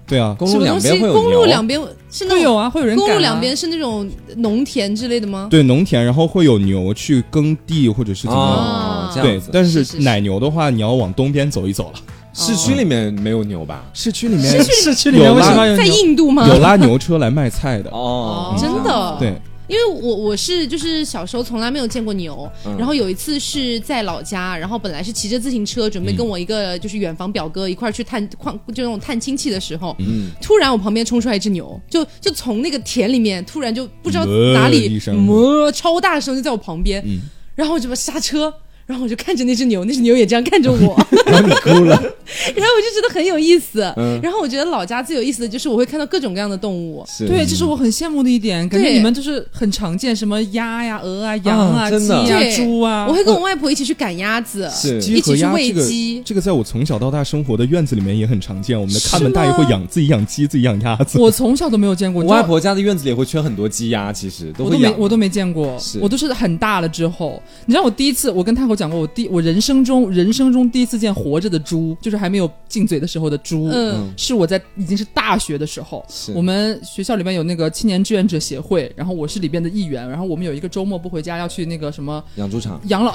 Speaker 5: 对啊，
Speaker 1: 公
Speaker 3: 什
Speaker 1: 路
Speaker 3: 么东
Speaker 1: 两边
Speaker 3: 西？
Speaker 1: 会有
Speaker 3: 公路
Speaker 1: 牛哦
Speaker 3: 两边是那
Speaker 4: 会有
Speaker 3: 种
Speaker 4: 啊，会有人
Speaker 3: 公
Speaker 4: 赶
Speaker 3: 路
Speaker 4: 啊
Speaker 3: 两边是那种农田之类的吗？
Speaker 5: 对农田，然后会有牛去耕地或者是怎么样。
Speaker 1: 哦，这样
Speaker 5: 对
Speaker 1: 子，。
Speaker 5: 但
Speaker 3: 是
Speaker 5: 是
Speaker 3: 是是
Speaker 5: 奶牛的话，你要往东边走一走了。
Speaker 1: 市区里面没有牛吧？
Speaker 5: 市区里面
Speaker 6: 市区
Speaker 5: 里面为什么
Speaker 6: 有
Speaker 3: 在印度吗？
Speaker 5: 有拉牛车来卖菜的。
Speaker 1: 哦，
Speaker 3: 真的，
Speaker 5: 对，
Speaker 3: 因为我我是就是小时候从来没有见过牛，
Speaker 1: 嗯
Speaker 3: 然后有一次是在老家，然后本来是骑着自行车准备跟我一个就是远房表哥一块儿去探矿，就那种探亲戚的时候，
Speaker 1: 嗯，
Speaker 3: 突然我旁边冲出来一只牛，就就从那个田里面突然就不知道
Speaker 5: 哞
Speaker 3: 哪
Speaker 5: 一
Speaker 3: 里
Speaker 5: 声
Speaker 3: 哞超大声就在我旁边，
Speaker 5: 嗯
Speaker 3: 然后我就把刹车。然后我就看着那只牛，那只牛也这样看着我，
Speaker 5: 然后你哭了，
Speaker 3: 然后我就觉得很有意思。
Speaker 1: 嗯
Speaker 3: 然后我觉得老家最有意思的就是我会看到各种各样的动物，
Speaker 1: 是
Speaker 4: 对，这是我很羡慕的一点，感觉
Speaker 3: 对
Speaker 4: 你们就是很常见，什么鸭呀、鹅啊、羊
Speaker 1: 啊
Speaker 4: 啊、
Speaker 1: 真
Speaker 4: 鸡
Speaker 1: 的
Speaker 4: 啊
Speaker 3: 对、
Speaker 4: 猪啊，
Speaker 3: 我会跟我外婆一起去赶鸭子，
Speaker 1: 是
Speaker 5: 鸡和鸭
Speaker 3: 一起去喂
Speaker 5: 这个
Speaker 3: 鸡
Speaker 5: 这个在我从小到大生活的院子里面也很常见。我们的看门大爷会养自己养鸡，自己养鸭子。
Speaker 4: 我从小都没有见过，
Speaker 1: 我
Speaker 4: 你知道
Speaker 1: 外婆家的院子里也会圈很多鸡鸭，其实都
Speaker 4: 我
Speaker 1: 会
Speaker 4: 都没
Speaker 1: 养，
Speaker 4: 我都没见过
Speaker 1: 是，
Speaker 4: 我都是很大了之后，你知道我第一次，我跟太后讲过，我第我人生中人生中第一次见活着的猪，就是还没有进嘴的时候的猪，
Speaker 3: 嗯
Speaker 4: 是我在已经是大学的时候
Speaker 1: 是，
Speaker 4: 我们学校里面有那个青年志愿者协会，然后我是里边的一员，然后我们有一个周末不回家要去那个什么
Speaker 1: 养猪场。
Speaker 4: 养老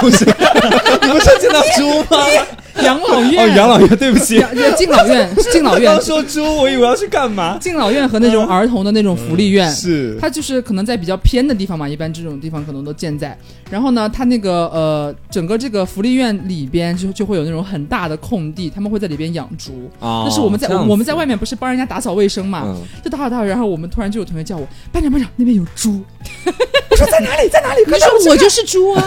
Speaker 1: 不是，你 不是见到猪吗？
Speaker 4: 养老
Speaker 1: 哦，
Speaker 4: 院，
Speaker 1: 养老院，对不 起，
Speaker 4: 养敬老院敬 老院
Speaker 1: 刚说猪，我以为要去干嘛？嗯
Speaker 4: 敬老院和那种儿童的那种福利院，
Speaker 5: 是
Speaker 4: 它就是可能在比较偏的地方嘛，一般这种地方可能都建在。然后呢，它那个呃，整个这个福利院里边就就会有那种很大的空地，他们会在里边养猪。
Speaker 1: 哦
Speaker 4: 但是我们在
Speaker 1: 这样子
Speaker 4: 我们在外面不是帮人家打扫卫生嘛，
Speaker 1: 嗯
Speaker 4: 就打扫打扫，然后我们突然就有同学叫我班长班长，那边有猪，
Speaker 3: 你说我就是猪啊！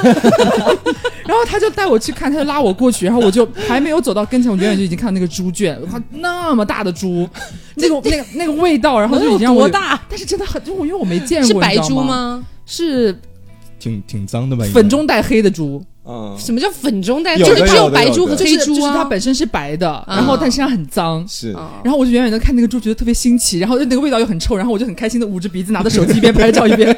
Speaker 4: 然后他就带我去看，他就拉我过去，然后我就还没有走到跟前，我远远就已经看到那个猪圈，哇，那么大的猪，那个那个那个味道，然后就已经让我
Speaker 3: 多
Speaker 4: 有？
Speaker 3: 大？
Speaker 4: 但是真的很，就因为我没见过，
Speaker 3: 是白
Speaker 4: 你知道
Speaker 3: 猪
Speaker 4: 吗？
Speaker 3: 吗？
Speaker 4: 是
Speaker 5: 挺挺脏的吧？应该
Speaker 4: 粉中带黑的猪，
Speaker 1: 嗯，
Speaker 3: 什么叫粉中带？
Speaker 1: 有
Speaker 3: 就
Speaker 1: 的
Speaker 3: 是只
Speaker 1: 有的
Speaker 3: 白
Speaker 1: 有
Speaker 3: 猪
Speaker 1: 的
Speaker 3: 和
Speaker 4: 就是
Speaker 3: 黑
Speaker 4: 就
Speaker 3: 猪
Speaker 4: 是
Speaker 3: 啊。
Speaker 4: 它本身是白的，然后但身上很脏。
Speaker 1: 是
Speaker 3: 啊
Speaker 4: 然后我就远远的看那个猪，觉得特别新奇，然后那个味道又很臭，然后我就很开心的捂着鼻子，拿着手机一边拍照一边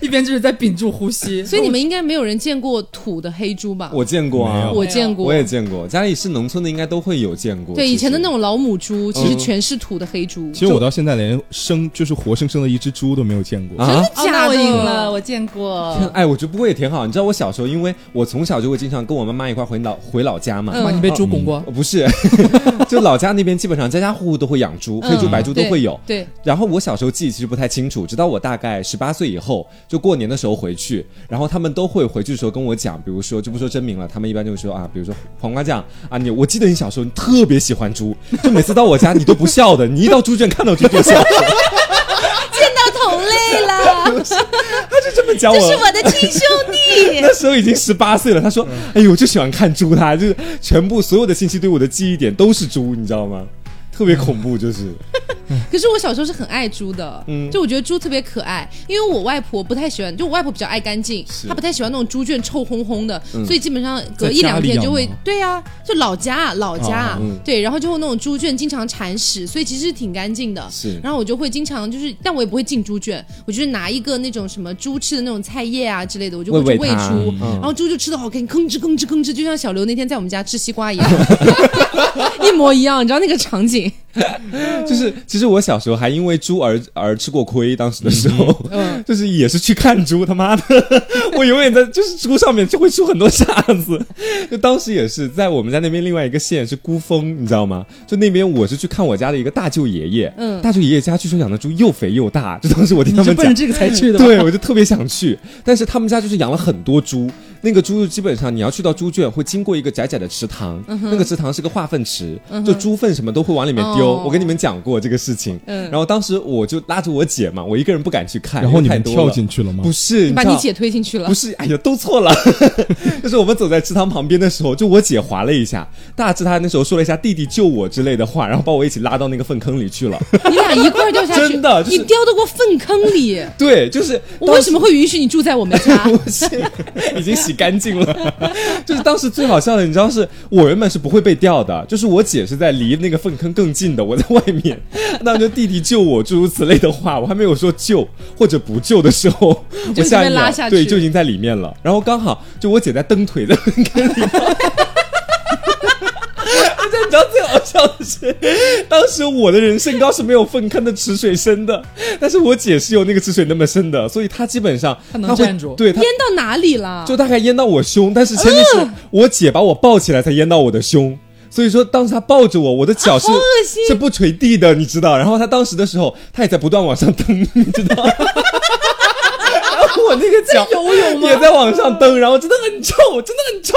Speaker 4: 一边就是在屏住呼吸。
Speaker 3: 所以你们应该没有人见过土的黑猪吧？
Speaker 1: 我见过
Speaker 5: 没
Speaker 1: 啊
Speaker 5: 有，
Speaker 3: 我见过，
Speaker 1: 我也见过，家里是农村的，应该都会有见过。
Speaker 3: 对
Speaker 1: 其实嗯
Speaker 3: 以前的那，种老母猪，其实全是土的黑猪。
Speaker 5: 其实我到现在连生就是活生生的一只猪都没有见过
Speaker 1: 啊
Speaker 4: 哦
Speaker 3: 真的假的？
Speaker 4: 我见过
Speaker 1: 天哎，我觉得不过也挺好。你知道我小时候，因为我从小就会经常跟我妈妈一块回老回老家
Speaker 3: 嗯
Speaker 1: 嘛，
Speaker 4: 哇，你被猪拱过？
Speaker 1: 哦不是， 就老家那边基本上家家户户都会养猪，嗯黑猪、白猪都会有。
Speaker 3: 嗯对，
Speaker 1: 然后我小时候记忆其实不太清楚，直到我大概十八岁以后，就过年的时候回去，然后他们都会回去的时候跟我讲，比如说就不说真名了，他们一般就会说啊，比如说黄瓜酱啊，你我记得你小时候你特别喜欢猪，就每次到我家你都不笑的，你一到猪圈看到猪就笑，
Speaker 3: 见到同类 了，
Speaker 1: 他就这么讲
Speaker 3: 这
Speaker 1: 我。
Speaker 3: 是我的嗯亲兄弟。
Speaker 1: 那时候已经十八岁了，他说：“哎呦，我就喜欢看猪它，就是全部所有的信息对我的记忆点都是猪，你知道吗？特别恐怖，就是
Speaker 3: 可是我小时候是很爱猪的，
Speaker 1: 嗯
Speaker 3: 就我觉得猪特别可爱，因为我外婆不太喜欢，就我外婆比较爱干净，她不太喜欢那种猪圈臭烘烘的，
Speaker 1: 嗯
Speaker 3: 所以基本上隔一两天就会
Speaker 5: 在家里养吗，
Speaker 3: 对呀、啊就老家老家、
Speaker 1: 啊
Speaker 5: 哦
Speaker 1: 嗯
Speaker 3: 对，然后就会那种猪圈经常铲屎，所以其实挺干净的。
Speaker 1: 是
Speaker 3: 然后我就会经常就是，但我也不会进猪圈，我就是拿一个那种什么猪吃的那种菜叶啊之类的，我就会
Speaker 1: 喂
Speaker 3: 去
Speaker 1: 喂
Speaker 3: 喂
Speaker 1: 它
Speaker 3: 猪，
Speaker 1: 嗯
Speaker 3: 然后猪就吃的好开心，吭 哧吭哧吭哧，就像小刘那天在我们家吃西瓜一样，一模一样，你知道那个场景。情。
Speaker 1: 就是其实我小时候还因为猪而而吃过亏，当时的时候， 就是也是去看猪，他妈的， 我永远在就是猪上面就会出很多傻子。 就当时也是在我们家那边另外一个县是孤峰，你知道吗？就那边我是去看我家的一个大舅爷爷，
Speaker 3: 嗯
Speaker 1: 大舅爷爷家据说养的猪又肥又大，就当时我听他
Speaker 4: 就
Speaker 1: 们
Speaker 4: 奔着
Speaker 1: 讲。
Speaker 4: 这个才 去的吧？
Speaker 1: 对，我就特别想去，但是他们家就是养了很多猪，那个猪基本上你要去到猪圈会经过一个窄窄的池塘，
Speaker 5: 嗯
Speaker 1: 那个池塘是个化粪池，就猪粪什么都会往里面丢。
Speaker 3: 哦
Speaker 1: 我跟你们讲过这个事情，
Speaker 3: 嗯
Speaker 1: 然后当时我就拉着我姐嘛，我一个人不敢去看，
Speaker 5: 然后你
Speaker 1: 因为
Speaker 5: 们
Speaker 1: 太多
Speaker 5: 跳
Speaker 1: 了
Speaker 5: 进去了吗
Speaker 1: 不？是，
Speaker 3: 把
Speaker 1: 知
Speaker 3: 你
Speaker 1: 道
Speaker 3: 姐推进去了
Speaker 1: 不，是，哎呀，都错了。 就是我们走在池塘旁边的时候，就我姐划了一下，大致她那时候说了一下“弟弟救我”之类的话，然后把我一起拉到那个粪坑里去了。
Speaker 3: 你俩一块儿掉下去，
Speaker 1: 真的就是
Speaker 3: 你掉到过粪坑里。
Speaker 1: 对，就是
Speaker 3: 我为什么会允许你住在我们 家？
Speaker 1: 不是，已经洗干净了。 就是当时最好笑的，你知道是，我原本是不会被钓的，就是我姐是在离那个粪坑更近的，我在外面， 那就弟弟救我，诸如此类的话，我还没有说救或者不救的时候，
Speaker 3: 就
Speaker 1: 我
Speaker 3: 已经
Speaker 1: 下一
Speaker 3: 被
Speaker 1: 秒
Speaker 3: 拉下去
Speaker 1: 对就已经在里面了。然后刚好就我姐在蹬腿在粪坑里。 你知道最好笑的是，当时我的人身高是没有粪坑的池水深的，但是我姐是有那个池水那么深的，所以她基本上
Speaker 4: 她能
Speaker 1: 会
Speaker 4: 站住
Speaker 1: 对她
Speaker 3: 淹到哪里了？
Speaker 1: 就大概淹到我胸，但是前提
Speaker 3: 嗯
Speaker 1: 是我姐把我抱起来才淹到我的胸。所以说，当时她抱着我，我的脚是、
Speaker 3: 啊好恶心
Speaker 1: 是不垂地的，你知道。然后她当时的时候，她也在不断往上蹬，你知道。然后我那个脚游泳也在往上蹬，然后真的很臭，真的 很臭。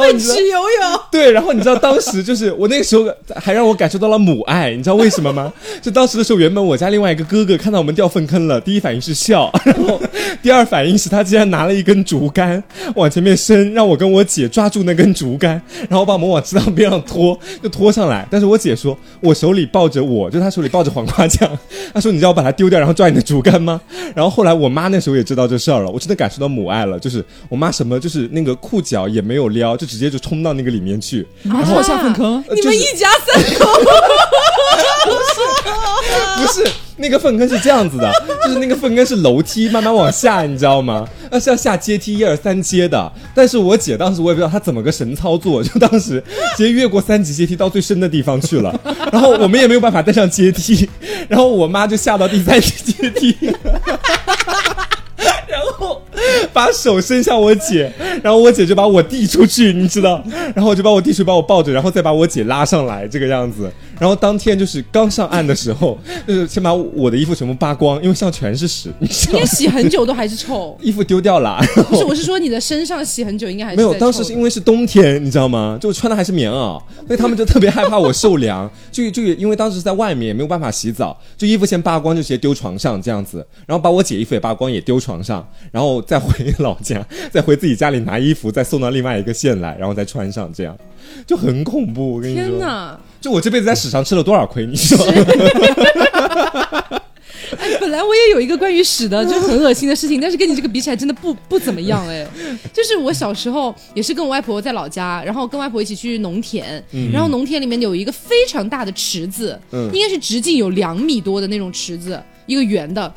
Speaker 1: 后你知道，
Speaker 2: 游 泳，
Speaker 1: 对，然后你知道当时就是我那个时候还让我感受到了母爱，你知道为什么吗？就当时的时候，原本我家另外一个哥哥看到我们掉粪坑了，第一反应是笑， 然后第二反应是他竟然拿了一根竹竿往前面伸，让我跟我姐抓住那根竹竿，然后把我们往池塘边上拖，就拖上来。但是我姐说，我手里抱着我，就她手里抱着黄瓜酱，她说你知道我把它丢掉，然后抓你的竹竿吗？然后后来我妈那时候也知道这事儿了，我真的感受到母爱了，就是我妈什么就是那个裤脚也没有撩，就直接就冲到那个里面去。
Speaker 4: 你妈跳下粪坑，
Speaker 1: 呃
Speaker 2: 你们
Speaker 1: 就是
Speaker 2: 一家三口，
Speaker 1: 不是那个粪坑是这样子的，就是那个粪坑是楼梯慢慢往下，你知道吗？那是要下阶梯一二三阶的。但是我姐当时我也不知道她怎么个神操作，就当时直接越过三级阶梯到最深的地方去了， 然后我们也没有办法带上阶梯，然后我妈就下到第三级阶梯。然后把手伸向我姐，然后我姐就把我递出去，你知道， 然后我就把我递出去，把我抱着，然后再把我姐拉上来，这个样子。然后当天就是刚上岸的时候，就是先把我的衣服全部扒光，因为上全是屎，你知
Speaker 3: 应
Speaker 1: 道
Speaker 3: 该，洗很久都还是
Speaker 1: 。
Speaker 3: 臭
Speaker 1: 衣服丢掉了。啊然
Speaker 3: 不是，
Speaker 1: 后
Speaker 3: 我是说你的身上洗很久应该还是
Speaker 1: 没有，
Speaker 3: 在
Speaker 1: 当
Speaker 3: 臭
Speaker 1: 时是
Speaker 3: 的
Speaker 1: 因为是冬天，你知道吗？就我穿的还是棉袄，所以他们就特别害怕我受凉，就就因为当时是在外面也没有办法洗澡，就衣服先扒光就直接丢床上这样子，然后把我姐衣服也扒光也丢床上，然后再回老家，再回自己家里拿衣服，再送到另外一个县来，然后再穿上，这样就很恐怖。我跟你说，
Speaker 3: 天哪！
Speaker 1: 就我这辈子在史上吃了多少亏？你说
Speaker 3: 哎，本来我也有一个关于屎的，就是很恶心的事情，但是跟你这个比起来，真的不不怎么样哎。就是我小时候也是跟我外婆在老家，然后跟外婆一起去农田，然后农田里面有一个非常大的池子，
Speaker 1: 嗯
Speaker 3: 应该是直径有两米多的那种池子，一个圆的，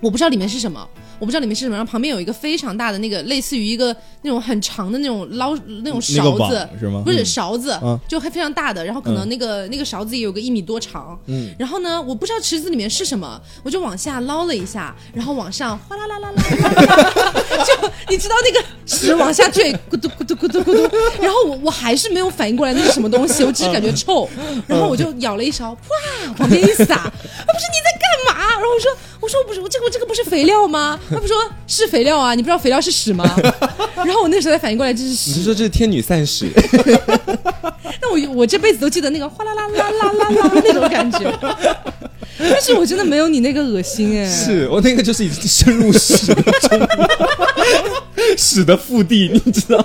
Speaker 3: 我不知道里面是什么。我不知道里面是什么，然后旁边有一个非常大的那个，类似于一个那种很长的那种捞那种
Speaker 5: 那个
Speaker 3: 勺
Speaker 5: 网
Speaker 3: 子，
Speaker 5: 是吗
Speaker 3: 不是勺子，
Speaker 5: 嗯
Speaker 3: 就还非常大的，然后可能那个、那个勺子也有个一米多长，
Speaker 1: 嗯
Speaker 3: 然后呢，我不知道池子里面是什么，我就往下捞了一下，然后往上哗啦啦啦啦哗啦啦啦啦， 就你知道那个屎往下坠，咕嘟咕嘟咕嘟咕嘟，然后我我还是没有反应过来那是什么东西，我只是感觉臭，然后我就舀了一勺，啪往边一撒，啊不是你在干嘛？然后我说我说不是我这个我这个不是肥料吗？他们说是肥料啊，你不知道肥料是屎吗？ 然后我那时候才反应过来这是
Speaker 1: 你
Speaker 3: 屎
Speaker 1: 是，说这是天女散屎？
Speaker 3: 啊但我我这辈子都记得那个哗啦啦啦啦啦啦那种感觉， 但是我真的没有你那个恶心哎、
Speaker 1: 是我那个就是已经深入屎的中间屎的腹地，你知道。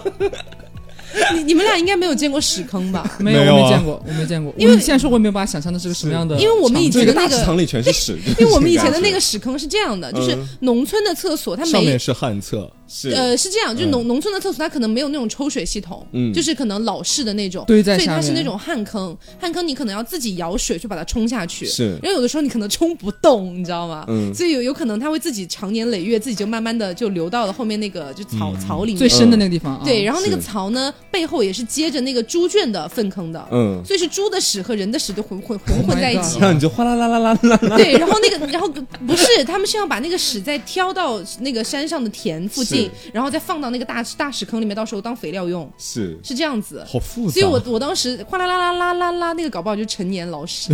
Speaker 3: 你你们俩应该没有见过屎坑吧？
Speaker 4: 没
Speaker 5: 没
Speaker 4: 有，
Speaker 5: 有
Speaker 4: 我
Speaker 5: 啊
Speaker 4: 没见过，我没见过。
Speaker 3: 因为
Speaker 4: 我现在说，我也没有办法想象的是个什么样的场
Speaker 3: 因
Speaker 4: 景，
Speaker 3: 为我们以
Speaker 1: 这
Speaker 3: 前
Speaker 1: 个
Speaker 3: 的
Speaker 1: 大
Speaker 3: 那
Speaker 1: 池塘
Speaker 3: 个，
Speaker 1: 里全是屎，
Speaker 3: 因为我们以前的那
Speaker 1: 个
Speaker 3: 个屎坑是这样的，就是
Speaker 1: 嗯
Speaker 3: 农村的厕所，它
Speaker 5: 上
Speaker 3: 每
Speaker 5: 面是旱厕，
Speaker 1: 是
Speaker 3: 呃，是这样，就农、农村的厕所它可能没有那种抽水系统，
Speaker 1: 嗯
Speaker 3: 就是可能老式的那种，
Speaker 4: 堆在
Speaker 3: 所以
Speaker 4: 下
Speaker 3: 它是那
Speaker 4: 面
Speaker 3: 种旱坑，旱坑你可能要自己舀水去把它冲下去，
Speaker 1: 是
Speaker 3: 因为有的时候你可能冲不动，你知道吗？
Speaker 1: 嗯
Speaker 3: 所以有有可能它会自己长年累月，自己就慢慢的就流到了后面那个就草、槽里面，
Speaker 4: 最深的那个地方啊。
Speaker 3: 嗯对，然后那个
Speaker 1: 是
Speaker 3: 槽呢背后也是接着那个猪圈的粪坑的，
Speaker 1: 嗯，
Speaker 3: 所以是猪的屎和人的屎就混混混
Speaker 4: Oh
Speaker 3: 混
Speaker 4: my
Speaker 3: 在一
Speaker 4: God
Speaker 3: 起。
Speaker 1: 然后你就哗啦啦啦啦啦啦，
Speaker 3: 对，然后那个，然后不是，他们是要把那个屎再挑到那个山上的田附近，然后再放到那个大大屎坑里面，到时候当肥料用，
Speaker 1: 是
Speaker 3: 是这样子。
Speaker 5: 好复杂。
Speaker 3: 所以我我当时哗啦啦啦啦啦啦，那个搞不好就成年老屎。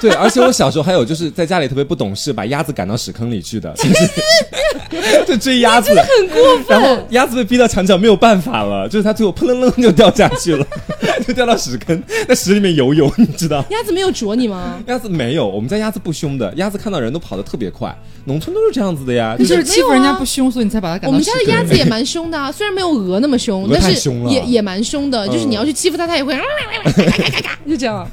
Speaker 1: 对，而且我小时候还有就是在家里特别不懂事，把鸭子赶到屎坑里去的，就是 就追鸭子，很过分。然后鸭子被逼到墙角没有办法了，就是它最后砰楞楞就掉下去了，就掉到屎坑，在屎里面游泳，你知道。
Speaker 3: 鸭子没有啄你吗？
Speaker 1: 鸭子没有，我们家鸭子不凶的，鸭子看到人都跑得特别快，农村都是这样子的呀。
Speaker 4: 你
Speaker 1: 就
Speaker 4: 就是是欺负人家不凶，所以你才把他赶
Speaker 3: 我
Speaker 4: 到
Speaker 3: 们
Speaker 4: 屎
Speaker 3: 家
Speaker 4: 坑。
Speaker 3: 的鸭子也蛮凶的啊，虽然没有鹅那么凶，
Speaker 1: 鹅
Speaker 3: 但
Speaker 1: 太
Speaker 3: 是
Speaker 1: 凶了
Speaker 3: 也也蛮凶的，就是你要去欺负它，它也会就这样，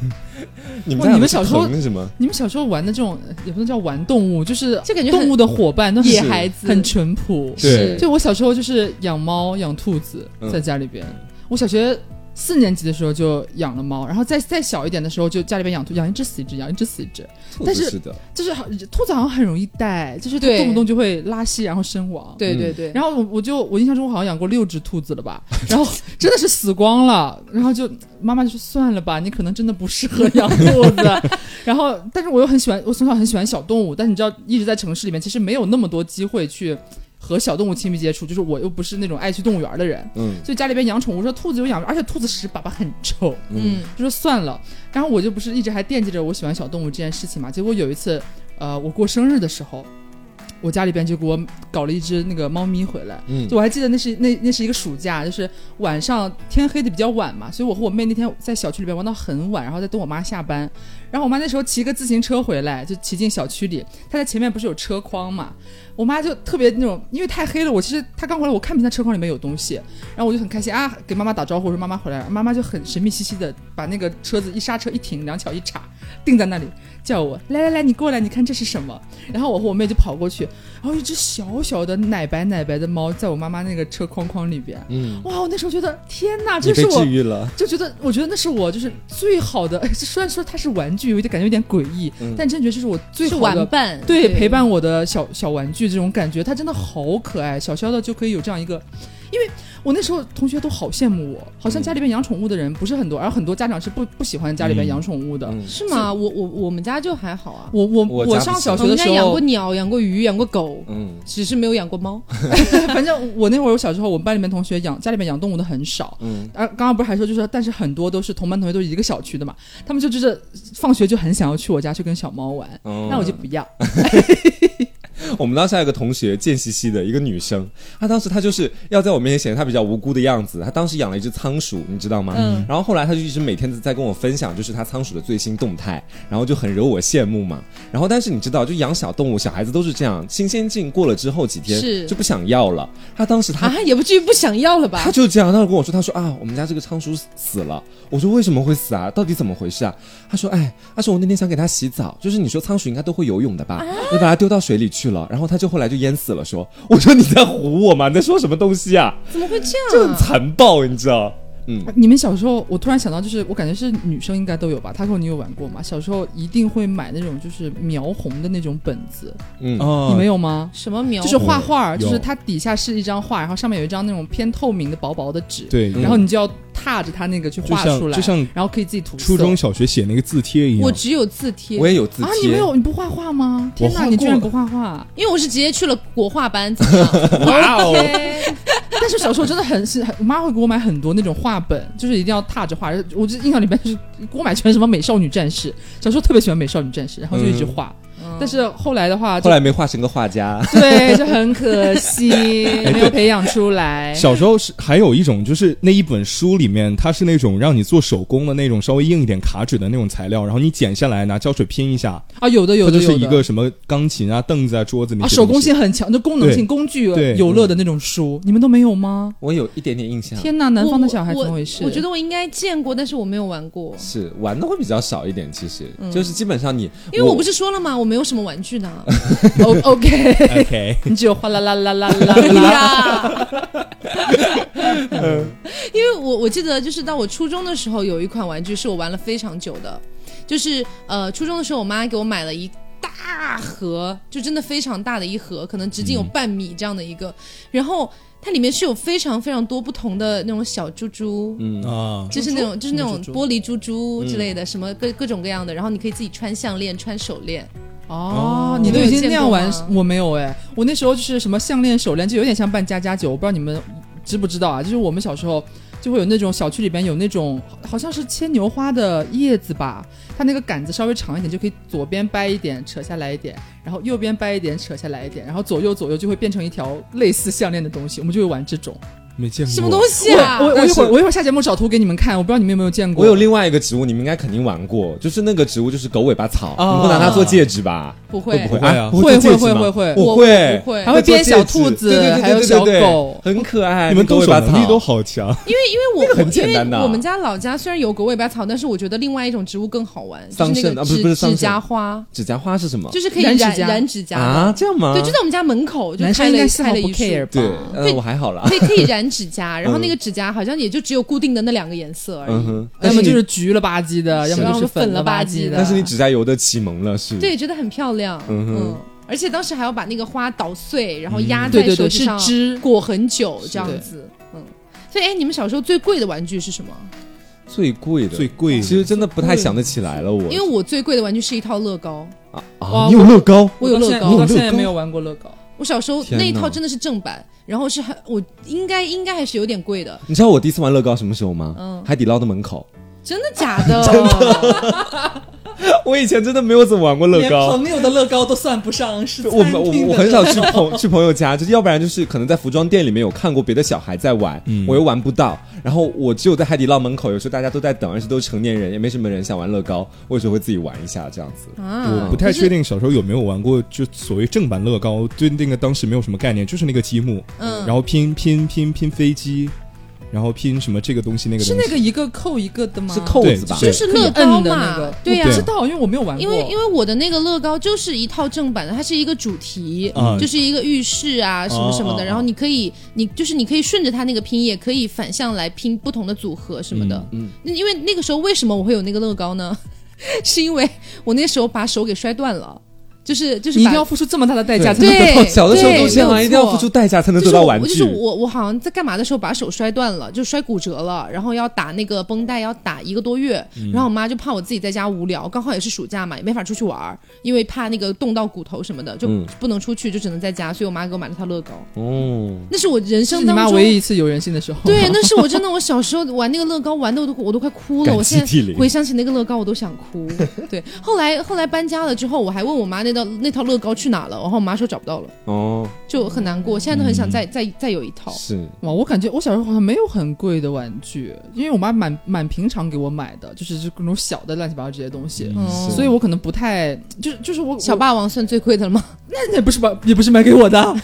Speaker 1: 你们
Speaker 4: 哇
Speaker 1: 家
Speaker 4: 你们
Speaker 1: 有
Speaker 4: 小时候
Speaker 1: 藤是吗？
Speaker 4: 你们小时候玩的这种也不能叫玩动物，就是
Speaker 3: 就感觉很
Speaker 4: 动物的伙伴都很
Speaker 3: 野孩子
Speaker 4: 很淳朴。
Speaker 1: 对
Speaker 3: 是
Speaker 4: 就我小时候就是养猫养兔子
Speaker 1: 嗯
Speaker 4: 在家里边，我小学。四年级的时候就养了猫，然后再再小一点的时候就家里边养兔，养一只死一只，养一只死一只，
Speaker 1: 兔
Speaker 4: 但
Speaker 1: 子
Speaker 4: 是
Speaker 1: 是的，
Speaker 4: 就是好兔子好像很容易带，就是
Speaker 3: 对
Speaker 4: 动不动就会拉稀然后身亡。
Speaker 3: 对对
Speaker 1: 嗯
Speaker 3: 对。
Speaker 4: 然后我我就我印象中我好像养过六只兔子了吧， 然后真的是死光了，然后就妈妈就说算了吧，你可能真的不适合养兔子。 然后，但是我又很喜欢，我从小很喜欢小动物，但是你知道，一直在城市里面，其实没有那么多机会去和小动物亲密接触，就是我又不是那种爱去动物园的人，
Speaker 1: 嗯，
Speaker 4: 所以家里边养宠物，说兔子有养，而且兔子屎粑粑很臭，
Speaker 3: 嗯，
Speaker 4: 就说算了。然后我就不是一直还惦记着我喜欢小动物这件事情嘛。结果有一次，呃，我过生日的时候，我家里边就给我搞了一只那个猫咪回来。
Speaker 1: 嗯
Speaker 4: 就我还记得那是那那是一个暑假，就是晚上天黑的比较晚嘛，所以我和我妹那天在小区里边玩到很晚，然后在等我妈下班。然后我妈那时候骑个自行车回来，就骑进小区里，她在前面不是有车筐嘛。我妈就特别那种，因为太黑了，我其实她刚回来，我看不见她车筐里面有东西，然后我就很开心啊，给妈妈打招呼，我说妈妈回来了，妈妈就很神秘兮兮的把那个车子一刹车一停，两脚一叉，定在那里，叫我来来来，你过来，你看这是什么？然后我和我妹就跑过去，然后一只小小的奶白奶白的猫在我妈妈那个车筐筐里边，
Speaker 1: 嗯，
Speaker 4: 哇，我那时候觉得天哪，
Speaker 1: 你
Speaker 4: 这
Speaker 1: 被
Speaker 4: 是我
Speaker 1: 治愈了，
Speaker 4: 就觉得，我觉得那是我就是最好的。 虽然说它是玩具，有点感觉有点诡异，
Speaker 1: 嗯
Speaker 4: 但真觉得这是我最
Speaker 3: 是
Speaker 4: 好的
Speaker 3: 玩伴，
Speaker 4: 对陪伴我的小小玩具这种感觉，它真的好可爱。小小的就可以有这样一个，因为我那时候同学都好羡慕我，好像家里边养宠物的人不是很多，而很多家长是不不喜欢家里边养宠物的。
Speaker 1: 嗯，
Speaker 3: 是吗？我我我们家就还好啊，
Speaker 4: 我我
Speaker 1: 我家不
Speaker 4: 上
Speaker 1: 行
Speaker 4: 小
Speaker 3: 我
Speaker 4: 学的
Speaker 3: 们家
Speaker 4: 时
Speaker 3: 养
Speaker 4: 候
Speaker 3: 过，鸟，养过鱼，养过狗，
Speaker 1: 嗯
Speaker 3: 只是没有养过猫。
Speaker 4: 反正我那会儿我小时候，我们班里面同学养家里面养动物的很少，
Speaker 1: 嗯，
Speaker 4: 啊，刚刚不是还说，就是但是很多都是同班同学，都是一个小区的嘛，他们就就是放学就很想要去我家去跟小猫玩，
Speaker 1: 哦
Speaker 4: 那我就不要。
Speaker 1: 我们当时还有个同学，贱兮兮的一个女生，她当时她就是要在我面前显得她比较无辜的样子。她当时养了一只仓鼠，你知道吗？
Speaker 3: 嗯
Speaker 1: 然后后来她就一直每天在跟我分享，就是她仓鼠的最新动态，然后就很惹我羡慕嘛。然后但是你知道，就养小动物，小孩子都是这样，新鲜劲过了之后几天
Speaker 3: 是
Speaker 1: 就不想要了。她当时她
Speaker 3: 啊，也不至于不想要了吧
Speaker 1: 他？就这样，当时跟我说，他说啊，我们家这个仓鼠死了。我说为什么会死啊？到底怎么回事啊？他说，哎，他说我那天想给它洗澡，就是你说仓鼠应该都会游泳的
Speaker 4: 啊
Speaker 1: 吧？我把它丢到水里去了，然后它就后来就淹死了。说，我说你在唬我吗？你在说什么东西啊？
Speaker 3: 怎么会这
Speaker 1: 就
Speaker 3: 样
Speaker 1: 很
Speaker 3: 啊？
Speaker 1: 残暴，你知道？嗯，
Speaker 4: 你们小时候，我突然想到，就是我感觉是女生应该都有吧？他和你有玩过吗？小时候一定会买那种就是描红的那种本子，
Speaker 1: 嗯，
Speaker 5: 哦
Speaker 4: 你们有吗？
Speaker 3: 什么苗？
Speaker 4: 就是画画，
Speaker 5: 有
Speaker 4: 就是它底下是一张画，然后上面有一张那种偏透明的薄薄的纸，
Speaker 5: 对，
Speaker 1: 嗯
Speaker 4: 然后你就要踏着它那个去
Speaker 5: 就
Speaker 4: 画出
Speaker 5: 像
Speaker 4: 来，
Speaker 5: 就像
Speaker 4: 然后可以自己涂色。
Speaker 5: 初中小学写那个字帖一
Speaker 3: 我
Speaker 5: 样，
Speaker 3: 只有字帖，
Speaker 1: 我也有字
Speaker 4: 啊，你没
Speaker 1: 贴。
Speaker 4: 有你不画画吗？天
Speaker 5: 我画
Speaker 4: 哪，你居
Speaker 5: 过
Speaker 4: 然不画画！
Speaker 3: 因为我是直接去了国画班，怎么 样？
Speaker 5: 哇哦，
Speaker 4: 但是小时候真的很是，很我妈会给我买很多那种画本，就是一定要踏着画。我就印象里面就是给我买全什么美少女战士，小时候特别喜欢美少女战士，然后就一直画。
Speaker 3: 嗯
Speaker 4: 但是后来的话就
Speaker 1: 后，来没画成个画家，
Speaker 4: 对，就很可惜，没有培养出来。
Speaker 5: 小时候是还有一种，就是那一本书里面，它是那种让你做手工的那种稍微硬一点卡纸的那种材料，然后你剪下来拿胶水拼一下，
Speaker 4: 啊，有的有
Speaker 5: 它
Speaker 4: 的
Speaker 5: 就
Speaker 4: 有
Speaker 5: 是
Speaker 4: 的
Speaker 5: 一个什么钢琴啊、凳子啊、桌子那
Speaker 4: 啊，
Speaker 5: 些
Speaker 4: 手工
Speaker 5: 东西
Speaker 4: 性很强，就功能性工具
Speaker 5: 对
Speaker 4: 游乐的那种书，你们都没有吗？
Speaker 1: 我有一点点印象。
Speaker 4: 天哪，南方的小孩
Speaker 3: 我
Speaker 4: 怎么回事？
Speaker 3: 我我觉得我应该见过，但是我没有玩过，
Speaker 4: 嗯
Speaker 1: 是玩的会比较少一点，其实、就是基本上你，
Speaker 3: 因为我不是说了吗？我没有什么玩具呢？
Speaker 4: O OK，
Speaker 5: OK，
Speaker 4: 你只有哗啦啦啦啦
Speaker 3: 哎
Speaker 4: 啦。
Speaker 3: 呀， 因为我我记得就是到我初中的时候，有一款玩具是我玩了非常久的，就是呃初中的时候，我妈给我买了一。大盒就真的非常大的一盒，可能直径有半米这样的一个，然后它里面是有非常非常多不同的那种小猪猪，
Speaker 1: 嗯，
Speaker 5: 啊，
Speaker 3: 就是那种就是那种
Speaker 4: 珠珠
Speaker 3: 玻璃珠珠之
Speaker 4: 嗯
Speaker 3: 类的，什么各各种各样的，然后你可以自己穿项链、穿手链，
Speaker 4: 哦，
Speaker 3: 你
Speaker 4: 你都
Speaker 3: 有
Speaker 4: 已经
Speaker 3: 见
Speaker 4: 那样
Speaker 3: 过
Speaker 4: 玩
Speaker 3: 吗，
Speaker 4: 我没有哎，我那时候就是什么项链、手链，就有点像扮家家酒，我不知道你们知不知道啊？就是我们小时候。就会有那种小区里边有那种好像是牵牛花的叶子吧，它那个杆子稍微长一点，就可以左边掰一点扯下来一点，然后右边掰一点扯下来一点，然后左右左右就会变成一条类似项链的东西，我们就会玩这种。
Speaker 5: 没见过
Speaker 3: 什么东西啊？
Speaker 4: 我我我
Speaker 1: 但
Speaker 4: 一
Speaker 1: 是
Speaker 4: 会儿我一会儿下节目找图给你们看，我不知道你们有没有见过。
Speaker 1: 我有另外一个植物，你们应该肯定玩过，就是那个植物就是狗尾巴草，
Speaker 4: 啊
Speaker 1: 你会拿它做戒指吧？
Speaker 3: 不
Speaker 1: 会
Speaker 3: 会，
Speaker 1: 不
Speaker 5: 会啊
Speaker 1: 啊？
Speaker 4: 会
Speaker 1: 做戒
Speaker 4: 会
Speaker 1: 指吗
Speaker 4: 会会
Speaker 1: 我
Speaker 3: 我
Speaker 1: 会
Speaker 3: 不会
Speaker 4: 还会编小兔子
Speaker 1: 对对对对
Speaker 4: 还有
Speaker 1: 对对
Speaker 4: 小
Speaker 1: 对
Speaker 4: 狗
Speaker 1: 很可爱。
Speaker 5: 你们
Speaker 1: 那
Speaker 5: 动
Speaker 1: 狗尾
Speaker 5: 手
Speaker 1: 巴
Speaker 5: 能力
Speaker 1: 草
Speaker 5: 都好强，
Speaker 3: 因为因为我
Speaker 1: 那个很
Speaker 3: 我
Speaker 1: 简单的
Speaker 3: 因为我们家老家虽然有狗尾巴草，但是我觉得另外一种植物更好玩，就
Speaker 1: 桑
Speaker 3: 是那
Speaker 1: 葚
Speaker 3: 个
Speaker 1: 啊不是
Speaker 3: 指
Speaker 1: 不是桑
Speaker 3: 指
Speaker 1: 葚
Speaker 3: 甲花，
Speaker 1: 指甲花是什么？
Speaker 3: 就是可以
Speaker 4: 染
Speaker 3: 染
Speaker 4: 指甲
Speaker 3: 染指甲的
Speaker 1: 啊，，这样吗？
Speaker 3: 对，就在我们家门口就
Speaker 4: 男生
Speaker 3: 开
Speaker 4: 应该
Speaker 3: 了
Speaker 4: 丝毫
Speaker 3: 开
Speaker 4: 不
Speaker 3: 了一束。
Speaker 4: care 吧？
Speaker 1: 对，嗯，
Speaker 3: 对
Speaker 1: 我还好啦。
Speaker 3: 可以可以染指甲， 然后
Speaker 1: 嗯
Speaker 3: 那个指甲好像也就只有固定的那两个颜色而已。
Speaker 1: 嗯哼，
Speaker 4: 要
Speaker 1: 但
Speaker 4: 么
Speaker 1: 是
Speaker 4: 就
Speaker 1: 你
Speaker 4: 是橘了吧唧的，要么
Speaker 3: 然
Speaker 4: 就
Speaker 3: 后
Speaker 4: 是
Speaker 3: 粉
Speaker 4: 了
Speaker 3: 了吧
Speaker 4: 唧
Speaker 3: 唧的
Speaker 1: 但是你指甲油的启蒙了是？
Speaker 3: 对，觉得很漂亮。
Speaker 1: 嗯哼嗯
Speaker 3: 嗯，而且当时还要把那个花捣碎，然后压
Speaker 4: 对
Speaker 3: 在
Speaker 4: 对
Speaker 3: 手
Speaker 4: 对，
Speaker 3: 指
Speaker 4: 是
Speaker 3: 上
Speaker 4: 汁。
Speaker 3: 裹很久这
Speaker 4: 是的
Speaker 3: 样子。嗯，所以哎，你们小时候最贵的玩具是什么？
Speaker 1: 最贵的，
Speaker 5: 最贵的
Speaker 1: 其实真的不太想得起来了。我
Speaker 3: 因为我最贵的玩具是一套乐高，
Speaker 1: 啊，你有乐高，
Speaker 3: 我有
Speaker 4: 到
Speaker 3: 乐
Speaker 4: 现在
Speaker 3: 高
Speaker 4: 我到
Speaker 5: 你有乐
Speaker 4: 现在
Speaker 5: 高
Speaker 4: 没有玩过乐高。
Speaker 3: 我小时候
Speaker 1: 天
Speaker 3: 那一
Speaker 1: 哪
Speaker 3: 套真的是正版，然后是很我应该应该还是有点贵的，
Speaker 1: 你知道我第一次玩乐高什么时候吗？
Speaker 3: 嗯
Speaker 1: 海底捞的门口。
Speaker 3: 真的假的？真的，
Speaker 1: 我以前真的没有怎么玩过乐高。
Speaker 4: 友的乐高都算不上 是
Speaker 1: 我们我我很少去朋 去朋友家，就是要不然就是可能在服装店里面有看过别的小孩在玩，
Speaker 5: 嗯
Speaker 1: 我又玩不到，然后我只有在海底捞门口，有时候大家都在等，而且都是成年人，也没什么人想玩乐高，我有时候会自己玩一下这样子。
Speaker 3: 啊
Speaker 5: 我不太确。
Speaker 3: 可是
Speaker 5: 定小时候有没有玩过，就所谓正版乐高，对那个当时没有什么概念，就是那个积木，
Speaker 3: 嗯
Speaker 5: 然后拼拼拼拼飞机，然后拼什么这个东西那个
Speaker 4: 是
Speaker 5: 东
Speaker 4: 那
Speaker 5: 西，
Speaker 4: 个一个扣一个的吗？
Speaker 1: 是扣
Speaker 5: 对
Speaker 1: 子吧？
Speaker 5: 对
Speaker 3: 就是乐
Speaker 4: 可以
Speaker 3: 高
Speaker 4: 摁的
Speaker 3: 嘛
Speaker 4: 那个，
Speaker 3: 对呀
Speaker 4: 我不知道，因为我没有玩过。
Speaker 3: 因为因为我的那个乐高就是一套正版的，它是一个主题，
Speaker 1: 啊
Speaker 5: 嗯
Speaker 3: 就是一个浴室啊什么什么的，
Speaker 5: 哦哦
Speaker 3: 然后你可以你就是你可以顺着它那个拼，也可以反向来拼不同的组合什么的。
Speaker 1: 嗯
Speaker 3: 那因为那个时候为什么我会有那个乐高呢？ 是因为我那时候把手给摔断了，就是就是
Speaker 4: 你一
Speaker 3: 把
Speaker 4: 定要付出这么大的代价才能得到
Speaker 3: 对，
Speaker 1: 小的时候
Speaker 3: 对
Speaker 1: 都这样啊，
Speaker 3: 没有
Speaker 1: 一定要
Speaker 3: 错
Speaker 1: 付出代价才能
Speaker 3: 就
Speaker 1: 得
Speaker 3: 是
Speaker 1: 到
Speaker 3: 我，
Speaker 1: 玩具。
Speaker 3: 就是我，我好像在干嘛的时候把手摔断了，就摔骨折了，然后要打那个绷带，要打一个多月。
Speaker 1: 嗯
Speaker 3: 然后我妈就怕我自己在家无聊，刚好也是暑假嘛，也没法出去玩儿，因为怕那个冻到骨头什么的，就
Speaker 1: 嗯
Speaker 3: 不能出去，就只能在家。所以我妈给我买了套乐高，
Speaker 1: 哦，
Speaker 3: 那是我人
Speaker 4: 是
Speaker 3: 生
Speaker 4: 你
Speaker 3: 当
Speaker 4: 妈
Speaker 3: 中
Speaker 4: 唯一一次有人性的时候。
Speaker 3: 对，那是我真的，我小时候玩那个乐高玩的我都我都快哭了，
Speaker 1: 感
Speaker 3: 我
Speaker 1: 激
Speaker 3: 现在
Speaker 1: 涕零
Speaker 3: 回想起那个乐高我都想哭。对，后来后来搬家了之后，我还问我妈那套那套乐高去哪了，然后我妈说找不到了，
Speaker 1: 哦，
Speaker 3: 就很难过，现在都很想再、再再有一套。
Speaker 1: 是
Speaker 4: 哇，我感觉我小时候好像没有很贵的玩具，因为我妈蛮蛮平常给我买的，就是就各种小的乱七八糟这些东西。
Speaker 3: 嗯
Speaker 4: 所以我可能不太，就是就是我
Speaker 3: 小
Speaker 4: 我
Speaker 3: 霸王算最贵的了吗？
Speaker 4: 也不是吧，也不是买给我的，啊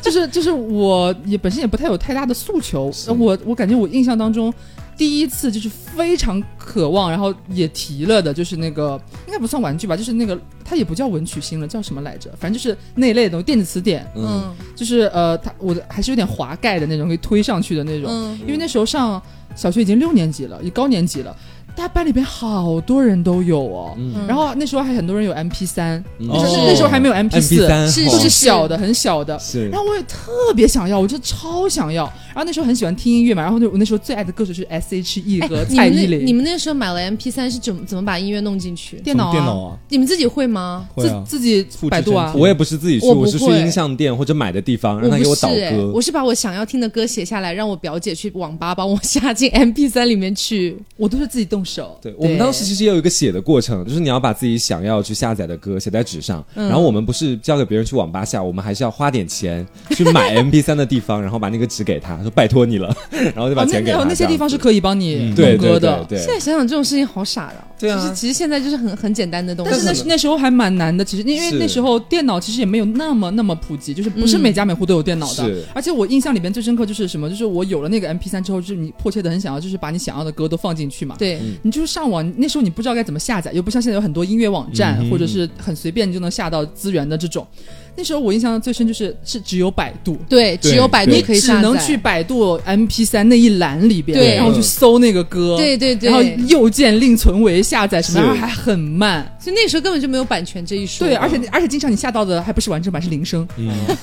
Speaker 4: 就是就是我也本身也不太有太大的诉求，我我感觉我印象当中。第一次就是非常渴望，然后也提了的，就是那个应该不算玩具吧，就是那个它也不叫文曲星了，叫什么来着？反正就是那一类的东西，电子词典，
Speaker 1: 嗯
Speaker 3: 嗯
Speaker 4: 就是呃，它我的还是有点滑盖的那种，可以推上去的那种。
Speaker 3: 嗯，
Speaker 4: 因为那时候上小学已经六年级了，也高年级了，大班里边好多人都有哦。
Speaker 1: 嗯，
Speaker 3: 嗯
Speaker 4: 然后那时候还很多人有 MP 三、
Speaker 1: 嗯
Speaker 4: 那时
Speaker 5: 哦
Speaker 4: 候那时候还没有 MP 四，
Speaker 1: 三哦
Speaker 3: 是
Speaker 4: 就是
Speaker 3: 是
Speaker 4: 小的很小的。
Speaker 1: 是
Speaker 4: 然后我也特别想要，我就超想要。然后那时候很喜欢听音乐嘛，然后那我那时候最爱的歌手是 S.H.E
Speaker 3: 哎
Speaker 4: 和，
Speaker 3: 你
Speaker 4: 蔡
Speaker 3: 们
Speaker 4: 依
Speaker 3: 那
Speaker 4: 林。
Speaker 3: 你们那时候买了 MP 三是怎么怎么把音乐弄进去？
Speaker 4: 电脑啊，
Speaker 5: 电脑啊，
Speaker 3: 你们自己会吗？
Speaker 5: 会啊，
Speaker 4: 自自己
Speaker 5: 复制
Speaker 4: 百度啊
Speaker 5: 粘贴。
Speaker 1: 我也不是自己去，
Speaker 3: 我不
Speaker 1: 我是去
Speaker 3: 会
Speaker 1: 音像店或者买的地方，让
Speaker 3: 不
Speaker 1: 他啊给我
Speaker 3: 是
Speaker 1: 导
Speaker 3: 哎，
Speaker 1: 歌。
Speaker 3: 我是把我想要听的歌写下来，让我表姐去网吧帮我下进 MP 三里面去。
Speaker 4: 我都是自己动手。
Speaker 1: 对我们当时其实也有一个写的过程，就是你要把自己想要去下载的歌写在纸上，
Speaker 4: 嗯
Speaker 1: 然后我们不是交给别人去网吧下，我们还是要花点钱去 买 MP 三的地方，然后把那个纸给他，说拜托你了，然后就把
Speaker 4: 哦，那
Speaker 1: 钱给
Speaker 4: 然
Speaker 1: 他。
Speaker 4: 后那些
Speaker 1: 这样
Speaker 4: 地方
Speaker 1: 子
Speaker 4: 是可以帮你
Speaker 5: 嗯
Speaker 1: 对
Speaker 4: 弄
Speaker 1: 对
Speaker 4: 歌
Speaker 1: 对
Speaker 4: 的。
Speaker 1: 对
Speaker 3: 现在想想这种事情好傻的哦。
Speaker 1: 对
Speaker 3: 就是
Speaker 1: 啊，
Speaker 3: 其实现在就是很很简单的东西，
Speaker 4: 但是那
Speaker 1: 是
Speaker 4: 那时候还蛮难的，其实因为
Speaker 1: 是
Speaker 4: 那时候电脑其实也没有那么那么普及，就是不是
Speaker 3: 嗯
Speaker 4: 每家每户都有电脑的。
Speaker 1: 是
Speaker 4: 而且我印象里边最深刻就是什么，就是我有了那个 MP 3之后，就是你迫切的很想要，就是把你想要的歌都放进去嘛。，
Speaker 3: 对
Speaker 4: 你就是上网，那时候你不知道该怎么下载，又不像现在有很多音乐网站、
Speaker 5: 嗯
Speaker 4: 或者是很随便你就能下到资源的这种。那时候我印象最深就是是只有百度。
Speaker 3: 对，只有百度
Speaker 5: 对
Speaker 3: 可以
Speaker 4: 只
Speaker 3: 下载，
Speaker 4: 能去百度 MP 3那一栏里边，
Speaker 3: 对
Speaker 4: 然后去搜那个歌，
Speaker 3: 对对对
Speaker 4: 然后右键另存为下载什么，
Speaker 1: 是
Speaker 4: 然后还很慢，
Speaker 3: 所以那时候根本就没有版权这一说。
Speaker 4: 对，而且而且经常你下到的还不是完整版，是铃声。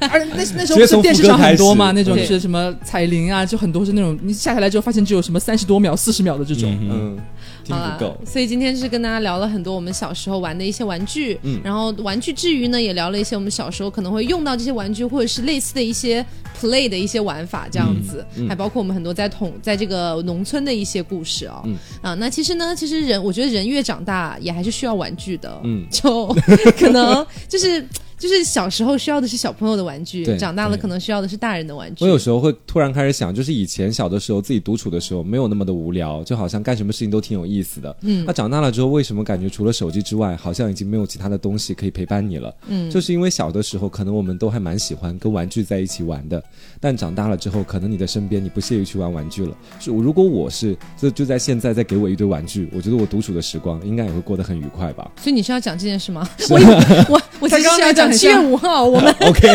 Speaker 4: 而那那时
Speaker 1: 嗯直
Speaker 4: 候
Speaker 1: 接
Speaker 4: 不
Speaker 1: 从
Speaker 4: 是电视
Speaker 1: 副
Speaker 4: 上
Speaker 1: 歌开
Speaker 4: 很多
Speaker 1: 始
Speaker 4: 嘛，那种
Speaker 3: 对
Speaker 4: 是什么彩铃啊，就很多是那种你下下来之后发现只有什么三十多秒、四十秒的这种。
Speaker 5: 嗯
Speaker 1: 嗯，听
Speaker 3: 好啦
Speaker 1: 不够。
Speaker 3: 所以今天就是跟大家聊了很多我们小时候玩的一些玩具，
Speaker 1: 嗯
Speaker 3: 然后玩具之余呢，也聊了一些我们小时候可能会用到这些玩具，或者是类似的一些 play 的一些玩法这样子，
Speaker 1: 嗯嗯
Speaker 3: 还包括我们很多在统在这个农村的一些故事哦。
Speaker 1: 嗯
Speaker 3: 啊，那其实呢，其实人我觉得人越长大也还是需要玩具的，哦
Speaker 1: 嗯
Speaker 3: 就 可能就是。就是小时候需要的是小朋友的玩具
Speaker 1: 对，
Speaker 3: 长大了
Speaker 5: 对
Speaker 3: 可能需要的是大人的玩具。
Speaker 1: 我有时候会突然开始想，就是以前小的时候自己独处的时候，没有那么的无聊，就好像干什么事情都挺有意思的。嗯，那长大了之后，为什么感觉除了手机之外，好像已经没有其他的东西可以陪伴你了？嗯，就是因为小的时候，可能我们都还蛮喜欢跟玩具在一起玩的，但长大了之后，可能你的身边你不屑于去玩玩具了。是，如果我是就就在现在再给我一堆玩具，我觉得我独处的时光应该也会过得很愉快吧。
Speaker 3: 所以你是要讲这件事吗？我以为我我其实
Speaker 4: 他刚刚
Speaker 3: 是要讲
Speaker 4: 那
Speaker 3: 七
Speaker 4: 讲
Speaker 3: 月五号，我们
Speaker 1: OK，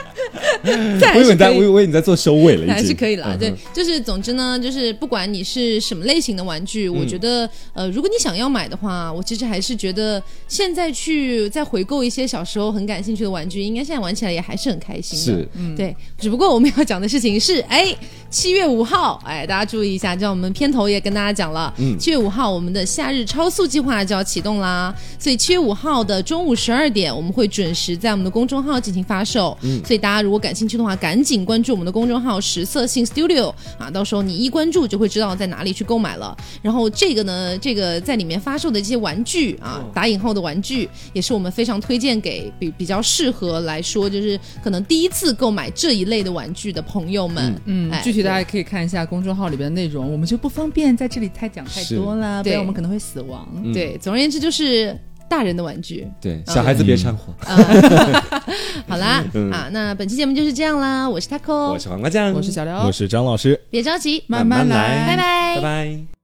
Speaker 3: 再
Speaker 1: 我以为你在，
Speaker 3: 可以
Speaker 1: 我以为你在做收尾了，已经
Speaker 3: 还是可以啦，
Speaker 1: 嗯
Speaker 3: 对，就是总之呢，就是不管你是什么类型的玩
Speaker 1: 嗯
Speaker 3: 具，我觉得呃，如果你想要买的话，我其实还是觉得现在去再回购一些小时候很感兴趣的玩具，应该现在玩起来也还是很开心的。
Speaker 1: 是，嗯
Speaker 3: 对，只不过我们要讲的事情是，哎，七月五号，哎，大家注意一下，就像我们片头也跟大家讲了，
Speaker 1: 嗯
Speaker 3: 七月五号我们的夏日超速计划就要启动啦，所以七月五号的中午十二点，我们会准时在我们的公众号进行发售，所以大家如果感兴趣的话，赶紧关注我们的公众号“实色性 Studio” 啊，到时候你一关注就会知道在哪里去购买了。然后这个呢，这个在里面发售的这些玩具啊，打引号的玩具，也是我们非常推荐给比比较适合来说，就是可能第一次购买这一类的玩具的朋友们，
Speaker 4: 嗯
Speaker 3: 哎，
Speaker 4: 具体大家可以看一下公众号里边的内容，我们就不方便在这里太讲太多了，不
Speaker 3: 对
Speaker 4: 然我们可能会死亡。
Speaker 1: 嗯
Speaker 3: 对，总而言之就是大人的玩具。
Speaker 1: 对，小孩子别
Speaker 5: 嗯
Speaker 1: 掺和。
Speaker 3: 哦好啦，
Speaker 1: 嗯
Speaker 3: 啊，那本期节目就是这样啦，我是 Taco，
Speaker 1: 我是黄瓜酱，
Speaker 4: 哦我是小廖，
Speaker 5: 我是张老师。
Speaker 3: 别着急，
Speaker 4: 慢慢
Speaker 1: 慢慢来
Speaker 4: 来
Speaker 3: 拜拜
Speaker 1: 拜拜。